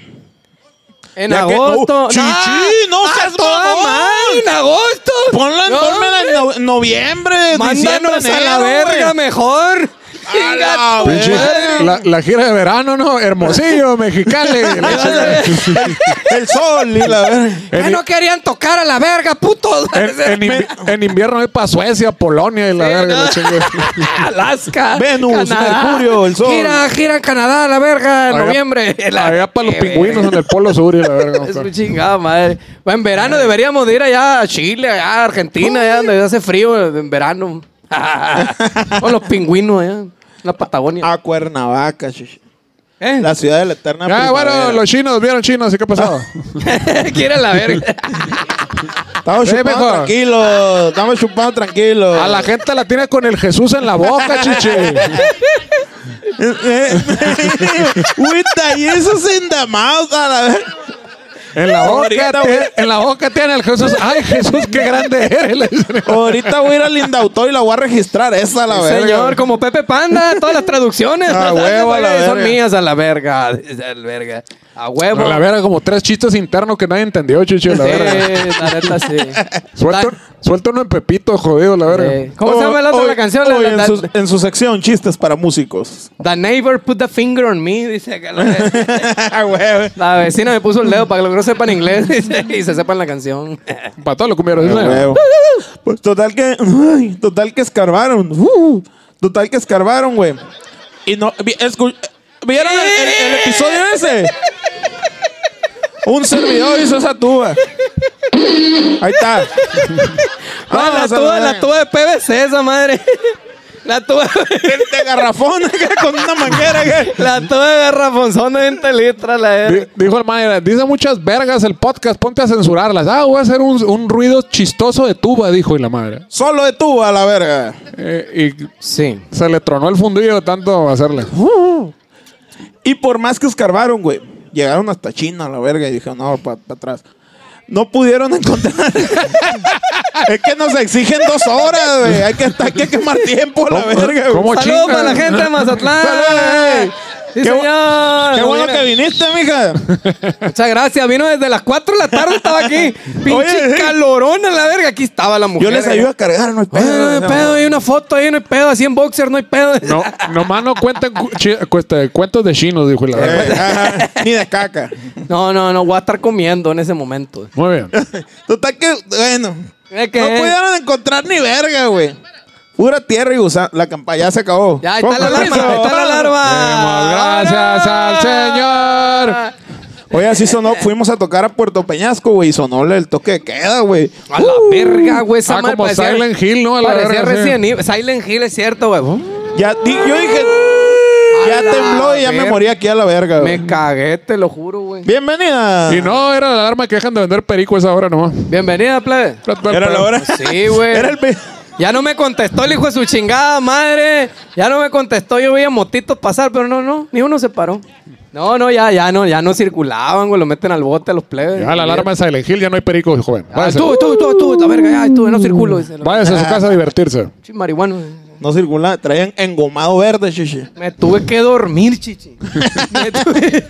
C: En
B: Ya que-
C: agosto.
B: no, chichi, no
C: ¡Ah,
B: seas
C: toda
B: mamón!
C: madre, En agosto.
B: Ponla,
C: No,
B: ponmela en no- noviembre, diciembre,
C: Mándanos a la
B: enero,
C: verga
B: güey.
C: mejor.
B: A la
C: Chinga tu
A: Pinche-
C: madre.
A: la, la gira de verano, ¿no? Hermosillo, Mexicali. La chingada.
B: El sol y la verga.
C: Ya
A: En-
C: no querían tocar a la verga, puto.
A: En, en invi- en invierno ir para Suecia, Polonia y la verga. la chingada.
C: Alaska.
B: Venus,
C: Canadá.
B: Mercurio, el sol.
C: Gira, gira en Canadá, la verga, en
A: Allá-
C: noviembre. La-
A: Allá para los
C: Qué
A: pingüinos en el Polo Sur y la verga.
C: Es muy chingada madre. Bueno, en verano deberíamos de ir allá a Chile, allá a Argentina, allá donde hace frío en verano. Con los pingüinos allá, en la Patagonia.
B: A Cuernavaca, chichi.
C: ¿Eh?
B: La ciudad de la eterna
A: Ya, Ah, bueno,
B: primavera.
A: los chinos vieron chinos, ¿y qué pasó?
C: Quiere la verga.
B: Estamos
A: Sí,
B: chupando
A: mejor.
B: tranquilos. Estamos chupando tranquilos.
C: Ah.
A: A la gente la tiene con el Jesús en la boca, chiche.
B: With the Jesus in the mouth, a la verga.
A: En la boca,
B: Ahorita,
A: tiene-
B: güey.
A: en la boca tiene el Jesús. Ay, Jesús, qué grande eres. le dicen.
B: Ahorita voy a ir al Indautor y la voy a registrar esa, a la verga.
C: Señor, como Pepe Panda, todas las traducciones.
B: A
C: todas
B: huevo, a la
C: son
B: verga.
C: mías a la verga. A la verga. A huevo.
A: A la verga, como tres chistes internos que nadie entendió, chiche, la
C: Sí,
A: verga.
C: la neta, sí.
A: Suelta, suelta uno en Pepito, jodido, la verga.
C: Sí. Eh, ¿Cómo se llama la otra
B: Hoy-
C: la canción? La-
B: hoy
C: la-
B: en,
C: la-
B: su, en su sección, chistes para músicos.
C: The neighbor put the finger on me, dice acá. La,
B: Ah, güey.
C: la vecina me puso el dedo para que los que no sepan inglés dice, y se sepan la canción.
A: Para todos los cumbieros, ¿sí,
B: Ah,
A: señor?
B: huevo. Pues total que. ay, total que escarbaron. Uh, total que escarbaron, güey. Y no. vi- escu- ¿Vieron el, el- el episodio ese? Un servidor hizo esa tuba. Ahí está.
C: Ah, la
B: Vámonos a
C: tuba, la
B: verga.
C: tuba de PVC, esa madre. La tuba,
B: De, de garrafón acá, con una manguera. acá.
C: la tuba de garrafonzón de 20 litros, la verga.
A: Di- Dijo el manager, dice muchas vergas el podcast, ponte a censurarlas. Ah, voy a hacer un, un ruido chistoso de tuba, dijo y la madre.
B: Solo de tuba, la verga.
A: Eh, y
C: Sí.
A: se le tronó el fundido de tanto hacerle.
B: Y por más que escarbaron, güey, llegaron hasta China a la verga y dijeron, no, para atrás. No pudieron encontrar. es que nos exigen dos horas, güey. Hay que, hay que quemar tiempo a la verga,
A: ¿Cómo
B: güey.
A: ch-
C: Saludos
A: chinga.
C: para la gente de Mazatlán.
B: Oh, Saludos, ey.
C: Sí,
B: Qué bu-
C: señor.
B: Qué bueno
C: Mira,
B: que viniste, mija.
C: Muchas gracias. Vino desde las 4 de la tarde, estaba aquí. Pinche
B: Oye, sí.
C: calorón a la verga. Aquí estaba la mujer.
B: Yo les ayudo a cargar, no hay
C: Oye, no hay
B: pedo.
C: pedo,
B: güey.
C: hay una foto ahí, no hay pedo, así en boxer, no hay pedo.
A: No, nomás no cuentan cu- chi- cueste- cuentos de chinos, dijo y la verga.
B: Eh, ajá, Ni de caca.
C: No, no, no, voy a estar comiendo en ese momento.
A: Muy bien.
B: Total que, bueno.
C: Es que-
B: No pudieron encontrar ni verga, güey. Pura tierra y gusano. La campaña ya se acabó.
C: Ya, ahí está
B: Con
C: la alarma,
B: permiso.
C: ahí está la alarma.
A: Demos gracias al Señor.
B: Oye, así sonó. Fuimos a tocar a Puerto Peñasco, güey, y sonó el toque de queda, güey.
C: A la verga, güey, esa
A: Ah,
C: madre
A: como
C: parecía-
A: Silent Hill, ¿no? A la
C: parecía
A: verga, sí. Uh.
C: Resident Evil. Silent Hill es cierto, güey.
B: Ya di- yo dije,
C: A
B: ya
C: la
B: tembló y ya
C: verga.
B: me morí aquí a la verga, güey.
C: Me cagué, te lo juro, güey.
B: Bienvenida.
A: Y no, era la alarma que dejan de vender perico esa hora nomás.
C: Bienvenida, plebe.
B: Era la hora.
C: Sí, güey.
B: Era el. pe-
C: Ya no me contestó el hijo de su chingada madre. Ya no me contestó. Yo veía motitos pasar, pero no, no. Ni uno se paró. No, no, ya, ya no, ya no circulaban, güey. Lo meten al bote a los plebes.
A: Ya la alarma de Silent Hill, ya no hay perico, joven.
C: Ah,
A: Váyase,
C: tú, tú, tú, tú, la verga, ya, tú, no circulo. dice.
A: váyase a su casa a divertirse.
C: Chi, marihuano.
B: No circula, traían engomado verde, chiche.
C: Me tuve que dormir, chichi. Me tuve,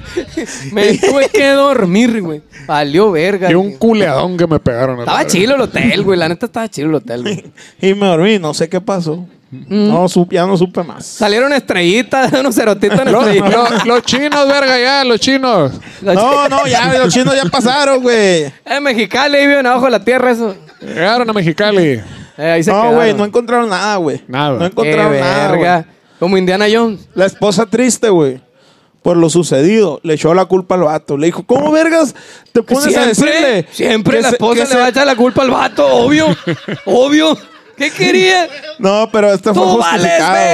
C: me tuve que dormir, güey. Valió verga.
A: Y un
C: güey.
A: culeadón que me pegaron. a la
C: Estaba
A: verga.
C: chilo el hotel, güey. La neta estaba chilo el hotel, güey.
B: Y me dormí, no sé qué pasó.
C: Mm.
B: No supe, ya no supe más.
C: Salieron estrellitas, unos cerotitos en
A: Lo-
C: estrellitas.
A: lo- los chinos, verga, ya, los chinos.
B: No, no, ya los chinos ya pasaron, güey.
C: Eh, Mexicali, ahí viven abajo de la tierra, eso.
A: Llegaron a Mexicali.
C: Eh, ahí se
B: No, güey,
C: quedaron.
B: no encontraron nada, güey.
A: Nada.
B: No
C: Qué
B: encontraron nada.
C: verga.
B: güey.
C: Como Indiana Jones.
B: La esposa triste, güey. Por lo sucedido, le echó la culpa al vato. Le dijo, ¿cómo vergas te pones a decirle?
C: siempre
B: que
C: la
B: se-
C: esposa
B: que
C: le
B: se-
C: va a echar la culpa al vato, obvio. obvio. ¿Qué quería?
B: No, pero este fue
C: ¡Tú vales
B: justificado. güey.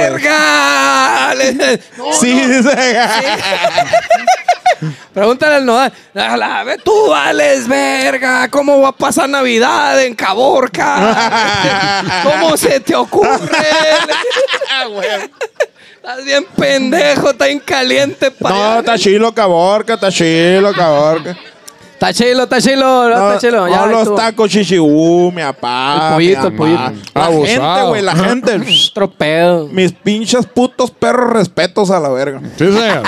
C: verga! Le- No,
B: Sí,
C: no.
B: dice.
C: Pregúntale al Nodal. A la vez, ¡Tú vales verga! ¿Cómo va a pasar Navidad en Caborca? ¿Cómo se te ocurre?
B: Ah,
C: Estás bien pendejo, está bien caliente.
B: No,
C: pariente.
B: está chilo, caborca, está chilo, caborca.
C: Está chilo, está chilo, no, está chilo. Ya
B: no los
C: estuvo.
B: tacos chichiú, mi papá.
C: El pollito,
B: mi
C: el
B: mamá.
C: pollito.
B: La
A: Abusado.
B: gente, güey, la gente.
C: Otro pedo.
B: Mis pinches putos perros respetos a la verga.
A: Sí, señor.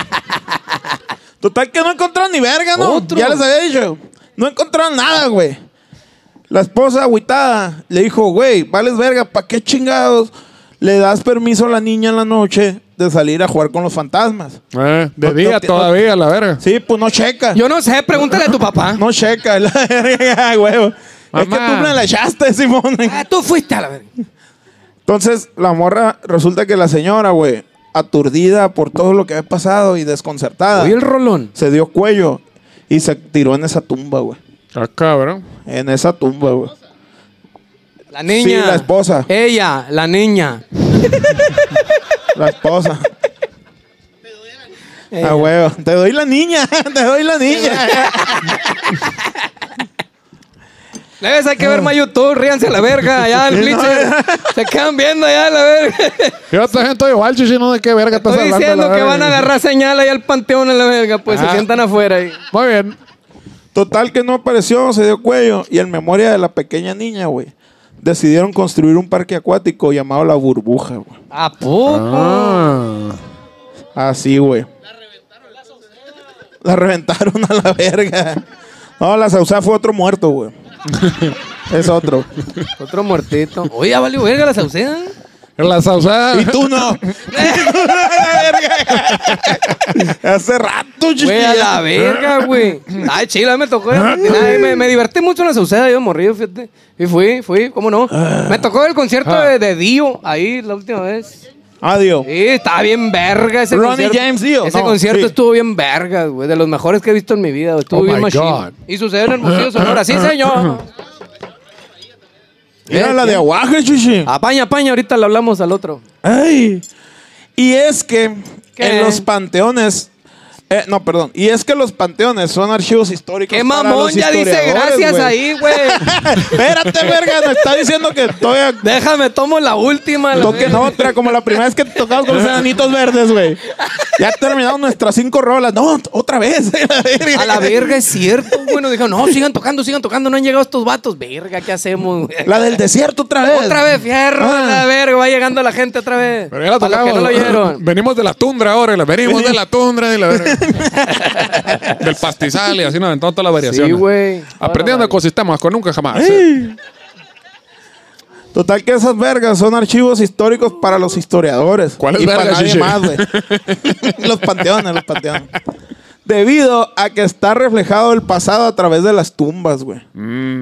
B: Total que no encontraron ni verga, ¿no?
C: Otro.
B: Ya les había dicho. No encontraron nada, güey. La esposa agüitada le dijo, güey, vales verga, ¿para qué chingados le das permiso a la niña en la noche de salir a jugar con los fantasmas?
A: Eh, de
B: No,
A: día
B: no, no.
A: todavía, la verga.
B: Sí, pues no checa.
C: Yo no sé, pregúntale a tu papá.
B: No checa, la verga, güey. Es que
A: Mamá.
B: tú me la echaste, Simón.
C: Ah, tú fuiste a la verga.
B: Entonces, la morra, resulta que la señora, güey, aturdida por todo lo que había pasado y desconcertada,
C: Oí el rolón.
B: se dio cuello y se tiró en esa tumba, güey.
A: Ah, cabrón.
B: En esa tumba, güey.
C: La niña.
B: Sí, la esposa.
C: Ella, la niña.
B: La esposa.
C: Ella. Eh.
B: Ah, huevo. Te doy la niña, te doy la niña.
C: La vez hay que ver más YouTube, ríanse a la verga, allá el glitch. Se quedan viendo allá a la verga.
A: Yo también estoy igual, chichi, no de qué verga estás
C: Estoy
A: hablando.
C: diciendo
A: la
C: que
A: verga.
C: van a agarrar señal allá al panteón a la verga, pues se
A: Ah.
C: sientan afuera ahí.
A: Muy bien.
B: Total que no apareció, se dio cuello. Y en memoria de la pequeña niña, güey, decidieron construir un parque acuático llamado La Burbuja, güey.
C: ¿A poco?
A: Ah.
B: Así, güey. La reventaron a la verga. No, la Sausá fue otro muerto, güey. es otro.
C: Otro muertito. Oye, ya valió verga la sauceda.
A: La sausa.
B: Y tú no. Hace rato, chichi.
C: Güey, a la verga, güey. Ay, chila, me tocó.
A: Ah.
C: Ay, me, me divertí mucho en la Sauceda, yo morrido, fíjate. Y fui, fui, cómo no.
A: Ah.
C: Me tocó el concierto de, de Dio ahí la última vez.
B: Adiós.
C: Sí, estaba bien verga ese
B: Ronnie
C: concierto.
B: James Dio,
C: Ese
B: no,
C: concierto
B: sí.
C: estuvo bien verga, güey. De los mejores que he visto en mi vida. güey. Estuvo
A: Oh
C: bien
A: my
C: machín.
A: God.
C: Y sucedió en Hermosillo, Sonora. Sí, señor.
B: Mira
C: Eh,
B: la de aguaje, chichi.
C: Apaña, apaña, ahorita le hablamos al otro.
B: Ay. Y es que
C: ¿Qué?
B: en los panteones. eh, no, perdón. Y es que los panteones son archivos históricos.
C: ¡Qué
B: para
C: mamón!
B: los
C: Ya dice
B: historiadores,
C: gracias
B: güey. Eh,
C: ahí, güey.
B: Espérate, verga. Me está diciendo que estoy a-
C: Déjame, tomo la última. la
B: Toquen
C: verga.
B: otra, como la primera vez que tocamos con los enanitos verdes, güey. Ya terminaron nuestras cinco rolas. No, otra vez.
C: A la verga, es cierto, güey. Nos dijeron, no, sigan tocando, sigan tocando, no han llegado estos vatos. Verga, ¿qué hacemos, güey?
B: La del desierto otra vez.
C: Otra vez, fierro,
B: Pues, Ah.
C: a la verga, va llegando la gente otra vez.
A: Pero ya la
C: Para los que
A: tocamos.
C: no lo oyeron.
A: Venimos de la tundra ahora. y la- Venimos de la tundra. Y la verga. Del pastizal y así nos aventamos todas las variaciones.
C: Sí, güey.
A: Aprendiendo ecosistemas con nunca jamás. ¿eh?
B: Total que esas vergas son archivos históricos para los historiadores.
A: ¿Cuáles
B: y para
A: vergas,
B: nadie
A: Chiche?
B: más, güey. los panteones, los panteones. Debido a que está reflejado el pasado a través de las tumbas, güey.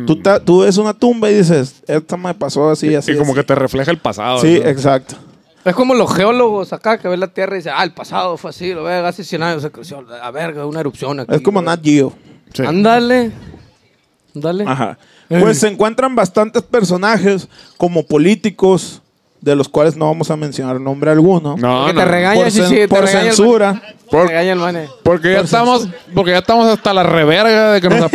B: Tú, ta- tú ves una tumba y dices, esta me pasó así, así.
A: Mm. y como
B: así".
A: que te refleja el pasado.
B: Sí,
A: ¿no?
B: exacto.
C: Es como los geólogos acá que ven la Tierra y dicen, ah, el pasado fue así, lo verga, hace 100 años se creció, la verga, una erupción aquí.
B: Es como
C: nada.
B: Nat Geo.
A: Sí.
C: Ándale. Ándale.
B: Ajá. Pues se encuentran bastantes personajes como políticos, de los cuales no vamos a mencionar nombre alguno.
A: No,
C: Porque
A: no.
C: te regaña,
B: Por,
C: sí,
B: cen-
C: sí, te
B: por
C: regaña el
B: censura.
C: mane. Te regaña el eh. mane.
A: Porque
B: Pues,
A: ya estamos, porque ya estamos hasta la reverga de que nos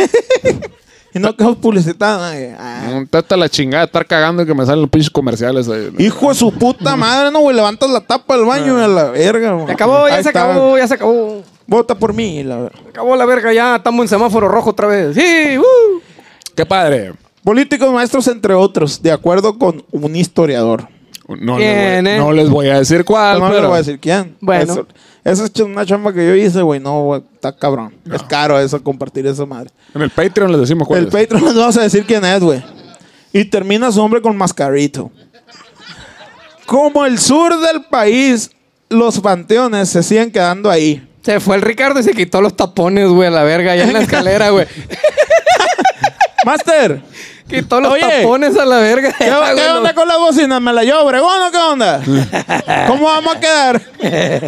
B: Y no quedó publicitada. eh. Ah.
A: ap- hasta la chingada de estar cagando y que me salen los pinches comerciales ahí.
B: Hijo de su puta madre, no, güey. Levantas la tapa del baño y a la verga, güey.
C: Se acabó, ya
B: Ahí
C: se
B: está.
C: acabó, ya se acabó.
B: vota por mí. La...
C: Acabó la verga ya, estamos en semáforo rojo otra vez. Sí, uh.
A: Qué padre.
B: Políticos, maestros, entre otros, de acuerdo con un historiador.
A: No,
C: Bien,
A: les voy,
C: eh.
A: no les voy a decir cuál,
B: no le
A: pero-
B: voy a decir quién.
C: Bueno.
B: Eso- Esa es ch- una chamba que yo hice, güey. No, güey, está cabrón. Es caro eso, compartir esa madre.
A: en el Patreon les decimos cuál
B: El
A: es.
B: Patreon no vas a decir quién es, güey. Y termina su hombre con mascarito. Como el sur del país, los panteones se siguen quedando ahí.
C: Se fue el Ricardo y se quitó los tapones, güey, a la verga, allá en la escalera, güey.
B: Master,
C: Quitó los
B: Oye.
C: tapones a la verga.
B: ¿qué,
C: Güey,
B: qué
C: lo-
B: onda con la bocina? ¿Me la llevo Obregón o qué onda? ¿Cómo vamos a quedar?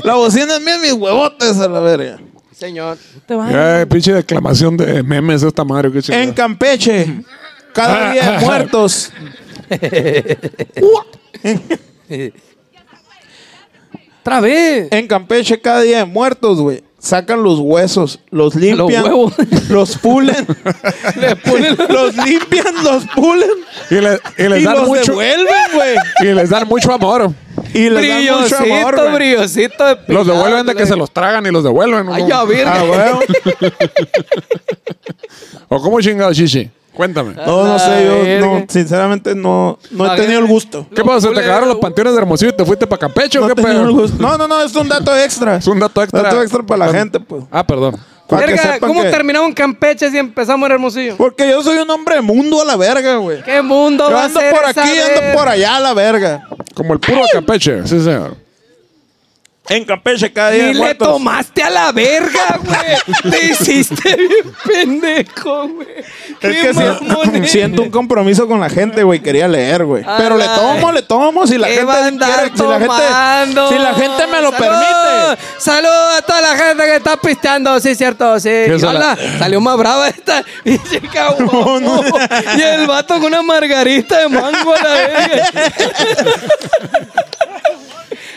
B: La bocina es mía, mis huevotes a la verga.
C: Señor.
A: Ay, pinche declamación de memes esta madre. Qué chingada.
B: En Campeche, cada día hay muertos.
C: Otra vez.
B: En Campeche cada día de muertos, güey. Sacan los huesos, los
C: Los
B: limpian,
C: huevos.
B: los pulen, los limpian, los pulen
A: y, le- y
B: y
A: les dan
B: los
A: mucho,
B: devuelven, güey.
A: y les dan mucho amor.
B: Y les dan mucho amor,
C: Brillosito,
B: güey.
C: brillosito.
A: Los
C: despeinado,
A: devuelven de
C: te
A: que
C: lo
A: se
C: digo.
A: los tragan y los devuelven. ¿no?
C: Ay, ya, verga.
B: Ah, güey.
A: ¿O cómo chingados, Shishi? Cuéntame.
B: No, no sé, yo
C: verga.
B: no, sinceramente no, no
C: Ah,
B: he tenido el gusto.
A: ¿Qué pasó? ¿Se te
C: culero.
A: cagaron los panteones de Hermosillo y te fuiste para Campeche o
B: No, he
A: qué
B: tenido el
A: pedo?
B: gusto. no, no, no, es un dato extra.
A: Es un dato extra.
B: Dato extra para la gente, pues.
A: Ah, perdón.
B: Para que
C: Verga,
B: sepan
C: ¿cómo
B: que-
C: terminamos en Campeche si empezamos en Hermosillo?
B: Porque yo soy un hombre de mundo a la verga, güey.
C: ¿Qué mundo
B: Yo
C: va a
B: ando
C: ser
B: por
C: esa
B: aquí, ando
C: verga?
B: por allá a la verga.
A: Como el puro de Campeche. Sí, señor.
B: En Campeche cada día
C: Ni
B: hay
C: le
B: muertos.
C: tomaste a la verga, güey. Te hiciste bien pendejo, güey.
B: Es que siento, siento un compromiso con la gente, güey. Quería leer, güey.
C: Ah,
B: Pero le
C: la-
B: tomo, le tomo. Si la
C: ¿Qué
B: gente
C: va a andar
B: quiere, si la gente,
C: tomando?
B: si la gente me lo
C: ¡Salud!
B: permite.
C: Salud a toda la gente que está pisteando, sí, cierto, sí.
A: ¿Qué es
C: Y
A: la-
C: hola, salió más brava esta pinche cabrón. Y el vato con una margarita de mango a la verga.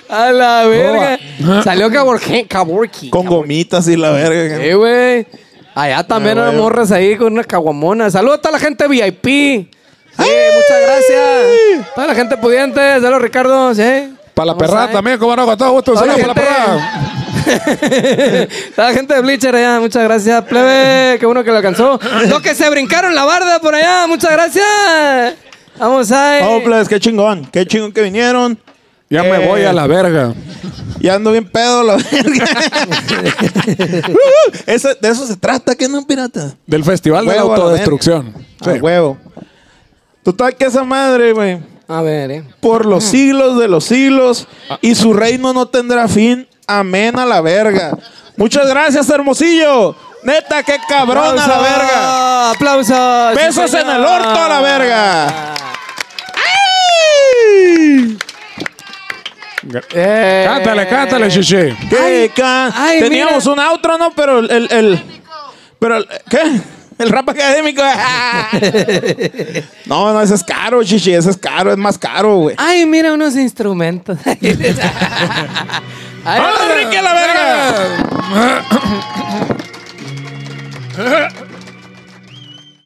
C: a la verga. Salió caborque- caborqui.
B: Con gomitas y la verga.
C: Sí, güey. Allá también
B: Ah,
C: hay
B: güey.
C: morras ahí con unas caguamonas. Saludos a toda la gente VIP. Sí, muchas gracias. Toda la gente pudiente. Saludos, Ricardo. Sí.
A: Para la
C: Vamos
A: perra
C: ahí.
A: también, ¿cómo no? Con todo gusto.
C: Toda la,
A: saludos para
C: gente,
A: la perra.
C: toda la gente de Bleacher allá, muchas gracias, plebe, qué bueno que lo alcanzó. Los que se brincaron la barda por allá, muchas gracias. Vamos ahí.
B: Oh, pues, qué chingón. Qué chingón que vinieron.
A: Ya
B: Eh.
A: me voy a la verga.
B: Y ando bien pedo, la verga. Uh, eso- de eso se trata, que no, pirata.
A: Del Festival de la
B: Huevo Ah, a la
A: Autodestrucción.
B: A
A: Sí.
B: huevo. Total, que esa madre, güey.
C: A ver, eh.
B: Por los siglos de los siglos. Y su reino no tendrá fin. Amén a la verga. Muchas gracias, Hermosillo. Neta, qué cabrón a la verga.
C: Aplausos. sí,
B: Besos en
C: señor.
B: el orto a la verga.
C: Eh.
A: Cántale, cántale, Shishi.
B: ¿Qué
C: Ay,
B: ca-
C: ay,
B: Teníamos
C: mira.
B: un outro, ¿no? Pero el. el, el- pero, el- ¿qué? El rap académico. no, no, ese es caro, chichi. Ese es caro, es más caro, güey.
C: Ay, mira unos instrumentos. Ay, Ah,
B: ¡Hola, Enrique, a la verga!